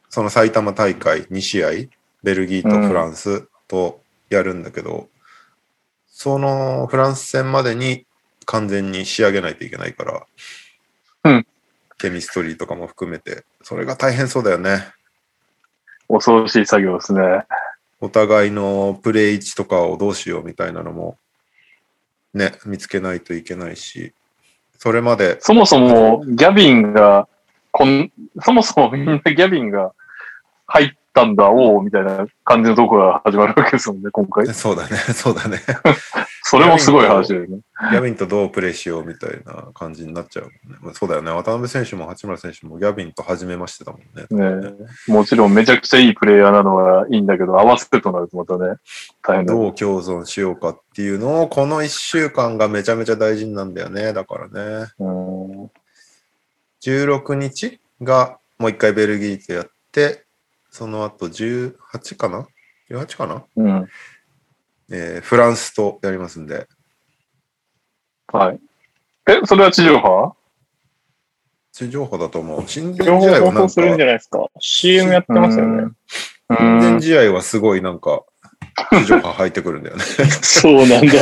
A: その埼玉大会2試合、ベルギーとフランスとやるんだけど、そのフランス戦までに完全に仕上げないといけないから、
B: うん
A: ケミストリーとかも含めて、それが大変そうだよね。
B: 恐ろしい作業ですね。
A: お互いのプレイ位置とかをどうしようみたいなのも、ね、見つけないといけないし、それまで、
B: そもそも、ギャビンが、こん、そもそもみんなギャビンが入ったんだ、おお、みたいな感じのところが始まるわけですもんね、今回。
A: そうだね、 (laughs) そうだね。
B: それもすごい話だよね。
A: ギャビンとどうプレイしようみたいな感じになっちゃうもんね。まあそうだよね。渡辺選手も八村選手もギャビンと初めましてだもんね。
B: ねえもちろんめちゃくちゃいいプレイヤーなのはいいんだけど、合わせてとなるとまたね、大変だ。
A: どう共存しようかっていうのを、この1週間がめちゃめちゃ大事なんだよね。だからね。
B: うん
A: 16日がもう一回ベルギーとやって、その後18かな ?18 かな、
B: うん。
A: えーフランスとやりますんで。
B: はい。え、それは地上波
A: 地上波だと思う。親善
F: 両
A: 試合は
F: 方
A: な
F: 放
A: ん
F: 送
A: か、
F: するんじゃ
A: 親
F: ないですか。CM やってますよね。
B: うん。
A: 善試合はすごいなんか、地上波入ってくるん
F: (laughs)
A: だよね。
F: そうなんだ。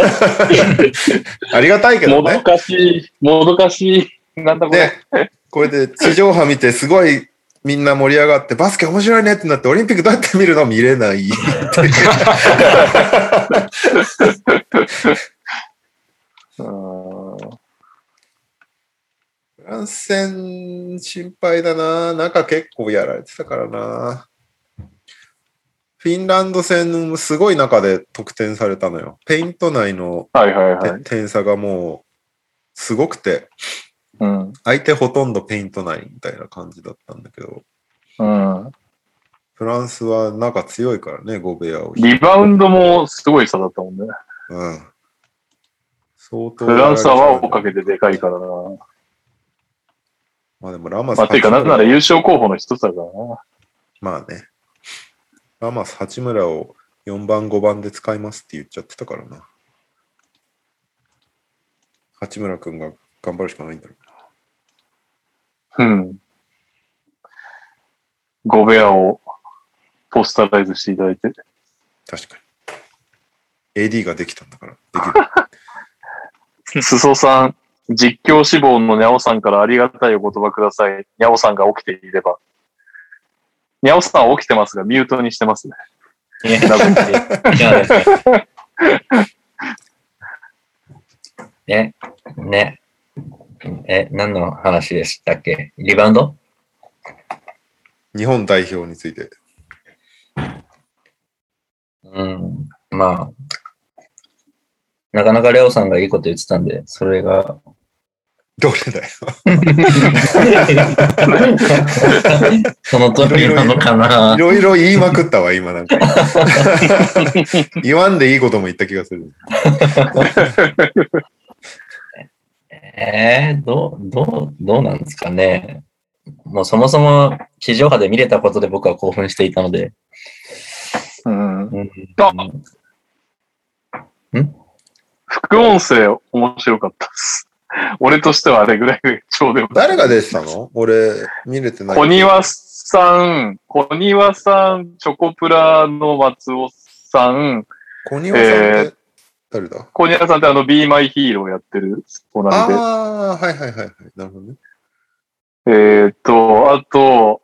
A: ありがたいけど
B: も
A: ね
B: ど。かしい、もどかしい。なんだこれ。
A: で、これで地上波見て、すごいみんな盛り上がって、バスケ面白いねってなって、オリンピックどうやって見るの見れない。
B: うん
A: フランス戦、心配だな。中結構やられてたからな。フィンランド戦もすごい中で得点されたのよ。ペイント内の
B: はいはい
A: て、
B: はい。
A: 点差がもう、すごくて、
B: うん。
A: 相手ほとんどペイント内みたいな感じだったんだけど、
B: うん。
A: フランスは中強いからね、ゴベアを。
B: リバウンドもすごい差だったもんね。
A: うん。相当。
B: フランスは輪をかけてでかいからな。
A: まあでもラマス
B: まあ、てか、なんなら優勝候補の一つだから
A: まあね。ラマス八村を4番5番で使いますって言っちゃってたからな。八村君が頑張るしかないんだろう。
B: な。うん。ゴベアをポスタライズしていただいて。
A: 確かに。AD ができたんだ
B: (laughs)
A: から、
B: 裾さん、実況志望のニャオさんからありがたいお言葉ください。ニャオさんが起きていれば。ニャオさんは起きてますが、ミュートにしてますね。
E: いや、多分いやですね。ね、ね。え、何の話でしたっけリバウンド
A: 日本代表について。
E: うん、まあ、なかなかレオさんがいいこと言ってたんで、それが、
F: (laughs)
A: どれだよ。。
E: その通りなのかない
A: ろいろ言いまくったわ、今なん
B: (laughs)
A: か。言わんでいいことも言った気がする。
E: えー、どう、どう、どうなんですかね。もうそもそも地上波で見れたことで僕は興奮していたので。
B: うん。
E: うん、
F: あ
B: 副音声、面白かったです。俺としてはあれぐらいがちょうどよかった。
A: 誰が出てたの俺、見れてない。
B: 小庭さん、小庭さん、チョコプラの松尾さん、
A: 小庭さんって誰だ、
B: 小庭さんってあの、Be My Hero やってる子なんで。
A: ああー、はいはいはいはい。なるほどね。
B: えーっと、あと、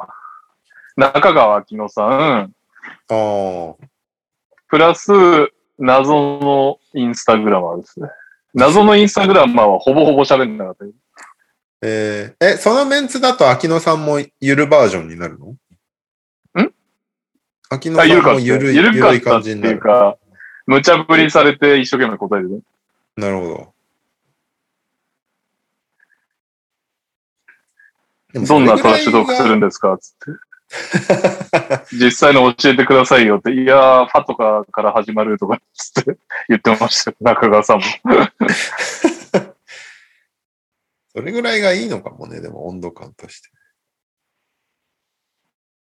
B: 中川明乃さん、
A: ああ、
B: プラス、謎のインスタグラマーですね。謎のインスタグラマーはほぼほぼ喋んなかった。
A: えーえ、そのメンツだと秋野さんもゆるバージョンになるの
B: ん
A: 秋野
B: あ、
A: さ
B: ゆる
A: ん
B: かっ
A: も
B: た。
A: ゆるい
B: ゆるか
A: ゆ
B: っ
A: い
B: た
A: 感
B: って
A: じにないる
B: う。か、無茶ぶりされて一生懸命答えてる。
A: なるほど。でも
B: どんなトラッシュトークするん
A: そ
B: ですかつって。
A: れぐらいが (laughs)
B: 実際の教えてくださいよって、いやー、ファとかから始まるとかつって言ってましたよ。中川さんも。
A: それぐらいがいいのかもね、でも温度感として。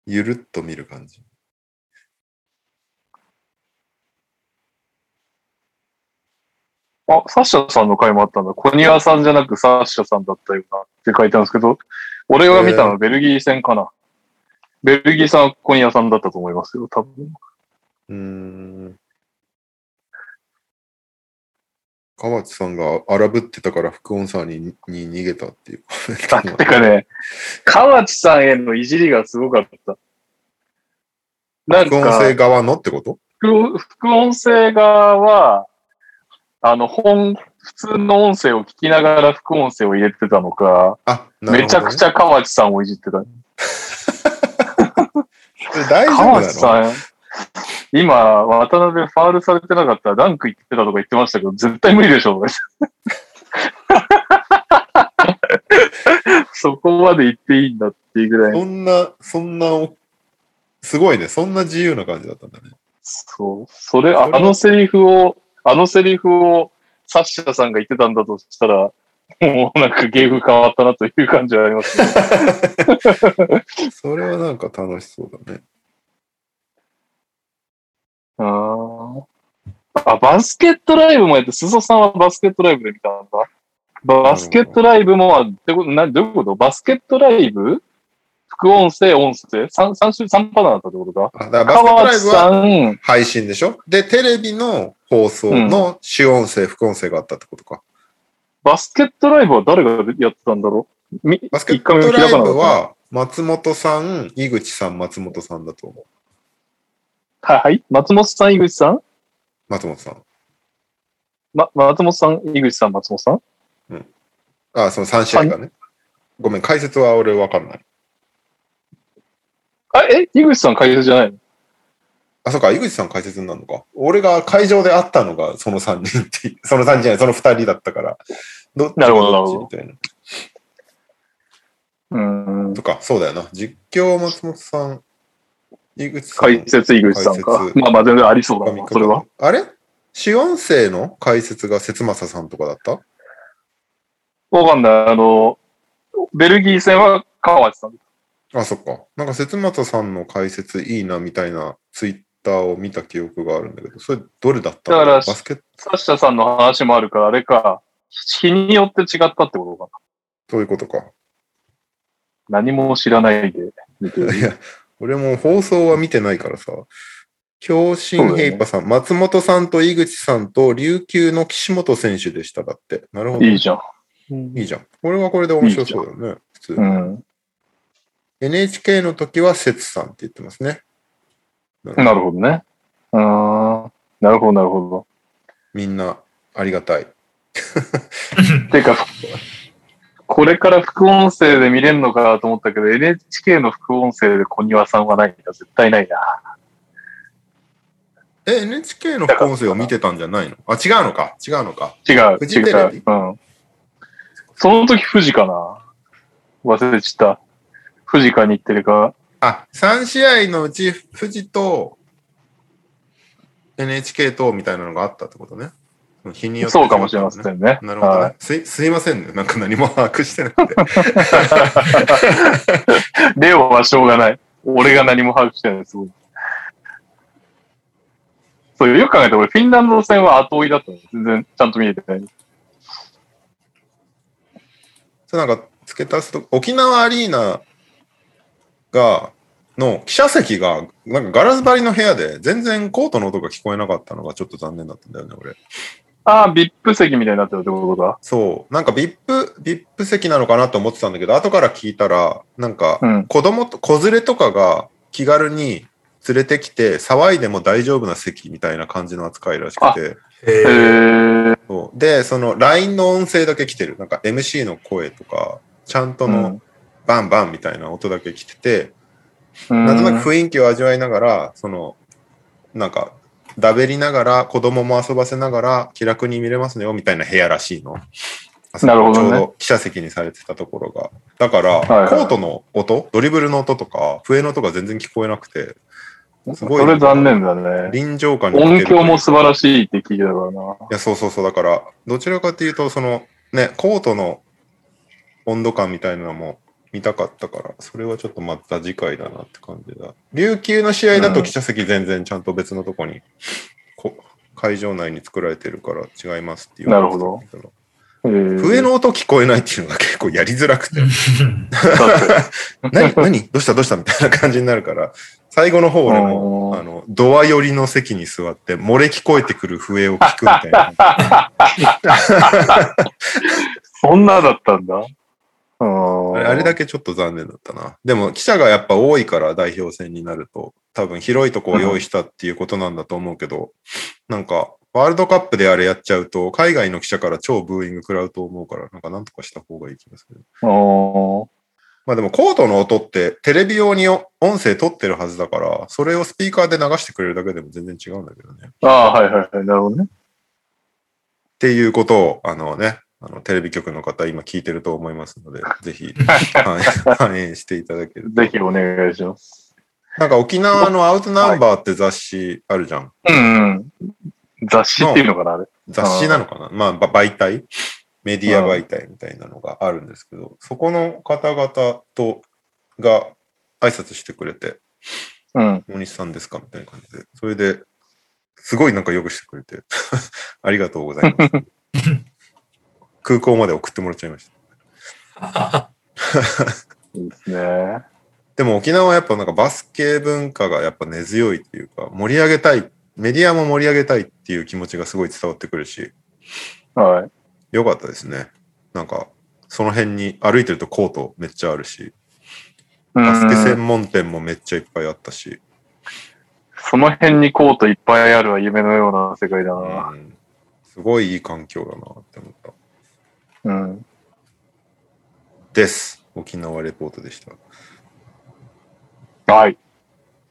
A: ゆるっと見る感じ。
B: あ、サッシャさんの回もあったんだ。小庭さんじゃなくサッシャさんだったよなって書いてあるんですけど、俺が見たのはベルギー戦かな。ベルギーさんは小庭さんだったと思いますよ、多分。
A: うーん。河内さんが荒ぶってたから副音さんにに逃げたっていうコメント
B: あ
A: も
B: てかね、河内さんへのいじりがすごかった。なん
A: 副音声
B: か、
A: 側のってこと
B: 副副音声側は、あの、本、普通の音声を聞きながら副音声を入れてたのか、
A: あ、なる
B: め
A: ほ
B: ち
A: ど、
B: ゃ
A: ね。
B: くちゃ河内さんをいじってた。
A: それ大丈
B: 川
A: 夫だ
B: 内
A: ろ
B: さん、今、渡辺ファールされてなかったらダンク行ってたとか言ってましたけど、絶対無理でしょ、とか言って (laughs) そこまで行っていいんだっていうぐらい。
A: そんな、そんなお、すごいね。そんな自由な感じだったんだね。
B: そう。それ、あのセリフを、あのセリフをサッシャさんが言ってたんだとしたら、もうなんかゲーム変わったなという感じはありますね。
A: それはなんか楽しそうだね。
B: あーあ、バスケットライブもやって、裾さんはバスケットライブで見たんだ。バスケットライブも、あってこと、な、どういうことバスケットライブ副音声、音声 ?3、三種、三パターンだったってことか
A: あ、だからバスケット
B: 川
A: ラ
B: 内
A: イブは
B: さん、
A: 配信でしょで、テレビの放送の主音声、副音声があったってことか。
B: バスケットライブは誰がやってたんだろうみ
A: バスケッ
B: 一回目
A: ト
B: も
A: ラ
B: 開
A: イ
B: かなかった
A: ブは、松本さん、井口さん、松本さんだと思う。
B: はいはい。松本さん、井口さん
A: 松本さん。
B: ま、松本さん、井口さん、松本さん
A: あ、その3試合がね。ごめん、解説は俺わかんない。
B: あ、え井口さん解説じゃないの
A: あ、そうか、井口さん解説になるのか。俺が会場で会ったのが、その3人っていう、 (laughs) その3人じゃない、その2人だったから。どっちが
B: なるほどなる
A: っ
B: ほ
A: ち
B: ど
A: みたいな。
B: うーん。
A: とか、そうだよな。実況、松本さん、井口さん。
B: 解説、井口さん
A: 解
B: か。
A: 説
B: まあまあ全然ありそうだ
A: 上
B: な、
A: 川
B: それは。
A: あれ主音声の解説が節政さんとかだった
B: わかんない。あの、ベルギー戦は川内さん。
A: あ、そっか。なんか節政さんの解説いいなみたいなツイッターを見た記憶があるんだけど、それどれだったの
B: だから
A: バスケット、
B: サッシャさんの話もあるから、あれか、日によって違ったってことか
A: そういうことか。
B: な。何も知らないで見てる。
A: いや、俺も放送は見てないからさ、京神ヘイパさん、松本さんと井口さんと琉球の岸本選手でしただって。なるほど。
B: い
A: い
B: いじゃん。
A: いじゃん。これはこれで面白そうだよね。普通に、
B: うん。
A: NHK の時は節さんって言ってますね。
B: なるほどね。うーん。なるほど、なるほ
A: みんなありがたい。
B: ど。てか、これから副音声で見れるのかと思ったけど、NHK の副音声で小庭さんはないんだ。絶対ないな。
A: え、NHK の副音声を見てたんじゃないのあ、違うのか。違うのか。
B: 違う、
A: フジ
B: 違
A: テレビ
B: う。うん。その時富士かな忘れちった。富士か日テレか。
A: あ、3試合のうち、富士と NHK とみたいなのがあったってことね。日によって
B: そうかもしれませ
A: ね。
B: んね。
A: なるほど
B: は
A: ね。すいすいませんね。なんか何も把握してなくて。
B: い。レオはしょうがない。俺が何も把握してない。すごい。そう、よく考えて俺、フィンランド戦は後追いだったの。全然ちゃんと見えてない。
A: (laughs) そうなんか付け足すと、沖縄アリーナが、の記者席が、なんかガラス張りの部屋で、全然コートの音が聞こえなかったのがちょっと残念だったんだよね、俺。
B: ああ、ビップ席みたいになってるってことだ。
A: そう、なんか VIP、VIP 席なのかなと思ってたんだけど、後から聞いたら、なんか
B: うん
A: 子供と、子連れとかが気軽に連れてきて、騒いでも大丈夫な席みたいな感じの扱いらしくて、
B: へえ
C: え
B: ー。
A: そうで、その LINE の音声だけ来てる、なんか MC の声とか、ちゃんと
B: う
A: のバンバンみたいな音だけ来てて、
B: うん
A: なんとなく雰囲気を味わいながら、その、なんか、だべりながら、子供も遊ばせながら、気楽に見れますよ、みたいな部屋らしいの。
B: なるほどね
A: ちょうど記者席にされてたところが。だから、
B: いはい
A: コートの音、ドリブルの音とか、笛の音が全然聞こえなくて、すごい
B: それ残念だね。
A: 臨場感に欠け
B: 音
A: るという
B: 響も素晴らしいって聞いてたからな。
A: いや、そうそうそう。だから、どちらかというと、その、ね、コートの温度感みたいなのも見たかったから、それはちょっとまた次回だなって感じだ。琉球の試合だと記者席全然ちゃんと別のとこに、こ会場内に作られてるから違いますっていう。
B: なるほど。えー
A: 笛の音聞こえないっていうのが結構やりづらくて、
B: (laughs)
A: 何何どうしたどうしたみたいな感じになるから、最後の方俺も、
B: あー
A: あの、ドア寄りの席に座って、漏れ聞こえてくる笛を聞くみたいな。
B: そんなだったんだ。あ
A: あれあれだ
B: け。
A: けちょっと残念だったな。でも記者がやっぱ多いから代表戦になると、多分広いとこを用意したっていうことなんだと思うけど、なんかワールドカップであれやっちゃうと、海外の記者から超ブーイング食らうと思うから、なんかなんとかした方がいい気がする。
B: あー
A: まあでもコートの音ってテレビ用に音声取ってるはずだから、それをスピーカーで流してくれるだけでも全然違うんだけどね。っ
B: あー、はいはいはい。なるほどね。
A: ていうことを、あのね、あのテレビ局の方今聞いてると思いますので、ぜひ反映反映していただけると
B: ぜひお願いします。
A: なんか沖縄のアウトナンバーって雑誌あるじゃん。
B: うん、うん。雑誌っていうのかな、あれ。
A: 雑誌なのかなまあ、ば媒体メディア媒体みたいなのがあるんですけど、そこの方々と、が挨拶してくれて、
B: うん。
A: 大西さんですかみたいな感じで。それで、すごいなんかよくしてくれて、 (laughs) ありがとうござい (laughs) ます。空港まで送ってもらっちゃいました。
B: いいですね。
A: でも沖縄はやっぱなんかバスケ文化がやっぱ根強いっていうか、盛り上げたい、メディアも盛り上げたいっていう気持ちがすごい伝わってくるし、
B: はい。
A: 良かったですね。なんか、その辺に歩いてるとコートめっちゃあるし、
B: う
A: バスケ
B: ん、
A: 専門店もめっちゃいっぱいあったし、
B: その辺にコートいっぱいあるは夢のような世界だな。
A: うんすごいいい環境だなって思った。
B: うん。
A: です。沖縄レポートでした。
B: はい。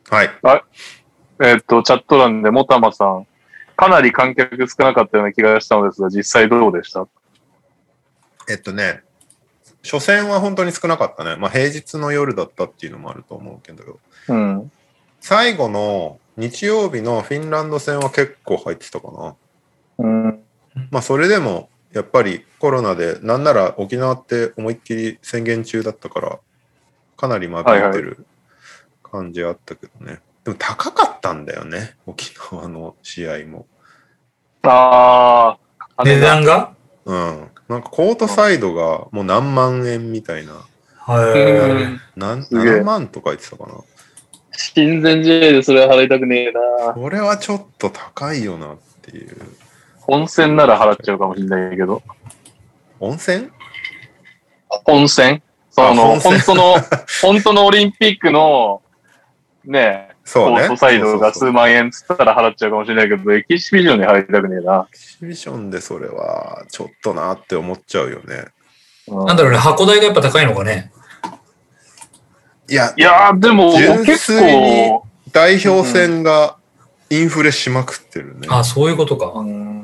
A: はい。
B: えっ、と、チャット欄でもたまさん、かなり観客少なかったような気がしたのですが、実際どうでした
A: えっとね、初戦は本当に少なかったね。まあ平日の夜だったっていうのもあると思うけど、
B: うん。
A: 最後の日曜日のフィンランド戦は結構入ってたかな。
B: うん。
A: まあそれでもやっぱりコロナでなんなら沖縄って思いっきり宣言中だったからかなりまびいてる感じあったけどね、でも高かったんだよね沖縄の試合も
B: ああ。
C: (laughs) 値段が
A: うんなんかコートサイドがもう何万円みたいな
C: はい。
A: なん
B: げえ
A: 7万とか言ってたかな
F: 親善試合でそれは払いたくねえな
A: これはちょっと高いよなっていう。
B: 本戦なら払っちゃうかもしれないけど。
A: 温泉
B: 本戦その、
A: あ本戦
B: 本当の、本当のオリンピックの、ねえ、
A: そう
B: コ
A: ね。
B: ートサイドが数
A: そうそうそう
B: 万円っつったら払っちゃうかもしれないけど、エキシビジョンに払いたくねえな。
A: エキシビションでそれはちょっとなって思っちゃうよね。
B: うん
C: なんだろうね、箱代がやっぱ高いのかね。
A: いや、
B: いやー、でも、
A: 純
B: 結
A: 粋に
B: 構、
A: 代表戦がインフレしまくってるね。
C: あそういうことか。
B: うん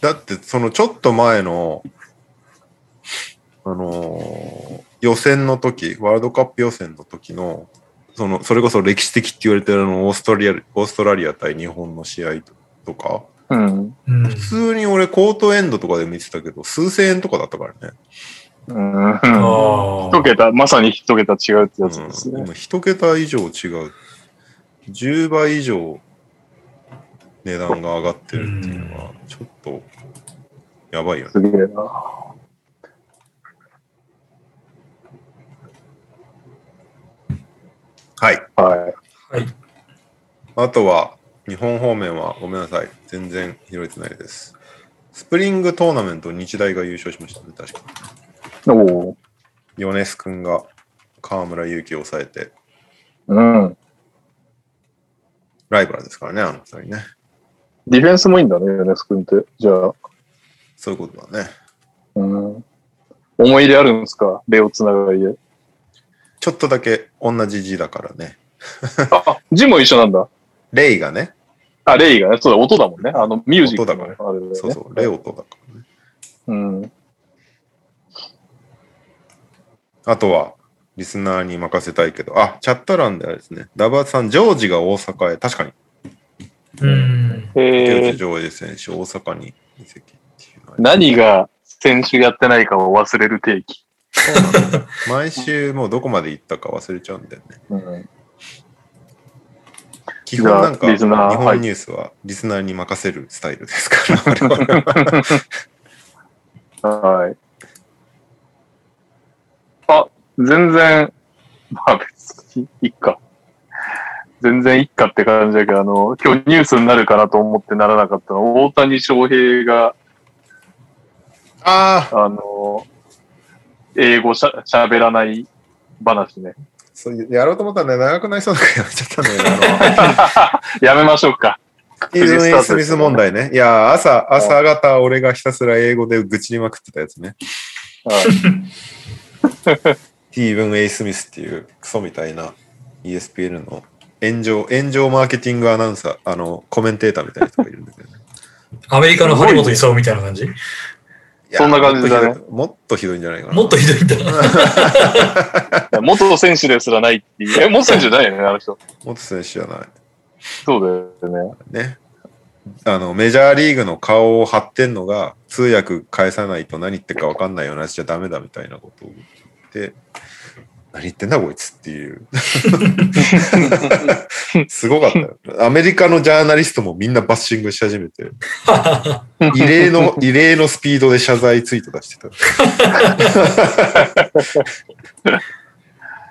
A: だって、そのちょっと前の、あのー予選の時、ワールドカップ予選の時の、その、それこそ歴史的って言われてるあの、オーストリア、オーストラリア対日本の試合とか、
B: うん。
C: うん。
A: 普通に俺コートエンドとかで見てたけど、数千円とかだったからね。
B: うん。
C: あー
B: 一桁、まさに一桁違うってやつです
A: うん
B: ね。
A: もう一桁以上違う。10倍以上値段が上がってるっていうのは、ちょっと、やばいよね。
B: すげえな。
A: はい。
B: はい。
C: はい。
A: あとは、日本方面はごめんなさい。全然拾えてないです。スプリングトーナメント日大が優勝しましたね、確か。
B: おお。
A: ヨネス君が河村勇輝を抑えて、
B: うん。
A: ライバルですからね、あの二人ね。
B: ディフェンスもいいんだね、ヨネス君って。じゃあ、
A: そういうことだね。
B: うん。思い入れあるんですかレオつながりで。
A: ちょっとだけ同じ字だからね。
B: あ、字も一緒なんだ。
A: レイがね、
B: あ、レイがね、そうだ、音だもんね。あの、ミュージックの
A: 音だ
B: あれだよね。
A: そうそう、レオとだからね。
B: うん。
A: あとは、リスナーに任せたいけど、あ、チャット欄であれですね、ダバさん、ジョージが大阪へ、確かに、
C: うん。
A: 竹
F: え
A: 内ジョージ選手、大阪に移籍っていうのは
B: 何が先週やってないかを忘れる定期。
A: 毎週もうどこまで行ったか忘れちゃうんだよね。
B: うん。
A: 基本なんか
B: じ
A: 日
B: ゃあリスナー
A: 本ニュースはリスナーに任せるスタイルですから、我々は
B: はい。あ、全然、まあ別に、いっか。全然いっかって感じだけど、あの、今日ニュースになるかなと思ってならなかったのは、大谷翔平が、
A: (laughs) ああ
B: あの、英語しゃ喋らない話ね。
A: そういうやろうと思ったんで長くなりそうだからやめちゃったんだけどあの
B: やめましょうか。
A: イルイン・スミス問題ね。いやー、朝、朝方俺がひたすら英語で愚痴りまくってたやつね。
B: はい
A: (laughs) ティーブン・エイ・スミスっていうクソみたいな ESPN の炎上、炎上マーケティングアナウンサー、あの、コメンテーターみたいな人がいるんだけどね。
C: アメリカの張本勲みたいな感じ
A: いや
B: そんな感じだね
A: もっとひどいもっとひどいんじゃないかな。
C: もっとひどいんだ。
B: 元選手ですらないっていう。え、元選手じゃないよね、あの人。
A: もっと選手じゃない。
B: そうだよね。
A: ね。あの、メジャーリーグの顔を張ってんのが、通訳返さないと何言ってるか分かんないようなやつじゃダメだみたいなことを言って、何言ってんだこいつって
B: (laughs)
A: いう。すごかったよ。アメリカのジャーナリストもみんなバッシングし始めて、異例
B: (laughs)
A: の、異例のスピードで謝罪ツイート出してた。
B: (laughs)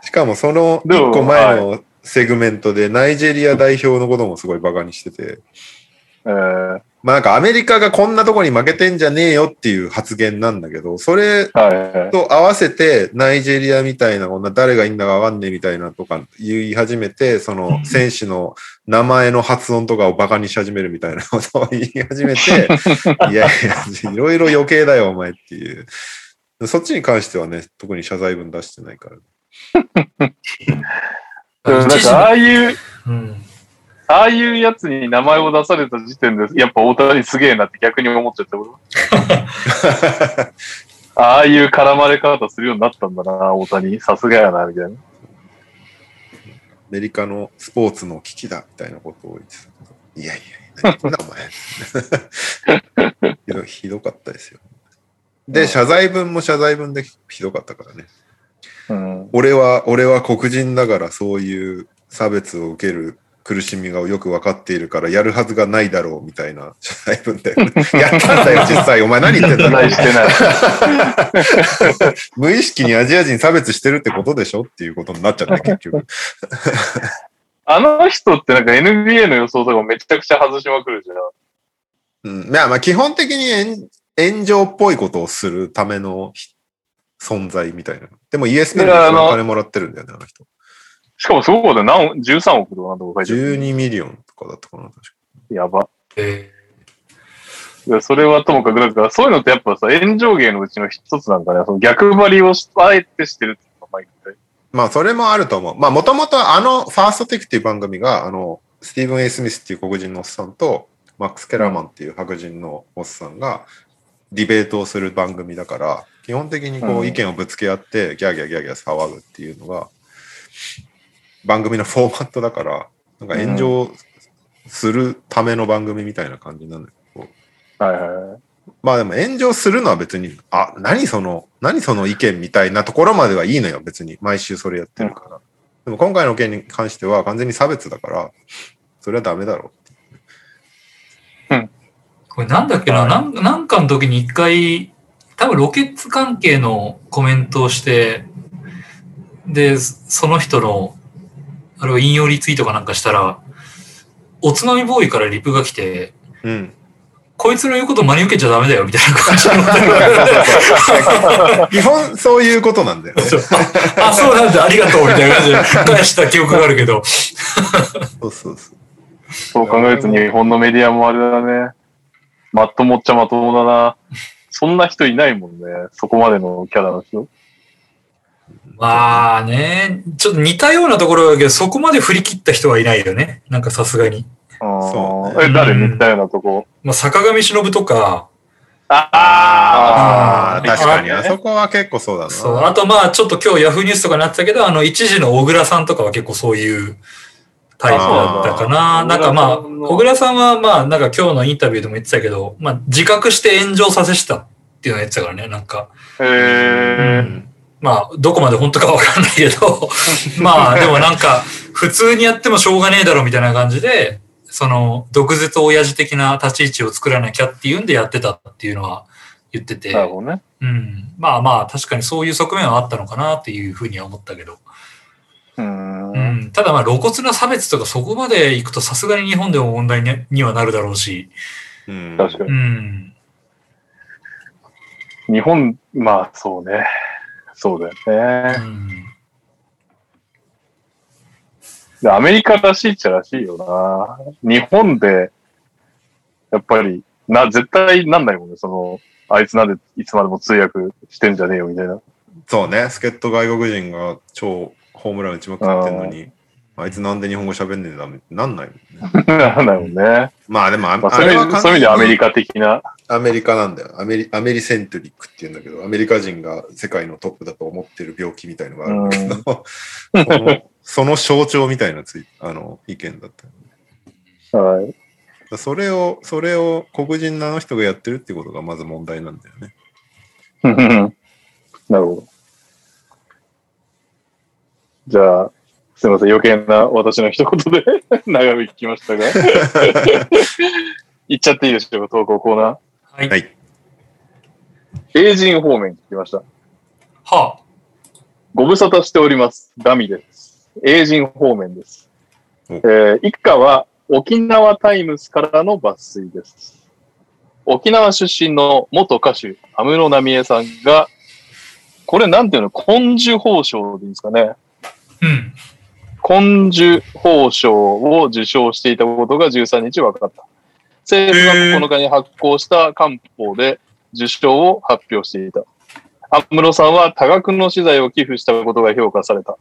A: しかもその
B: でも
A: 1個前のセグメントで、ナイジェリア代表のこともすごいバカにしてて、
B: えー、
A: まあなんかアメリカがこんなとこに負けてんじゃねえよっていう発言なんだけど、それ
B: はいはい。
A: と合わせてナイジェリアみたいな女誰がいいんだかわかんねえみたいなとか言い始めて、その選手の名前の発音とかをバカにし始めるみたいなことを言い始めて、いやいや、いろいろ余計だよお前っていう。そっちに関してはね、特に謝罪文出してないから。
B: でもなん
C: 一時
B: か、ああいう、
C: うん。
B: ああいうやつに名前を出された時点で、やっぱ大谷すげえなって逆に思っちゃって、俺はああいう絡まれ方するようになったんだな、大谷。さすがやな、みたいな。
A: アメリカのスポーツの危機だみたいなことを言ってたけど、いやいや、何言ってんだお前 (laughs) ひど。ひどかったですよ。で、謝罪文も謝罪文でひどかったからね。
B: うん。
A: 俺は、俺は黒人だからそういう差別を受ける苦しみがよく分かっているからやるはずがないだろうみたいなタイプだよねやったんだよ、実際。お前何言ってた
B: 絶
A: の
B: 対してない。
A: 無意識にアジア人差別してるってことでしょっていうことになっちゃった、結局。
B: あの人ってなんか NBA の予想とかめちゃくちゃ外しまくるじゃん。
A: うん、まあまあ基本的に炎炎上っぽいことをするためのひ存在みたいな。でも ESPN で一番金もらってるんだよね、あの人。
B: しかもすごいことで何、13億とかなんとか書いてある。
A: 12ミリオンとかだったかな、確か
B: やば。
C: え
B: いや、それはともかく、だから、そういうのってやっぱさ、炎上芸のうちの一つなんかね、その逆張りをしあえてしてるっていうのが毎回。
A: まあそれもあると思う。まあもともとあのファーストテイクっていう番組が、あの、スティーブン・エイ・スミスっていう黒人のおっさんと、マックス・ケラーマンっていう白人のおっさんがディベートをする番組だから、基本的にこ
B: う
A: うん意見をぶつけ合って、ギャーギャーギャーギャー騒ぐっていうのが、番組のフォーマットだから、なんか炎上するための番組みたいな感じなんだけど、
B: はいはいはい。
A: まあでも炎上するのは別に、あ、何その、何その意見みたいなところまではいいのよ、別に。毎週それやってるから。でも今回の件に関しては完全に差別だから、それはダメだろ
C: これなんだっけな、なんなんかの時に一回、多分ロケッツ関係のコメントをして、で、その人の、あれを引用リツイートかなんかしたら、おつまみボーイからリプが来て、
A: う。うん。
C: こいつの言うこと真に受けちゃダメだよ、みたいな感じの。
A: 基本そういうことなん
B: (laughs)
A: だよね。
C: そう (laughs) あ、そうなんだ、ありがとう、みたいな感じで返した記憶があるけど。
A: そうそうそう。
B: そう考えると日本のメディアもあれだね。まともっちゃまともだな。そんな人いないもんね。そこまでのキャラの人。
C: まあね、ちょっと似たようなところだけど、そこまで振り切った人はいないよね。なんかさすがに。
A: そ
B: そうう。え、誰
C: うん
B: みたいなとこ。
C: まあ、坂上忍とか、
A: あ
C: あ
A: あ、確かに。
B: あ
A: あそこは結構そうだな。
C: そう。あとまあ、ちょっと今日ヤフーニュースとかになってたけど、あの、一時の小倉さんとかは結構そういうタイプだったかな。
I: あー
C: なんかまあ、
I: 小倉さんの
C: 小倉さんはまあ、なんか今日のインタビューでも言ってたけど、まあ、自覚して炎上させしたっていうのを言ってたからね、なんか。
B: へえ。
C: まあ、どこまで本当かわかんないけど、まあ、でもなんか、普通にやってもしょうがねえだろみたいな感じで、その、毒舌親父的な立ち位置を作らなきゃっていうんでやってたっていうのは言ってて。
B: なるほどね。
C: うん、まあまあ確かにそういう側面はあったのかなっていうふうには思ったけど、
B: う。
C: うんん、ただまあ露骨な差別とかそこまで行くとさすがに日本でも問題ににはなるだろうし、
A: うん。
B: 確か
C: う
B: に。
C: ん、
B: 日本、まあそうね。そうだよね。
C: うん、
B: でアメリカらしいっちゃらしいよな。日本で、やっぱり、な、絶対なんないもんね。その、あいつなんでいつまでも通訳してんじゃねえよみたいな。 (laughs)
A: そうね、助っ人外国人が超ホームラン打ちまくってんのに、あいつなんで日本語喋んねえんだなんないもんね。
B: なんないもんね。
A: まあでも、あ
B: まあ、そういう意味そういう意味でアメリカ的な。
A: アメリカなんだよアメリ。アメリセントリックって言うんだけど、アメリカ人が世界のトップだと思ってる病気みたいのが
B: (laughs)
A: あるんだけど、その (laughs) その象徴みたいなついあの意見だったよね。
B: はい。 (laughs)
A: だからそれを、それを黒人のあの人がやってるってことがまず問題なんだよね。
B: なるほど。じゃあ、すいません。余計な私の一言で (laughs) 長引きま (laughs) したが。言っちゃっていいでしょうか、投稿コーナ
C: はい、
A: は
C: はいい、
B: ー。エイジン方面に来ました。
C: は
B: ご無沙汰しております。ダミです。エイジン方面です。
A: お
B: えー以下は沖縄タイムズからの抜粋です。沖縄出身の元歌手、安室奈美恵さんが、これなんていうの、根樹褒章でいいんですかね。
C: あ、うん、
B: 根樹褒章を受章していたことが13日分かった。政府が9日に発行した官報で受賞を発表していた。安室さんは多額の資材を寄付したことが評価された。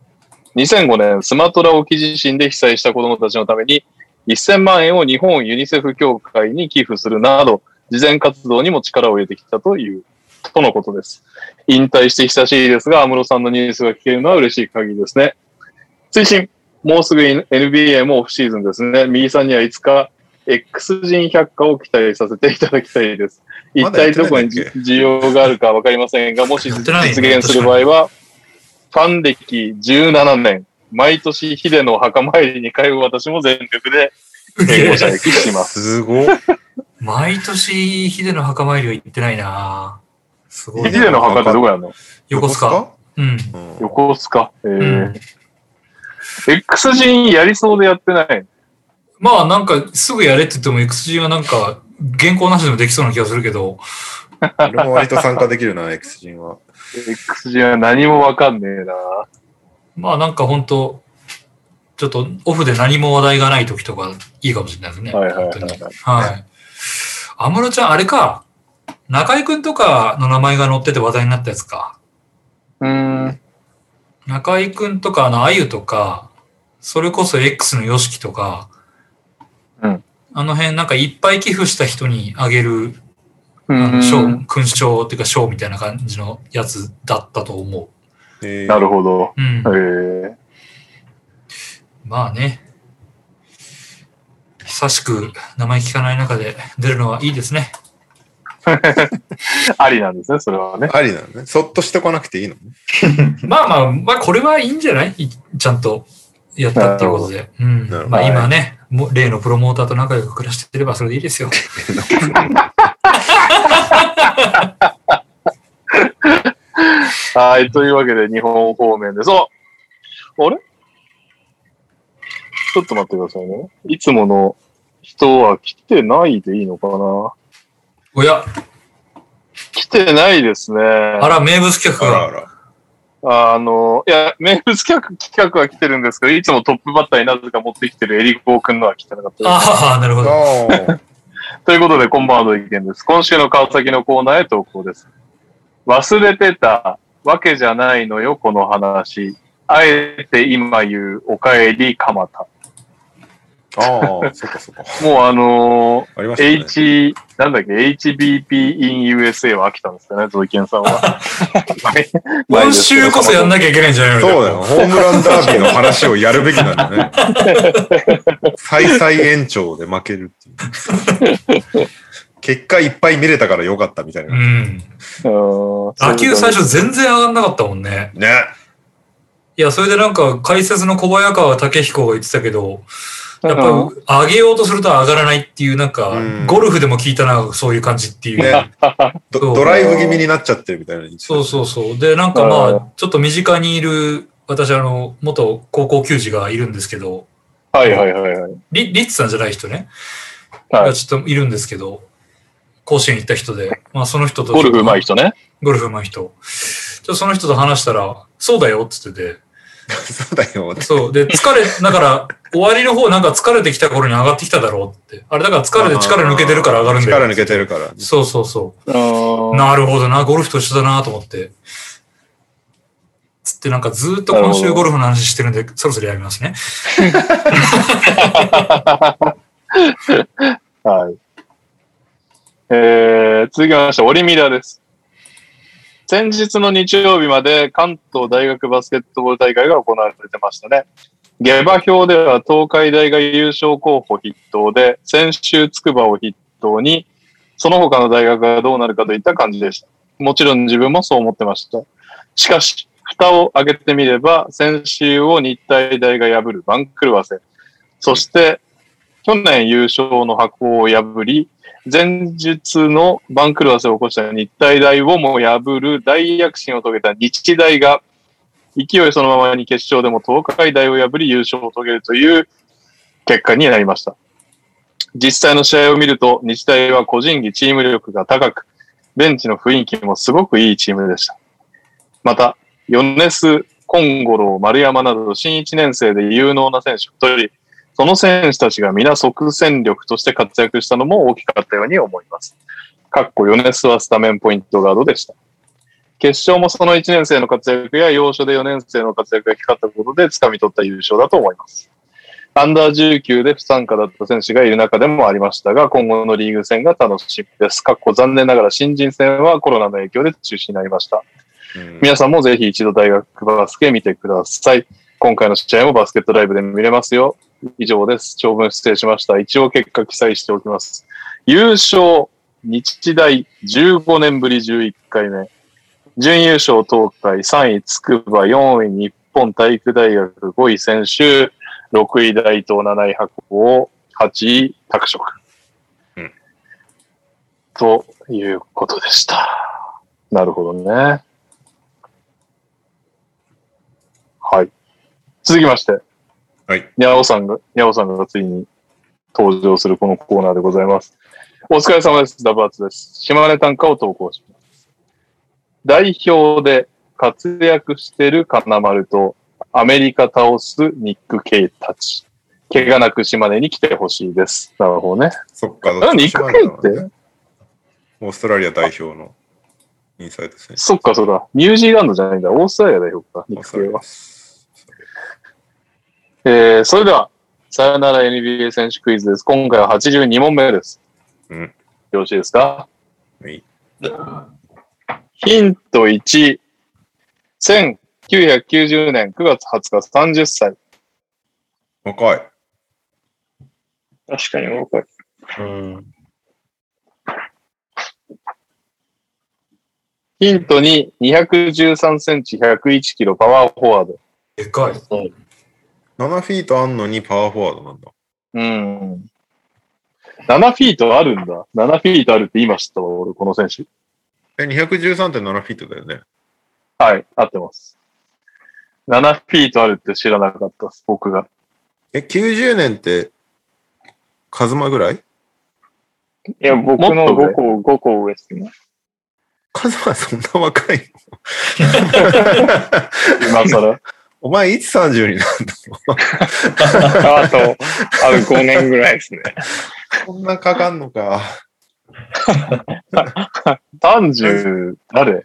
B: 2005年、スマトラ沖地震で被災した子供たちのために1000万円を日本ユニセフ協会に寄付するなど、慈善活動にも力を入れてきたという、とのことです。引退して久しいですが、安室さんのニュースが聞けるのは嬉しい限りですね。推進もうすぐ NBA もオフシーズンですね。右さんにはいつか X 人百科を期待させていただきたいです。一
A: まだやって
B: 体
A: な
B: ど
A: いんだ
B: こ
A: っけ
B: に需要があるかわかりませんが、もし
C: や
B: 実
C: ってないね
B: 現する場合は、ファン歴17年、毎年ヒデのお墓参りに通う私も全力で、えー、ご
C: (laughs)
B: 射撃します。
A: すごっ。
C: 毎年、ヒデの墓参りは行ってないなすご
B: ヒ
C: い
A: ね
C: な。
B: デの墓ってどこやの
C: 横須賀。うん。
A: うん
B: 横須賀。え
C: う
B: ー
C: ん。
B: X 人やりそうでやってない。
C: まあなんか、すぐやれって言っても XG はなんか、原稿なしでもできそうな気がするけど、
A: 俺も割と参加できるな、X 人は。
B: X 人は何もわかんねえな。
C: まあなんか本当ちょっとオフで何も話題がない時とかいいかもしれないですね。
B: はいはいはい
C: 本当にはい。安室ちゃん、あれか。中井くんとかの名前が載ってて話題になったやつか。
B: うん。
C: 中井くんとか、あの、あゆとか、それこそ X の YOSHIKI とか、
B: うん
C: あの辺なんかいっぱい寄付した人にあげるあ
B: う
C: の
B: ん
C: 賞、勲章っていうか賞みたいな感じのやつだったと思
A: えー
B: (laughs) なるほど。
C: う。うん
B: え。ー、
C: まあね。久しく名前聞かない中で出るのはいいですね。
B: ありなんですね、それはね。
A: ありなのね。そっとしておかなくていいのね。
C: まあまあ、まあこれはいいんじゃないいちゃんとやったっていうことで。うん
A: なるほど。
C: まあ今ね、もう例のプロモーターと仲良く暮らしてればそれでいいですよ。
B: はい、というわけで、日本方面です。ああれちょっと待ってくださいね。いつもの人は来てないでいいのかな
C: おや、
B: 来てないですね。
C: あ
B: あ
C: ら、名物企
A: あ
C: 画
A: ら
C: が。
A: あら。
B: の、いや、名物企画企画は来てるんですけど、いつもトップバッターになぜか持ってきてるエリコー君のは来てなかったです。
C: ああ、なるほど。
A: あー
B: ということで、こんばんはの意見です。今週の川崎のコーナーへ投稿です。忘れてたわけじゃないのよ、この話。あえて今言う、おかえり、蒲田。
A: あー、そっかそっか。
B: もうあの
A: ありま
B: ー
A: したね。
B: H、なんだっけ、HBP in USA は飽きたんですかね、ゾイケンさんは。 (laughs)
C: 今週こそやん
B: ない
C: なきゃいけないんじゃないの
A: そうだよ。。ホームランダービーの話をやるべきなんだね。再々延長で負けるっていう。結果いっぱい見れたからよかったみたいうな。
C: ん。
B: ですけど。うん
C: 打球最。初全然上がんなかったもんね。
A: ね。
C: いや、それでなんか解説の小早川武彦が言ってたけど、やっぱ
B: うん
C: り上げようとすると上がらないっていう、なんか
A: うん、
C: ゴルフでも聞いたな、そういう感じっていう。
A: ね。
C: そ
A: ド
C: う
A: ドライブ気味になっちゃってるみたいな。
C: そうそうそう。で、なんかま
B: う
C: あ、ちょっと身近にいる、私、あの、元高校球児がいるんですけど、
B: はいはいはいはい。
C: リリッツさんじゃない人ね、
B: はい
C: がちょっといるんですけど、甲子園行った人で、まあその人と、
B: ゴルフ上手い人ね。
C: ゴルフ上手い人。ちょその人と話したら、そうだよっつって
A: そうだよ
C: て、。そう。で、疲れ、 (laughs) だから、終わりの方なんか疲れてきた頃に上がってきただろうって。あれだから疲れて力抜けてるから上がるんだよ。
A: 力抜けてるから。
C: そうそうそう。
B: うん
C: なるほどな、ゴルフと一緒だなと思って。つってなんかずーっと今週ゴルフの話してるんで、そろそろやめますね。
B: はい。えー、続きまして、オリミラです。先日の日曜日まで関東大学バスケットボール大会が行われてましたね。下馬評では東海大が優勝候補筆頭で、先週筑波を筆頭に、その他の大学がどうなるかといった感じでした。もちろん自分もそう思ってました。しかし、蓋を開けてみれば、先週を日体大が破る番狂わせ。そして、去年優勝の箱を破り、前日の番狂わせを起こした日体大をも破る大躍進を遂げた日大が、勢いそのままに決勝でも東海大を破り優勝を遂げるという結果になりました。実際の試合を見ると、日大は個人技、チーム力が高く、ベンチの雰囲気もすごくいいチームでした。また、米須、金五郎、丸山など新1年生で有能な選手を取り、その選手たちが皆即戦力として活躍したのも大きかったように思います。かっこ米須はスタメンポイントガードでした。決勝もその1年生の活躍や要所で4年生の活躍が光ったことで掴み取った優勝だと思います。アンダー19で不参加だった選手がいる中でもありましたが、今後のリーグ戦が楽しみです。かっこ残念ながら新人戦はコロナの影響で中止になりました。
A: うん
B: 皆さんもぜひ一度大学バスケ見てください。今回の試合もバスケットライブで見れますよ。以上です。長文失礼しました。一応結果記載しておきます。優勝、日大15年ぶり11回目。準優勝東海、3位筑波、4位日本体育大学5位選手、6位大東、7位白鵬、8位拓殖。
A: うん
B: ということでした。なるほどね。はい。続きまして。
A: はい。
B: にゃおさんが、にゃおさんがついに登場するこのコーナーでございます。お疲れ様です。ダブアツです。島根短歌を投稿します。代表で活躍してる金丸と、アメリカ倒すニック・ケイたち。怪我なく島根に来てほしいです。なるほどね。
A: そっか、
B: あニック・ケイ
A: どっちも島根だ
B: っ
A: もん
B: て
A: ね、オーストラリア代表のインサイド選手。
B: そっか、そうだ。ニュージーランドじゃないんだ。オーストラリア代表か、ニ
A: オ
B: ッ
A: ース
B: ク・
A: ト
B: ケ
A: ラ
B: イ
A: リア
B: は
A: で。す
B: えー、それでは、さよなら NBA 選手クイズです。今回は82問目です。
A: うん
B: よろしいですか
A: はい
B: ヒント1、1990年9月20日30歳。
A: 若い。
F: 確かに若い。
E: うん。
B: ヒント2、213センチ101キロパワーフォワード。
C: でかい。
E: そう。
A: 7フィートあんのにパワーフォワードなんだ。
B: うん。7フィートあるんだ。7フィートあるって今知ったわ、俺、この選手。
A: え、213.7フィートだよね。
B: はい、合ってます。7フィートあるって知らなかったです、僕が。
A: え、90年って、カズマぐらい
F: いや、僕
B: もっ
F: の
B: と上
F: 5個、5個上ですね。
A: カズマそんな若いの
B: 今更。
A: (laughs) お前いつ30になるの
F: あと、あと5年ぐらいですね。
A: こんなかかんのか。
B: 30、誰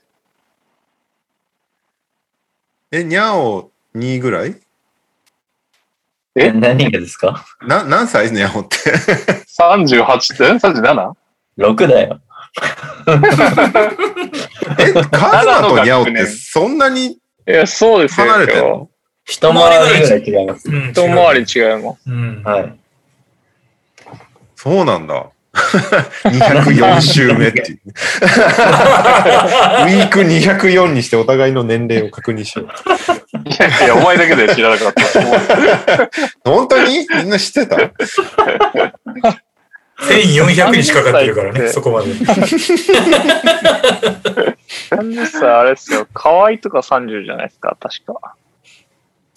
A: え、にゃお2ぐらい
B: え
E: え、何がですか
A: な、何歳にゃおって。 (laughs)
B: ?38 って、37?
E: ?6 だよ。
A: え、カズマ
F: の
A: と
F: 学年
A: にゃおってそんなに
F: いや、そうですよ。
A: 離れてんの
E: 一回りぐらい違います。
C: うん
F: 今日一回り違いま
C: 違う。
F: す。
C: うん。
E: はい。
A: そうなんだ。204週目って (laughs) いう。ウィーク204にしてお互いの年齢を確認しよう。
B: いやいや、お前だけで知らなかった。
A: 本当にみんな知ってた
C: 1400にしかかってるから
F: 30歳っ
C: ね、
F: て
C: そこまで。
F: 30歳あれですよ。河合とか30じゃないですか、確か。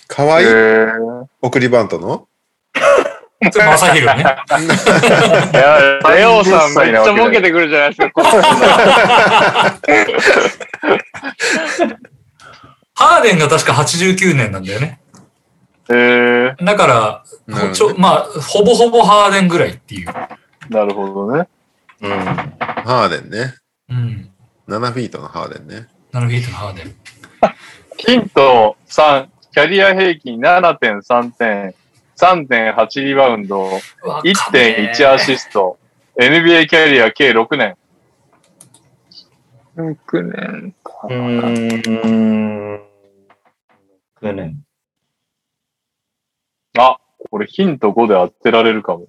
A: 可愛い
B: えー
A: 送りバントの
C: まさひるね。
F: いや、レオさ
B: 30
F: んめ
B: 歳
F: っ
B: なわ
F: ち
B: け
F: ゃボケてくるじゃないですか、この人
C: ハーデンが確か89年なんだよね。
B: えー、
C: だから、
A: なるほどね
C: ちょまあ、ほぼほぼハーデンぐらいっていう。
B: なるほどね。
E: うん。
A: ハーデンね。
C: うん。
A: 7フィートのハーデンね。
C: ナノフィートのハーデン。
B: ヒント3、キャリア平均7.3点、3.8リバウンド、
C: わかんねえ
B: 1.1アシスト、NBA キャリア計6年。
F: 6年。
E: うーん。6年。
B: あ、これヒント5で当てられるかも。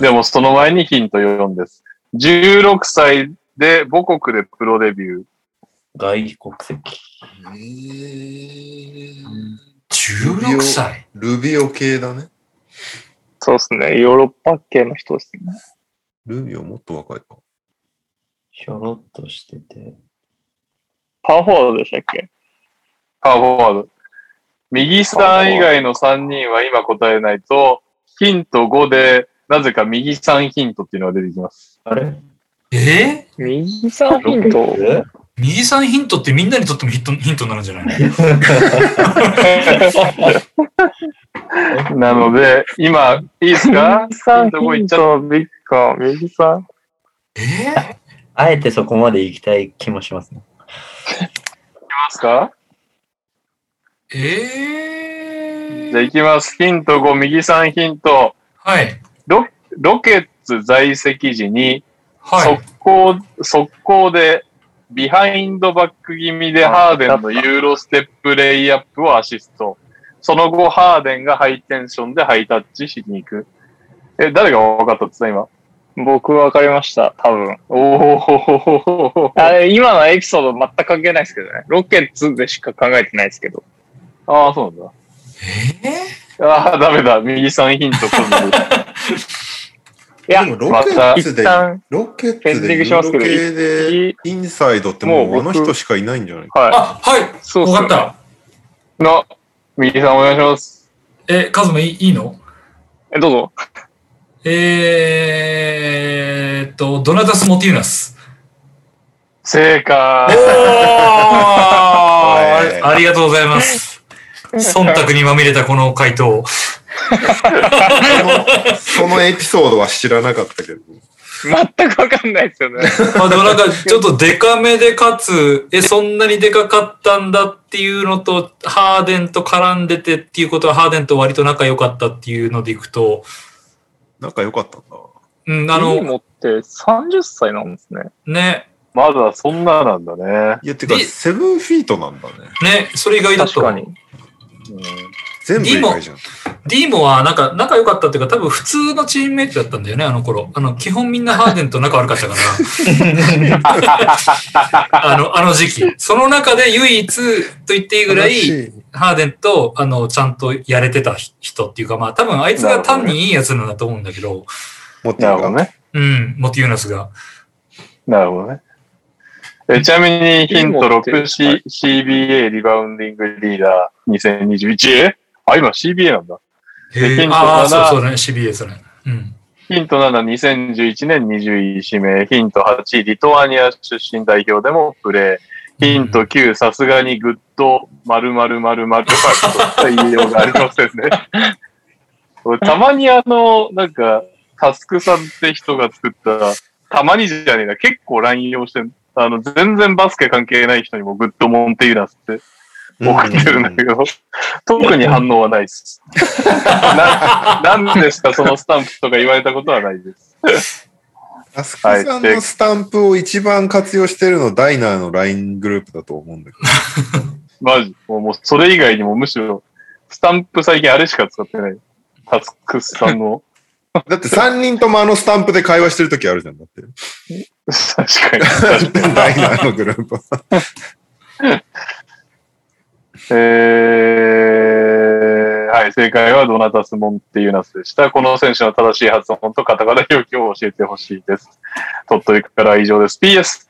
B: でもその前にヒント4です。16歳で母国でプロデビュー。
E: 外国籍。
A: えー
C: 16歳。
A: ルビオ系だね。
F: そうですね。ヨーロッパ系の人ですね。
A: ルビオもっと若いか。
E: ひょろっとしてて。
F: パワーフォワードでしたっけ
B: パワーフォワード。右さん以外の3人は今答えないと、ヒント5で、なぜか右3ヒントっていうのが出てきます。
E: あれ
C: え
F: 右さんヒント。
E: え
C: ー、右さんヒントってみんなにとってもヒットヒントになるんじゃない
B: なので、今、いいですか
F: 右さん
B: どこ
F: ヒ
B: 行っ
F: ン
B: ちゃっ
F: ト、ビッカー、右さん。
C: えー、
E: (laughs) あえてそこまで行きたい気もしますね。
B: ますか
C: え
B: じゃあ
C: ー、
B: 行きます。ヒント5、右さんヒント。
C: はい。
B: ロケッツ在籍時に、
C: はい。
B: 速攻、速攻で、ビハインドバック気味でハーデンのユーロステップレイアップをアシスト。その後、ハーデンがハイテンションでハイタッチしに行く。え、誰が分かったっつった今。
F: 僕分かりました、多分。
B: おー。
F: あれ今のエピソード全く関係ないですけどね。ロケッツでしか考えてないですけど。
B: ああ、そうなん
C: え
B: だ。ああ、ダメだ。右3ヒント取る。
F: いや
A: でもロ
B: ま
A: ケ
B: た
A: ッ
F: 一
A: ツで、
F: 旦、
A: ロケッ
F: エ
A: ツ
F: ンディン
A: で
F: グしますけど、
A: 系で、
F: 一
A: インサイドっても
F: も
A: う
F: う
A: あの
F: 僕
A: 人しかいないんじゃない
B: は
C: あ、はい
F: そうっす
C: わ
F: よ
C: かった。
B: い。の、右さんお願いします。
C: え、カズマいいいいの
F: えどうぞ。
C: えーっと、ドナタス・モティーナス。
B: 正解。
C: あ
A: えー
C: (laughs) ありがとうござい
F: (laughs)
C: ます。忖度にまみれたこの回答。
A: そのそのエピソードは知らなかったけど。
F: 全くわかんないですよね。
C: まあでもなんかちょっとデカめでかつ、え、そんなにデカかったんだっていうのと、ハーデンと絡んでてっていうことは、ハーデンと割と仲良かったっていうのでいくと、
A: 仲良かったんだ。
C: うん、あ
F: あの、
C: の、
F: モって30歳なんですね。
C: ね、
B: まだそんななんだね。
A: いや、てか、
C: で
A: セブンフィートなんだね。
C: ね、それ意外だ
F: 確
C: と。
F: かに。
A: 全部以外じゃん。
C: ディーモはなんか仲良かったっていうか、多分普通のチームメイトだったんだよね、あの頃。あの、基本みんなハーデンと仲悪かった
F: (laughs)
C: から。あの、あの時期。その中で唯一と言っていいぐらい、
J: 悲し
C: ハーデンと、あの、ちゃんとやれてた人っていうか、まあ多分あいつが単にいいやつなんだと思うんだけど、
A: 持って
B: な
A: る
B: るほど
A: か。
B: ね。
C: うん、モテユーナスが。
B: なるほどね。えちなみにヒント
F: は
B: 6、C、b a リバウンディングリーダー2021。えあ、今 CBA なんだ。でヒント
C: ああ、そう
B: 7
C: そうだね、CBA それ。うん。
B: ヒント7、2011年21指名。ヒント8、リトアニア出身代表でもプレイ。ヒント9、さすがにグッド、〇〇〇〇ファクトと言いようがありませんね。俺たまにあの、なんか、タスクさんって人が作った、たまにじゃねえな、結構乱用してんあの、全然バスケ関係ない人にもグッドモンティーナスって送ってるんだけど、特に反応はないです。ななんですか、そのスタンプとか言われたことはないです。
A: タスクさんのスタンプを一番活用してるの、ダイナーの LINE グループだと思うんだけど。
B: マジ。もう、もうそれ以外にもむしろ、スタンプ最近あれしか使ってない。タスクスさんの。
A: だって3人ともあのスタンプで会話してる時あるじゃん、だって。
B: 確かに。確かに。
A: ダイナーのグループは。
B: えー、はい、正解はドナタスモンっていうナスでした。この選手の正しい発音とカタカナ表記を教えてほしいです。鳥取からは以上です。PS!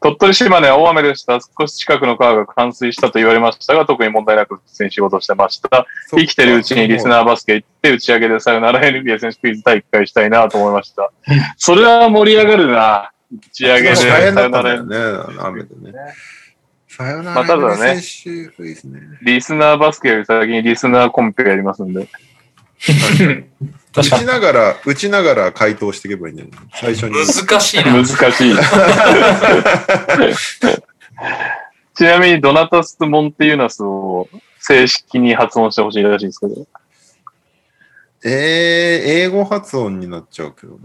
B: 鳥取島根は大雨でした。少し近くの川が冠水したと言われましたが、特に問題なく普通に仕事してました。生きてるうちにリスナーバスケ行って打ち上げでさよなら NBA 選手クイズ大会したいなと思いま (laughs) した。それは盛り上がるな。打ち上げでさ
A: 大
B: よ
A: 変だった
B: なん
A: だ
B: ら
A: よね、雨でね。さよな
B: ま
A: ら、
B: あただね
A: 選手多いですね。
B: リスナーバスケより先にリスナーコンペやりますんで。
A: 打
C: 確か
A: ち
C: に。
A: ながら、打ちながら回答していけばいいんじゃない最初に。
C: 難しいな。
B: 難しい。ちなみに、ドナタス・モンテユナスを正式に発音してほしいらしいんですけど、
A: えー、英語発音になっちゃうけどな。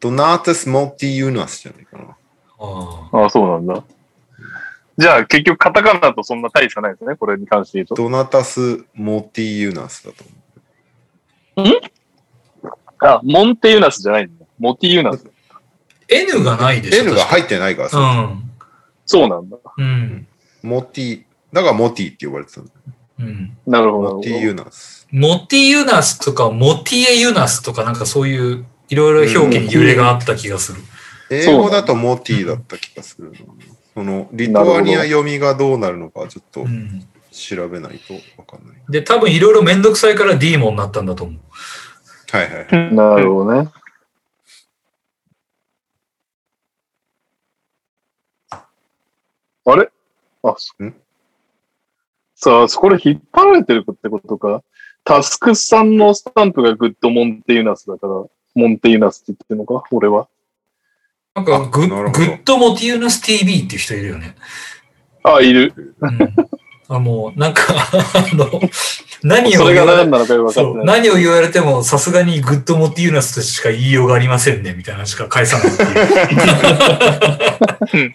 A: ドナータス・モティ・ユナスじゃないかな。
C: あ
B: ああ、そうなんだ。じゃあ、結局、カタカナだとそんな大差ないですね、これに関して言うと。
A: ドナタス・モティ・ユナスだと思
B: あ、モンテユナスじゃないんだ。モテユナス。
C: ー N がないで
A: う。
C: しょ。
A: N が入ってないからさ、
C: 確か
B: そうなんだ。
C: にうん。
A: モティ、だからモティって呼ばれてたんだよ。
C: うん。うん。
B: なるほど。
A: モティ・ユナス。
C: モティユナスとか、モティエユナスとか、なんかそういう、いろいろ表記に揺れがあった気がする。
A: 英語だとモティだった気がするな。その、リトアニア読みがどうなるのかはちょっと
C: うん。
A: 調べないとわかんない。
C: で、多分いろいろめんどくさいからディーモンになったんだと思う。
A: はいはい。
B: なるほどね。あれあ、そ
A: ん
B: さあ、そこで引っ張られてるってことか。タスクさんのスタンプがグッドモンテユナスだから、モンテユナスって言ってるのか俺は。
C: なんかグ、
A: なるほど
C: グッドモティウナス TV っていう人いるよね。
B: あ、いる。
C: うん、あもう、な
K: (laughs)
C: んか、あの、何を
B: それ
C: 言
B: が
C: われ
B: 何なのかよくわか
C: そ
B: っ
C: う
B: てない。
C: 何を言われても、さすがにグッドモティウナスとしか言いようがありませんね、みたいなのしか返さない
B: (laughs)
C: っていう。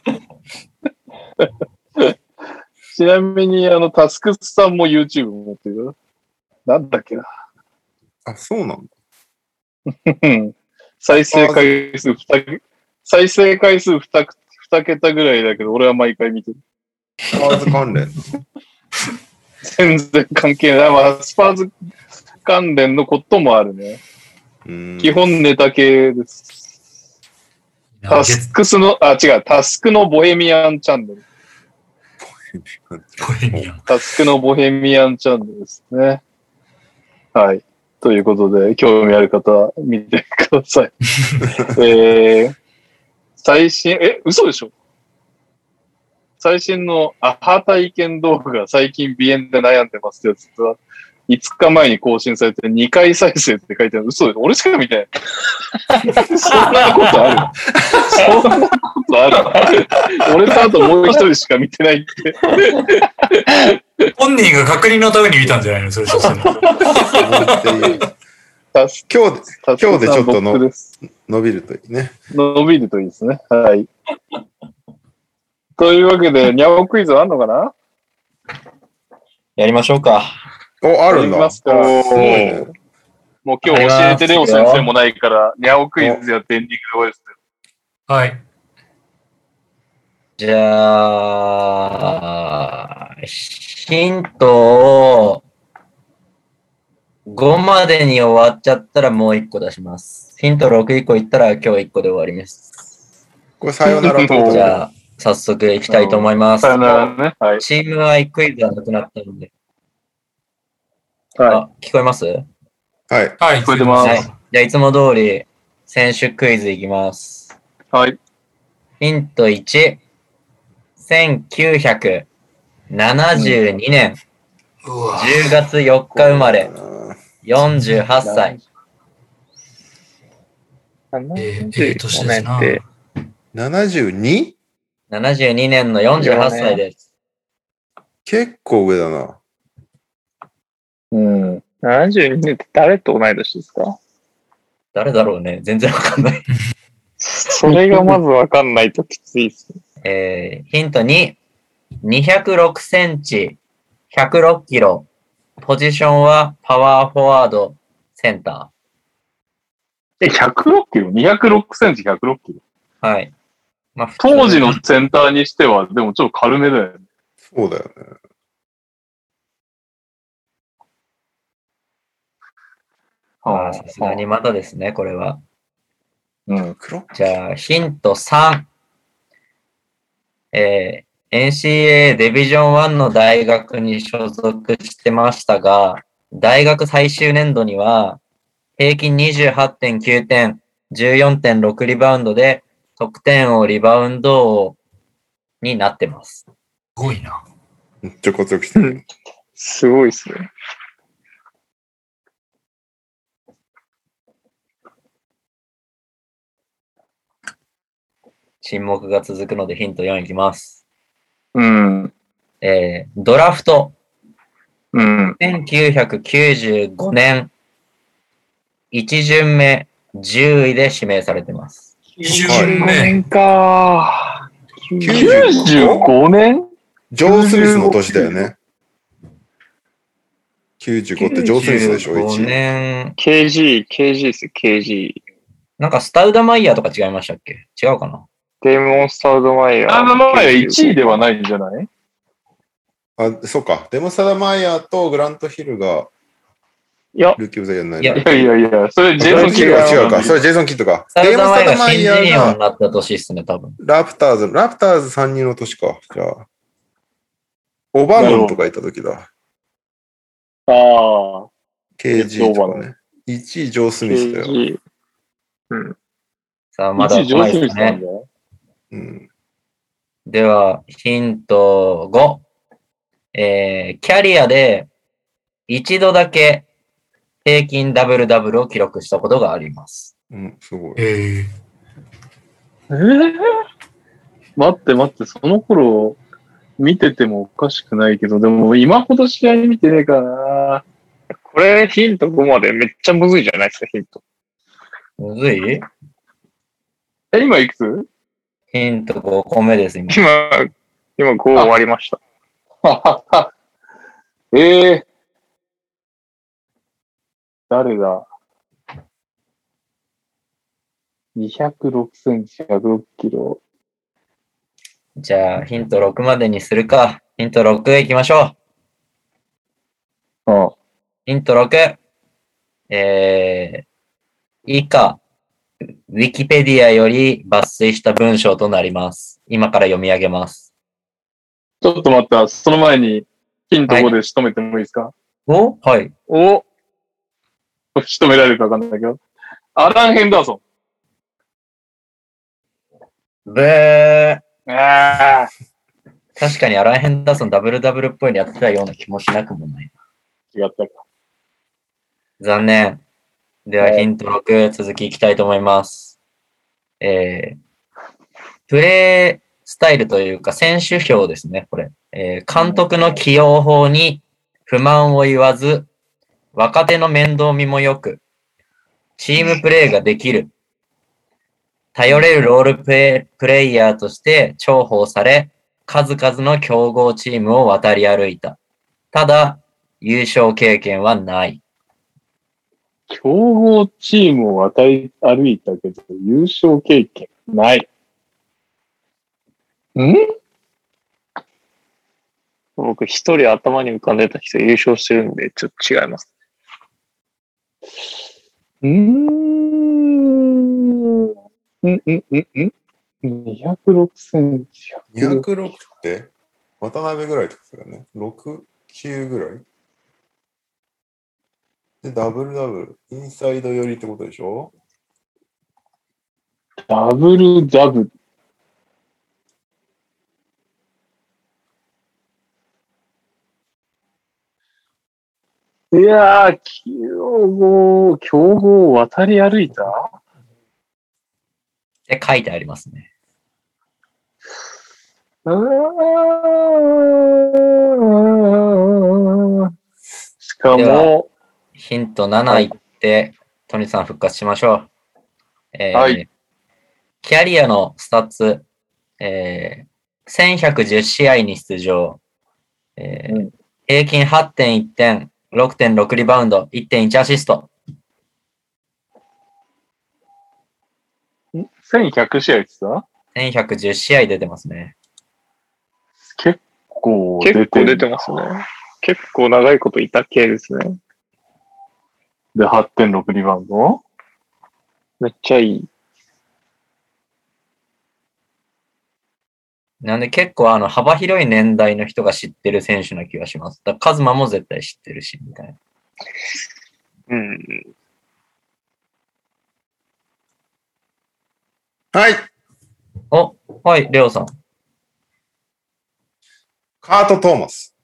B: ちなみに、あの、タスクさんも YouTube 持ってる。なんだっけな。
A: あ、そうなんだ。
B: うん再生回数2桁、再生回数 2, 桁ぐらいだけど、俺は毎回見てる。
A: カーズ関連。
B: 全然関係ない。まあ、スパーズ関連のこともあるね。
A: うん
B: 基本ネタ系です。
K: いや
B: タ
K: 月
B: スクスの、あ、違う、タスクのボヘミアンチャンネル。
K: ボヘミアン。
B: タスクのボヘミアンチャンネルですね。はい。ということで、興味ある方、見てください。えー、最新、え、嘘でしょ最新のアハ体験動画、最近鼻炎で悩んでますってやつは、5日前に更新されて2回再生って書いてある。嘘でしょ俺しか見てない。そんなことあるそんなことある俺とあともう一人しか見てないって。
K: 本人が確認のために見たんじゃないのそ
B: (laughs)
K: れ、そしたら。
A: 思って
B: 今日
A: 今日で今日でちょっとの伸びるといいね。
B: 伸びるといいですね。はい。というわけで、 (laughs) ニャオクイズあんのかな
E: やりましょうか。
A: お、あ
B: あ
A: るんだ。
B: ますか
A: すごいね
B: もう今日教えてレオ先生もないから、ニャオクイズやってエンディングで終わりですね。
K: はい。
E: じゃあ、ヒントを5までに終わっちゃったらもう1個出します。ヒント6以降いったら今日1個で終わりです。
A: これさよならと。
E: じゃあ、早速いきたいと思います
B: さ。よならね。はい。
E: チームアイクイズはなくなったので。
B: はい
E: あ、聞こえます
A: はい。
K: はい。
B: 聞こえてま
E: はい。
B: す
E: じ。ゃあ、いつも通り選手クイズいきます。
B: はい。
E: ヒント1、1972年
K: うわ
E: 10月4日生まれ、48歳。
K: えー、ええ年ですな。
F: って
A: 72?
E: 72年の48歳です。
A: 結構上だな。
F: うん。72年って誰と同い年ですか
E: 誰だろうね全然わかんない。 (laughs)
F: それがまずわかんないときついっすね。
E: えーヒント2、206センチ、106キロ。ポジションはパワーフォワード、センタ
B: え、106キロ ?206 センチ106キロ。
E: ー。はい。まあ普通
B: 当時のセンターにしては、でもちょっと軽めだよね。
A: そうだよね。
E: まあさすがにまだですね、これは。
B: うん。
A: 黒
E: じゃあ、ヒント3。えー NCAA デビジョン1の大学に所属してましたが、大学最終年度には、平均28.9点、14.6リバウンドで、得点をリバウンド王になってます。
K: すごいな。
A: めっちゃ活躍してる。
F: すごいっすね。
E: 沈黙が続くのでヒント4いきます。
B: うん。
E: えードラフト、
B: うん。
E: 1995年、1巡目10位で指名されてます。
K: 1巡
F: 95
K: 目。
F: 年か。
B: 95年
A: ジョー・スミスの年だよね。95ってジョー・スミスでしょ、
E: 95
A: 1位。
E: 年。
F: KG、KG っすよ、KG。
E: なんかスタウダマイヤーとか違いましたっけ違うかな
F: デーモン・スタードマイヤー。
B: あの前は1位ではないんじゃない
A: あ、そうか。デモ・サダ・マイヤーとグラント・ヒルが
F: いや、
A: ルーキー・オブ・ザ・イヤーにない
E: や
A: る。
B: いやいやいや、それジェイソン・キ
A: 違
B: ッ
A: う
B: ド
A: 違うか。それジェイソン・キッドか
E: ス。タウ
A: デ
E: ダ
A: モ・
E: マ
A: サ
E: イヤ
A: ダ・マ
E: ーが新
A: イヤ
E: 人王
A: ーが
E: になった年っすね、多分。
A: ラプターズ、ラプターズ参入の年か。じゃあ。オバノンとかいた時だ。
B: ああ。
A: KG とかね。1位ジョー・スミスだよ。
F: KG。
E: さあ、まだ
B: 1位上
E: 怖い
B: 手
E: で
B: に
E: す
B: したん
E: ね。
B: だよ。
A: うん。
E: では、ヒント5。えー、キャリアで一度だけ平均ダブルダブルを記録したことがあります。
A: うん、すごい。
K: え
B: えー、 (laughs) 待って待って、その頃、見ててもおかしくないけど、でも今ほど試合見てねえからな。
F: これヒント5までめっちゃむずいじゃないですか、ヒント。
E: むずい
B: え、今いくつ
E: ヒント5個目です、今。
F: 今、今5終わりました。
B: ええー。誰だ ?206 センチ、106キロ。
E: じゃあ、ヒント6までにするか。ヒント6いきましょう。
B: うん。
E: ヒント6。えー、以下、ウィキペディアより抜粋した文章となります。今から読み上げます。
B: ちょっと待った。その前に、ヒント
E: はい
B: 5で仕留めてもいいですか、
E: おはい。
B: お (laughs) 仕留められるかわかんないけど。アラン・ヘンダーソ
E: ブー。
B: ン。ああ。
E: 確かにアラン・ヘンダーソンダブルダブルっぽいのやってたような気もしなくもない。
B: 違ったか。
E: 残念。ではヒント6、続きいきたいと思います。えー、プレースタイルというか選手表ですね、これ。えー監督の起用法に不満を言わず、若手の面倒見も良く、チームプレーができる。頼れるロールプレイプレイヤーとして重宝され、数々の強豪チームを渡り歩いた。ただ、優勝経験はない。
B: 強豪チームを渡り歩いたけど、優勝経験ない。ん
F: 僕一人頭に浮かんでた人優勝してるんで、ちょっと違います。
B: うーん。んんんん ?206 センチ。106
A: 206って渡辺ぐらいってことだよね。6、9ぐらいで、ダブルダブル。インサイド寄りってことでしょ
B: ダブルダブル。いやー、強豪、強豪を渡り歩いた
E: って書いてありますね。
B: うーんしか
E: では
B: も、
E: ヒント7いって、トニーさん復活しましょう。えー
B: はい
E: キャリアのスタッツ、えー1110試合に出場、えー平均8.1点、6.6リバウンド、1.1アシスト。
B: 1100試合ってさ、
E: 1110試合出てますね。
B: 結構出て
F: 結
B: る
F: 構出てますね。結構長いこといた系ですね。
B: で、8.6リバウンド
F: めっちゃいい。
E: なんで結構あの幅広い年代の人が知ってる選手な気がします。だからカズマも絶対知ってるし、みたいな。
F: うん。
A: はい
E: お、はい、レオさん。
A: カート・トーマス。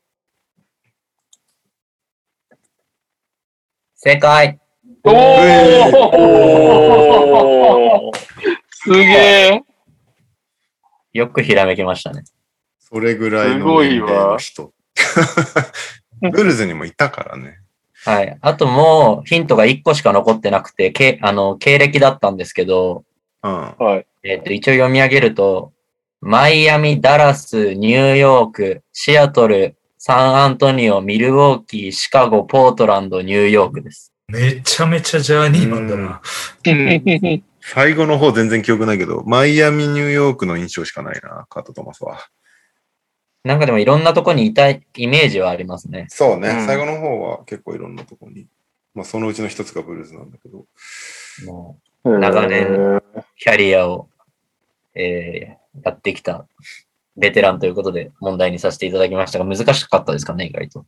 E: 正解
F: お
A: ー
F: おすげえ
E: よくひらめきましたね。
A: それぐらい
B: す
A: の
B: ごい
A: 年齢の
B: わ
A: 人。ブルズにもいたからね。
E: はい。あともう、ヒントが1個しか残ってなくて、けあの経歴だったんですけど、
A: うん。
B: はい。
E: えっ、と、一応読み上げると、マイアミ、ダラス、ニューヨーク、シアトル、サンアントニオ、ミルウォーキー、シカゴ、ポートランド、ニューヨークです。
K: めちゃめちゃジャーニーマンだな。
A: 最後の方全然記憶ないけど、マイアミ、ニューヨークの印象しかないな、カート・トーマスは。
E: なんかでもいろんなとこにいたイメージはありますね。
A: そうね、
F: うん
A: 最後の方は結構いろんなところに。まあ、そのうちの一つがブルーズなんだけど。
E: も
B: (laughs)
E: 長
B: 長
E: 年う、キャリアを、えーやってきたベテランということで問題にさせていただきましたが、難しかったですかね、意外と。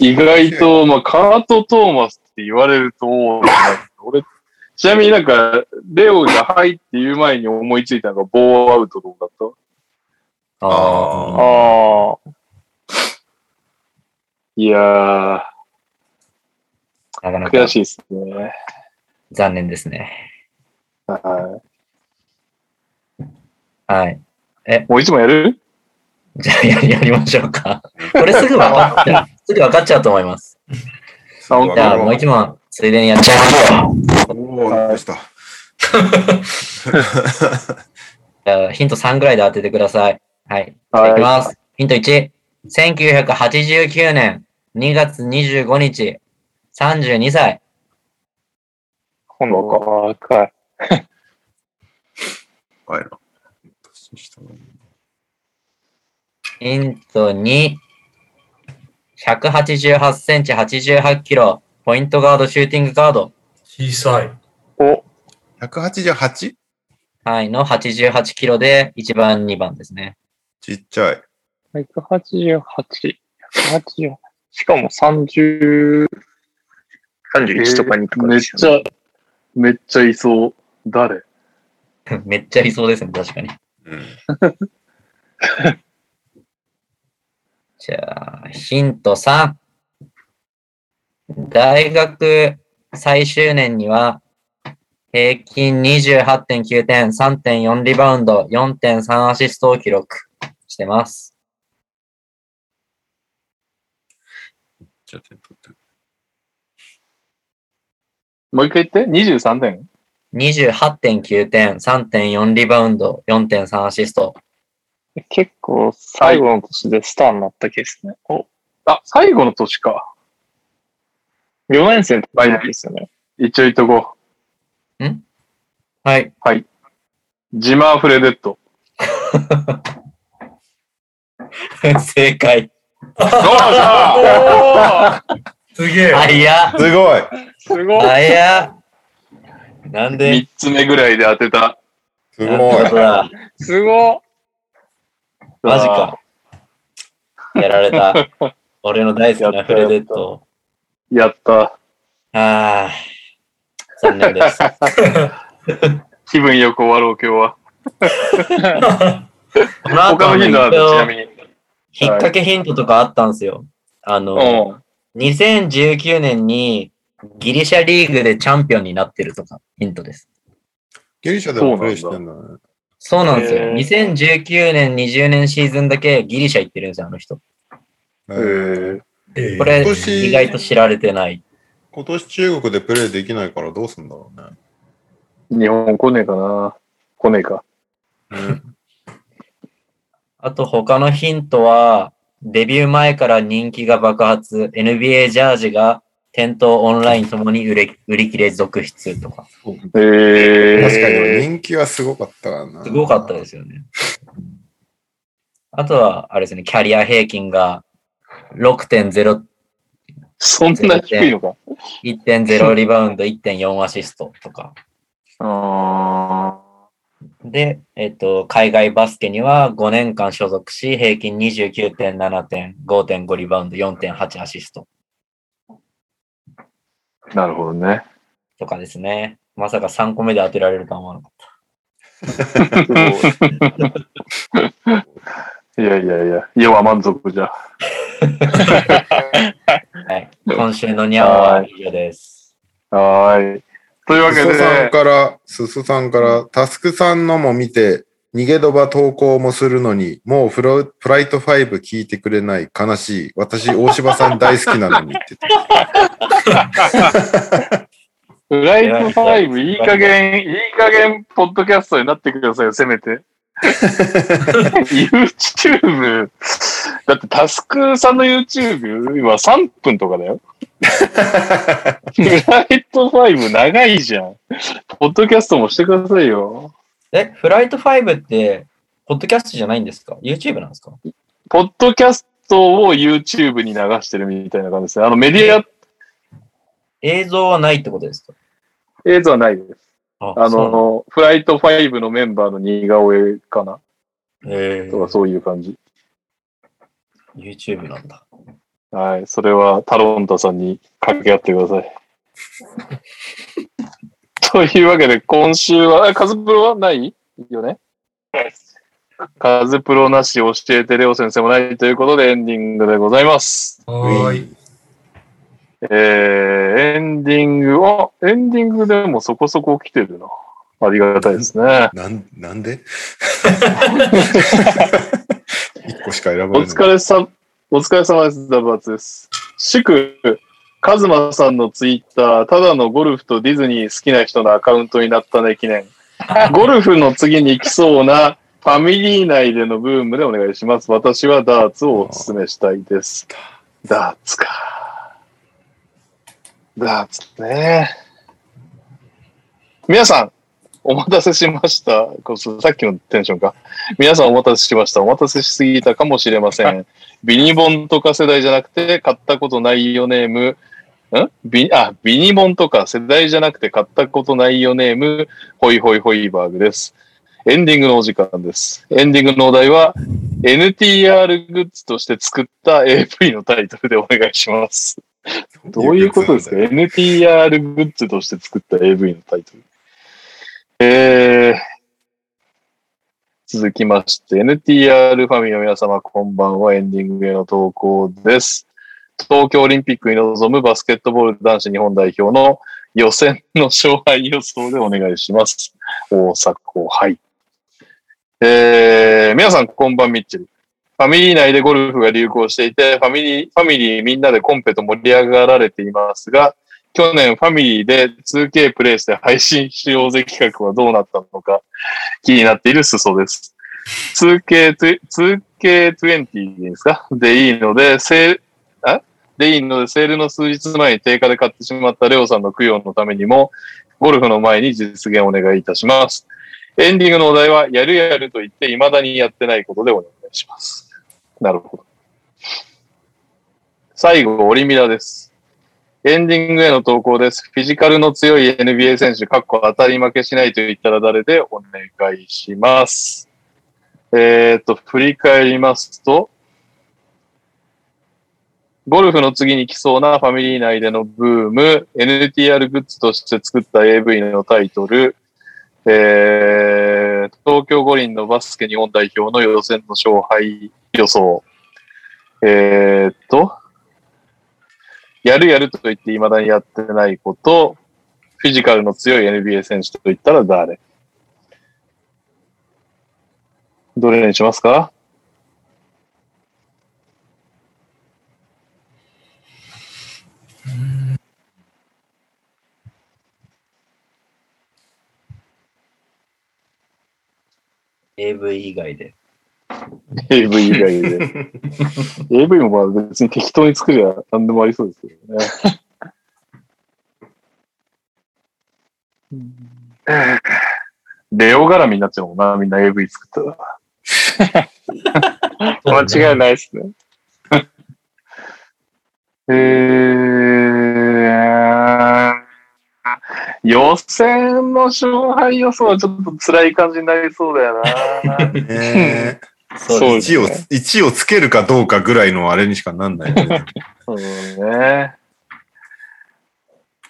B: 意外と、まあ、カート・トーマスって言われると、おーってなる俺、ちなみになんか、レオがはいって言う前に思いついたのが、ボーアウトとかだった。
A: あ
E: ー
F: あ
B: いや
E: なかな
B: ー、
E: か
B: 悔しいですね。
E: 残念ですね。
B: は
E: はい。
B: い。もう一問やる
E: じゃあ (laughs) やりやりましょうか。これすぐ分かっちゃう。すぐ分かっちゃうと思います。
A: あ
B: 本
E: じゃあもう一問、ついでにやっちゃいましょう。
A: おー、どうした。
E: じゃあヒント3ぐらいで当ててください。はい。じゃあ
B: はい
E: いきます。ヒント1。1989年2月25日、32歳。
F: 今度は若い。
A: あいな。年下なの
E: ヒント2。 188センチ、88キロ、ポイントガード、シューティングガード、
K: 小さい。
F: お、
A: 188?
E: はい、の88キロで1番、2番ですね。 (laughs)
A: ちっちゃい。
F: 188。188。しかも30、31とか2とか
B: めっ
F: ですよね
B: ちゃ、めっちゃいそう。誰
E: めっちゃ理想ですね、確かに。
A: うん。
E: じゃあ、ヒント3。大学最終年には、平均28.9点、3.4リバウンド、4.3アシストを記録してます。
A: じゃあ点取って。
B: もう一回言って、23点
E: 28.9点、3.4リバウンド、4.3アシスト。
F: 結構最後の年でスターになったケースね。お、
B: あ、最後の年か。
F: 4年生とかいないですよね。
B: 一応言っとこ
E: はい。 (laughs)
B: う。ジマーフレデッド。
E: 正解。
K: すげえ。
E: あいや、
A: すごい
F: すごい。
E: あいや。なんで、
B: 三つ目ぐらいで当てた。
A: す
E: (laughs) なんて
A: ごい
E: ことだ。
F: すご
E: マジか。 (laughs) やられた。俺の大好きなフレデット。
B: やった。
E: ああ、残念です。
B: 気分よく終わろう、今日は。
E: この後
B: (laughs) 他のヒントはちなみに。
E: 引っ掛けヒントとかあったんですよ。あの、
B: うん。
E: 2019年にギリシャリーグでチャンピオンになってるとか、ヒントです。
A: ギリシャでもプレイしてんだね。
E: そうなんですよ
F: へ。ー
E: 2019年、20年シーズンだけギリシャ行ってるんですよ、あの人。
A: え
B: えー、
K: ええ
E: これ、
A: 今年
E: 意外と知られてない。
A: 今年中国でプレイできないからどうすんだろう
B: 日本来ねえかな。来ねえか。
A: ね。ね
E: あと他のヒントは、デビュー前から人気が爆発、NBA ジャージが店頭オンラインともに売れ売り切れ続出とか。
B: えー、
A: 確かにでも人気はすごかったからな。。
E: すごかったですすよね。あとは、あれですね、キャリア平均が6.0、
B: そんな低いのか。
E: 1.0リバウンド、1.4アシストとか。
B: あ
E: で、えっと、海外バスケには5年間所属し、平均29.7点、5.5リバウンド、4.8アシスト
B: ーなるほどね。
E: とかですね。まさか3個目で当てられるとは思わなかっ
B: いやいやいや、要は満足じゃ。
E: た。はい。今週のニャオは以上です。
B: はーい。というわ
A: す
B: け
A: そさん
B: で、
A: から、すそさんから、タスクさんのも見て、逃げドバ投稿もするのに、もうフロフライト5聞いてくれない、悲しい。私、大柴さん大好きなのにって言って
B: フライト5、いい加減、いい加減、ポッドキャストになってくださいよ、せめ
E: (laughs)
B: て。YouTube、だってタスクさんの YouTube は3分とかだよ。フライト5長いじゃん。ポッドキャストもしてくださいよ。
E: え、フライト5って、ポッドキャストじゃないんですか ?YouTube なんですか
B: ポッドキャストを YouTube に流してるみたいな感じですね。あのメディア
E: 映像はないってことですか
B: 映像はないです。
E: あ
B: あ
E: そう
B: の、フライト5のメンバーの似顔絵かな
E: え
B: とかそういう感じ。
E: ー、YouTube なんだ。
B: はい。それはタロンタさんに掛け合ってください。というわけで、今週は、あカズプロはないよねカズプロなし教えてレオ先生もないということでエンディングでございます。
K: はーい。
B: えー、エンディングあエンディングでもそこそこ来てるな。ありがたいですね。
A: なん、なんで (laughs) 一個しか選ばれない。
B: お疲れさ、お疲れ様です。ダブアツです。祝、カズマさんのツイッター、ただのゴルフとディズニー好きな人のアカウントになったね、記 (laughs) 念。ゴルフの次に来そうなファミリー内でのブームでお願いします。私はダーツをお勧めしたいです。ダーツか。ダーツね。皆さん、お待たせしました。こうさっきのテンションか。皆さんお待たせしました。お待たせしすぎたかもしれません。ビニボンとか世代じゃなくて、買ったことないよネーム、んビあ、ビニボンとか世代じゃなくて買ったことないよネーム、ホイホイホイバーグです。エンディングのお時間です。エンディングのお題は、NTR グッズとして作った AV のタイトルでお願いします。どういうことですか ?NTR グッズとして作った AV のタイトル。えー、続きまして、NTR ファミリーの皆様、こんばんは。エンディングへの投稿です。東京オリンピックに臨むバスケットボール男子日本代表の予選の勝敗予想でお願いします。大阪後輩。えー、皆さん、こんばんみっちり。ファミリー内でゴルフが流行していて、ファミリー、ファミリーみんなでコンペと盛り上がられていますが、去年ファミリーで 2K プレイスで配信しようぜ企画はどうなったのか気になっている裾です。2K、2K20 ですかでいいので、セール、あでいいので、セールの数日前に定価で買ってしまったレオさんの供養のためにも、ゴルフの前に実現お願いいたします。エンディングのお題は、やるやると言って未だにやってないことでお願いします。なるほど。最後、オリミラです。エンディングへの投稿です。フィジカルの強い NBA 選手、かっこ当たり負けしないと言ったら誰でお願いします。えー、っと、振り返りますと、ゴルフの次に来そうなファミリー内でのブーム、NTR グッズとして作った AV のタイトル、えー、東京五輪のバスケ日本代表の予選の勝敗予想、えー、っと、やるやると言って未だにやってないこと、フィジカルの強い NBA 選手と言ったら誰どれにしますか
E: ー、AV 以外で。
B: ?AV 以外で。AV もまあ別に適当に作りゃ何でもありそうですけどね。レオ絡みになっちゃうもんな、みんな AV 作ったら。
F: 間違いないですね。
B: えー、予選の勝敗予想はちょっと辛い感じになりそうだよな。
A: ね
E: そ
A: え
E: う
F: そうで
A: 1を、一をつけるかどうかぐらいのあれにしかなんないよね。
B: そうね。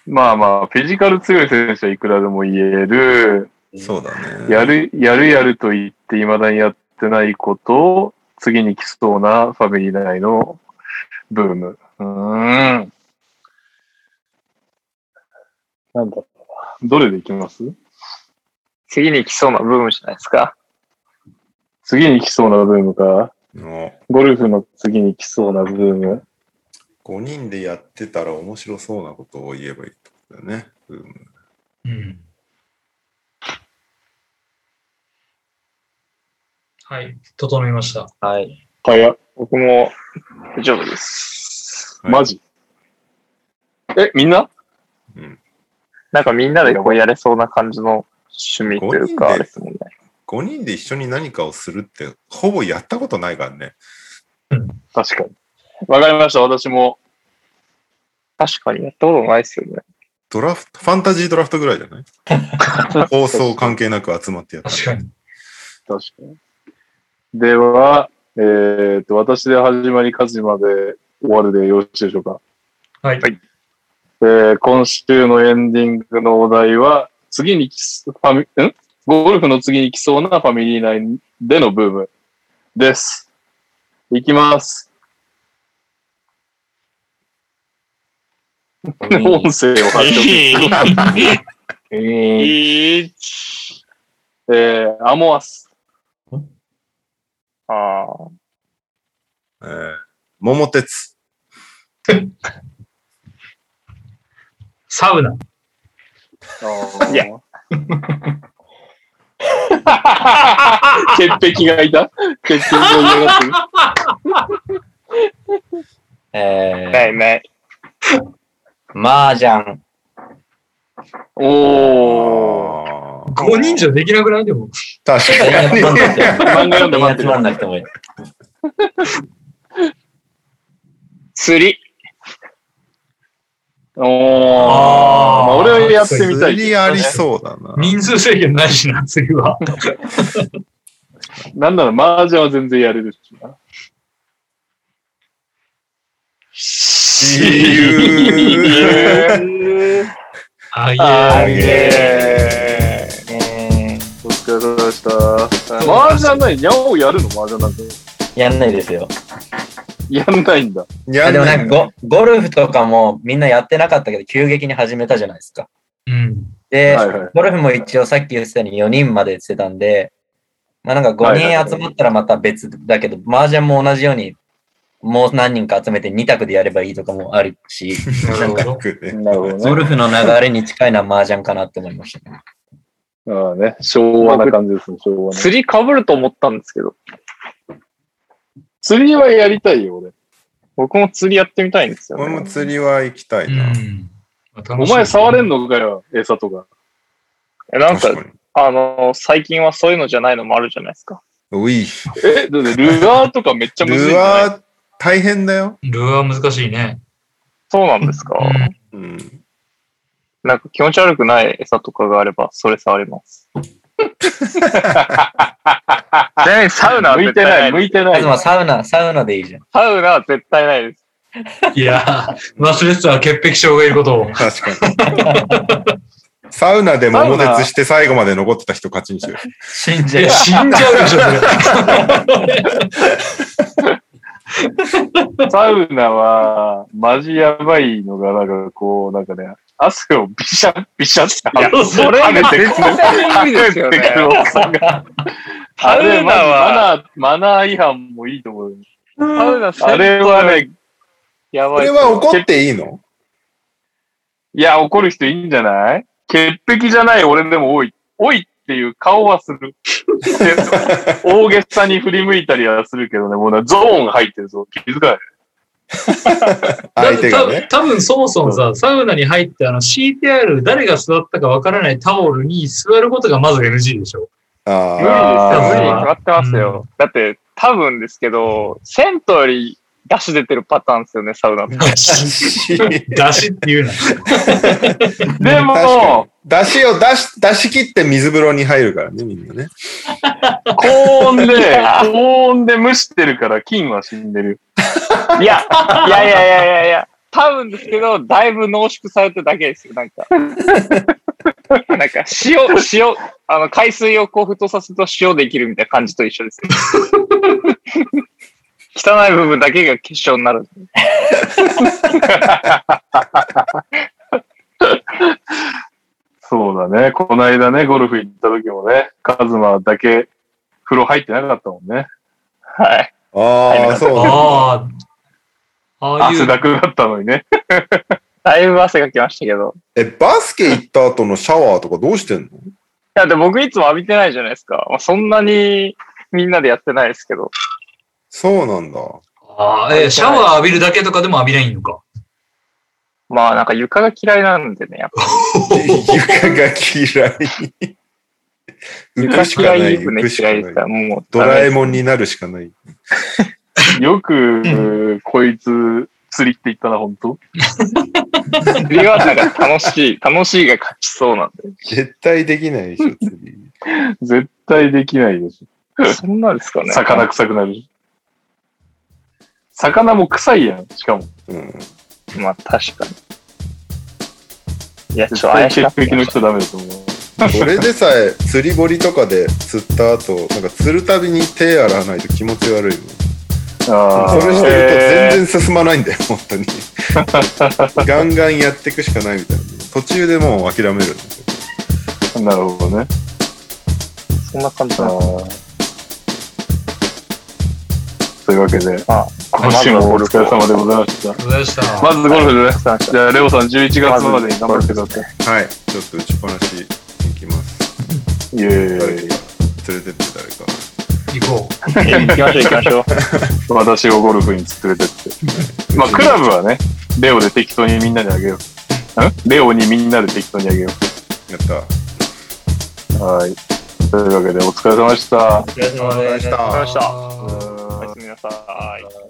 B: まあまあ、フィジカル強い選手はいくらでも言える。
A: そうだね。
B: やる、やるやると言って未だにやってないことを次に来そうなファミリー内のブーム。うーん。なんだろうなどれでいきます
F: (laughs) 次に来そうなブームじゃないですか。
B: 次に来そうなブームか。
A: の
B: ゴルフの次に来そうなブーム。
A: 5人でやってたら面白そうなことを言えばいいってことだよね。うん
C: うん。はい、整いました。
E: はい。
B: 早っ。
F: 僕も大丈夫です。
A: はい
B: マジ。え、みんな
F: なんかみんなでこうやれそうな感じの趣味というか、
A: 五人で
F: あれですもんね。
A: 5人で一緒に何かをするって、ほぼやったことないからね。
B: 確かに。わかりました。私も。
F: 確かにやったことないですよね。
A: ドラフト、ファンタジードラフトぐらいじゃない放送関係なく集まってやった。
C: 確かに。
B: 確かに。では、えー、っと、私で始まり、カズまで終わるでよろしいでしょうか。
C: はい。
B: えー今週のエンディングのお題は、次に来すファミ、んゴルフの次に来そうなファミリー内でのブームです。いきます。音声を発表。
F: え
A: (laughs)
B: えー、アモアス。
F: ああ。
A: えー、桃鉄。
C: サウナ。
F: いや。
B: 潔癖が
A: (laughs)
B: いた潔癖が嫌がってる。
F: な
E: え
F: いない。
E: ー、麻雀。
B: おー。
A: あー
C: 5人じゃできなくないでも。
A: 確
E: 漫画
A: かに。
E: 読んで待って。漫画読んなくてもいい。
F: 釣り。
B: おー、まあ、俺はやってみたいけどね。
A: 釣りありそうだな。
C: 人数制限ないしな、釣りは。
B: なんなら、麻雀は全然やれるしな。
A: 自由。
C: あい
B: あー、
C: え。
B: イエーイ。お疲れ様でした。麻雀ない、にゃおやるの麻雀なんて。
E: やんないですよ。
B: やんないんだ。
A: にゃ
E: あ
A: ん
E: で
A: ね
E: もなんかゴ、ゴルフとかもみんなやってなかったけど、急激に始めたじゃないですか。
C: うん。
E: で、
B: はいはい
E: ゴルフも一応さっき言ってたように4人までしてたんで、まあなんか5人集まったらまた別だけど、麻雀も同じように、もう何人か集めて2択でやればいいとかもあるし、
C: なるほど。
B: なるほどね。
E: ゴルフの流れに近いのは麻雀かなって思いましたね。
B: ああね、昭和な感じですね、昭和な。
F: 釣り被ると思ったんですけど、
B: 釣りはやりたいよ、俺。
F: 僕も釣りやってみたいんですよ、
A: 俺
F: ね。
A: も釣りは行きたいうな。
C: ん。
B: お前触れんのかよ、餌とか。
F: えなんか
A: 確、かに。
F: あの、最近はそういうのじゃないのもあるじゃないですか。
A: うい。
B: え、だってルアーとかめっちゃむずいんじ
A: ル
B: ゃない
A: アー大変だよ。
C: ルアー難しいね。
F: そうなんですか。
C: うん
A: うん。
F: なんか気持ち悪くない餌とかがあれば、それ触れ (laughs) ます。ちなみにサウナは
B: 向い
F: 絶
B: て
F: 対
B: な、
F: ないい。
B: 向いてな
E: あ
B: い
E: と。まあサウナ、サウナでいいじゃん。
F: サウナは絶対ないです。
C: いやー、忘れてた、潔癖症がいることを。
A: 確かに。サウナで桃鉄して最後まで残ってた人勝ちにしよ (laughs) う。
E: 死ん
C: い
E: じゃ
C: や、
E: う。
C: 死んじゃうでしょ、それ。
B: サウナは、マジやばいのが、なんかこう、なんかね、汗をビシャビシャって
F: いやそれ
B: 跳ねてくる。
F: 然いいですよね (laughs)
B: 跳ねてくるおっさんが。あ
F: サウ
B: れ、
F: ナ
B: マジ
F: は、
B: マナー、マナー違反もいいと思うよ。
F: サウナ
B: あれはね、
F: や
A: こ
F: ばい
A: れ
F: ですよ。
A: は怒っていいの
B: いや、怒る人いいんじゃない潔癖じゃない俺でも多い。多いっていう顔はする。 (laughs) で大げさに振り向いたりはするけどね、もうなゾーン入ってるぞ。気づかない。
A: 相手がね。
C: 多分多分そもそもさ、サウナに入って、あの、敷いてある、誰が座ったかわからないタオルに座ることがまず NG でしょ。
F: 無理ですよ
A: ああ。、
B: あー
F: 無理に決まってますよ。だって、多分ですけど、銭湯より出汁出てるパターンですよね、サウナ。
C: だし、だしっていうな。
B: で
A: (laughs) 確か
B: も、
A: 出汁を出し、出し切って水風呂に入るからね、みんなね。
B: 高温で、高温で蒸してるから菌は死んでる。
F: (laughs) いや、いやいやいやいやいや、多分ですけど、だいぶ濃縮されてるだけですよ、なん (laughs) か。なんか、塩、塩、あの、海水をこう沸騰させると塩できるみたいな感じと一緒です (laughs) よ。汚い部分だけが結晶になる。
B: そうだね。この間ね、ゴルフ行った時もね、カズマだけ風呂入ってなかったもんね。
F: はい。
A: ああ、そうだ。
C: (laughs) ああ、ああいう
B: 汗。だくだったのにね。
F: だいぶ汗かきましたけど。
A: え、バスケ行った後のシャワーとかどうしてんの
F: だって僕いつも浴びてないじゃないですか。まあ、そんなにみんなでやってないですけど。
A: そうなんだ。
C: ああ、えーシャワー浴びるだけとかでも浴びないのか。
F: まあなんか床が嫌いなんでね、やっぱ。
A: 床が嫌い。浮
F: 床
A: くしか
F: 嫌、
A: ないい。
F: 湯船
A: 浮くし
F: 嫌
A: か
F: いですか
A: ない。
F: ら、もう。
A: ドラえもんになるしかない。
B: よく、こいつ、釣りって言ったな、本当
F: 釣りはなんか楽しい、楽しいが勝ちそうなん
A: 絶対できないでしょ、釣り。
B: 絶対できないでし
F: で。そんなんですか
B: ょ。
F: ね。
B: 魚臭くなるし。魚も臭いやん、しかも。
A: うん。
F: まあ確かに。いや、ち
B: 絶
F: ょっと
B: 対
F: 怪し
B: 潔
F: かった
B: 癖の人ダメだと思う。
A: それでさえ、釣り堀とかで釣った後、なんか釣るたびに手洗わないと気持ち悪いも
B: あ
A: ん。それしてると
B: 然。
A: 全然進まないんだよ、本当に。ガンガンやっていくしかないみたいな。途中でもう諦める。
B: えーなるほどね。
F: そんな感じ
B: あ
F: なの
B: ーというわけで、
F: あ
B: 今週もお疲れ様でございました。
C: どうでした
B: まずゴルフですね。じゃあ、レオさん11月までに頑張ってください。
A: はい。ちょっと打ちっぱなし行きます。
B: イェ
A: 誰
B: ーイ
A: か。連れてって誰か。
C: 行こう。
F: 行きましょう行きましょう。
B: 私をゴルフに連れてって。まあ、クラブはね、レオで適当にみんなであげよう。んレオにみんなで適当にあげよう。
A: やった。
B: はい。というわけで、お疲れ様でした。
E: お疲れ様でした。
F: わかりました。
B: うーん
F: おやすみなさい。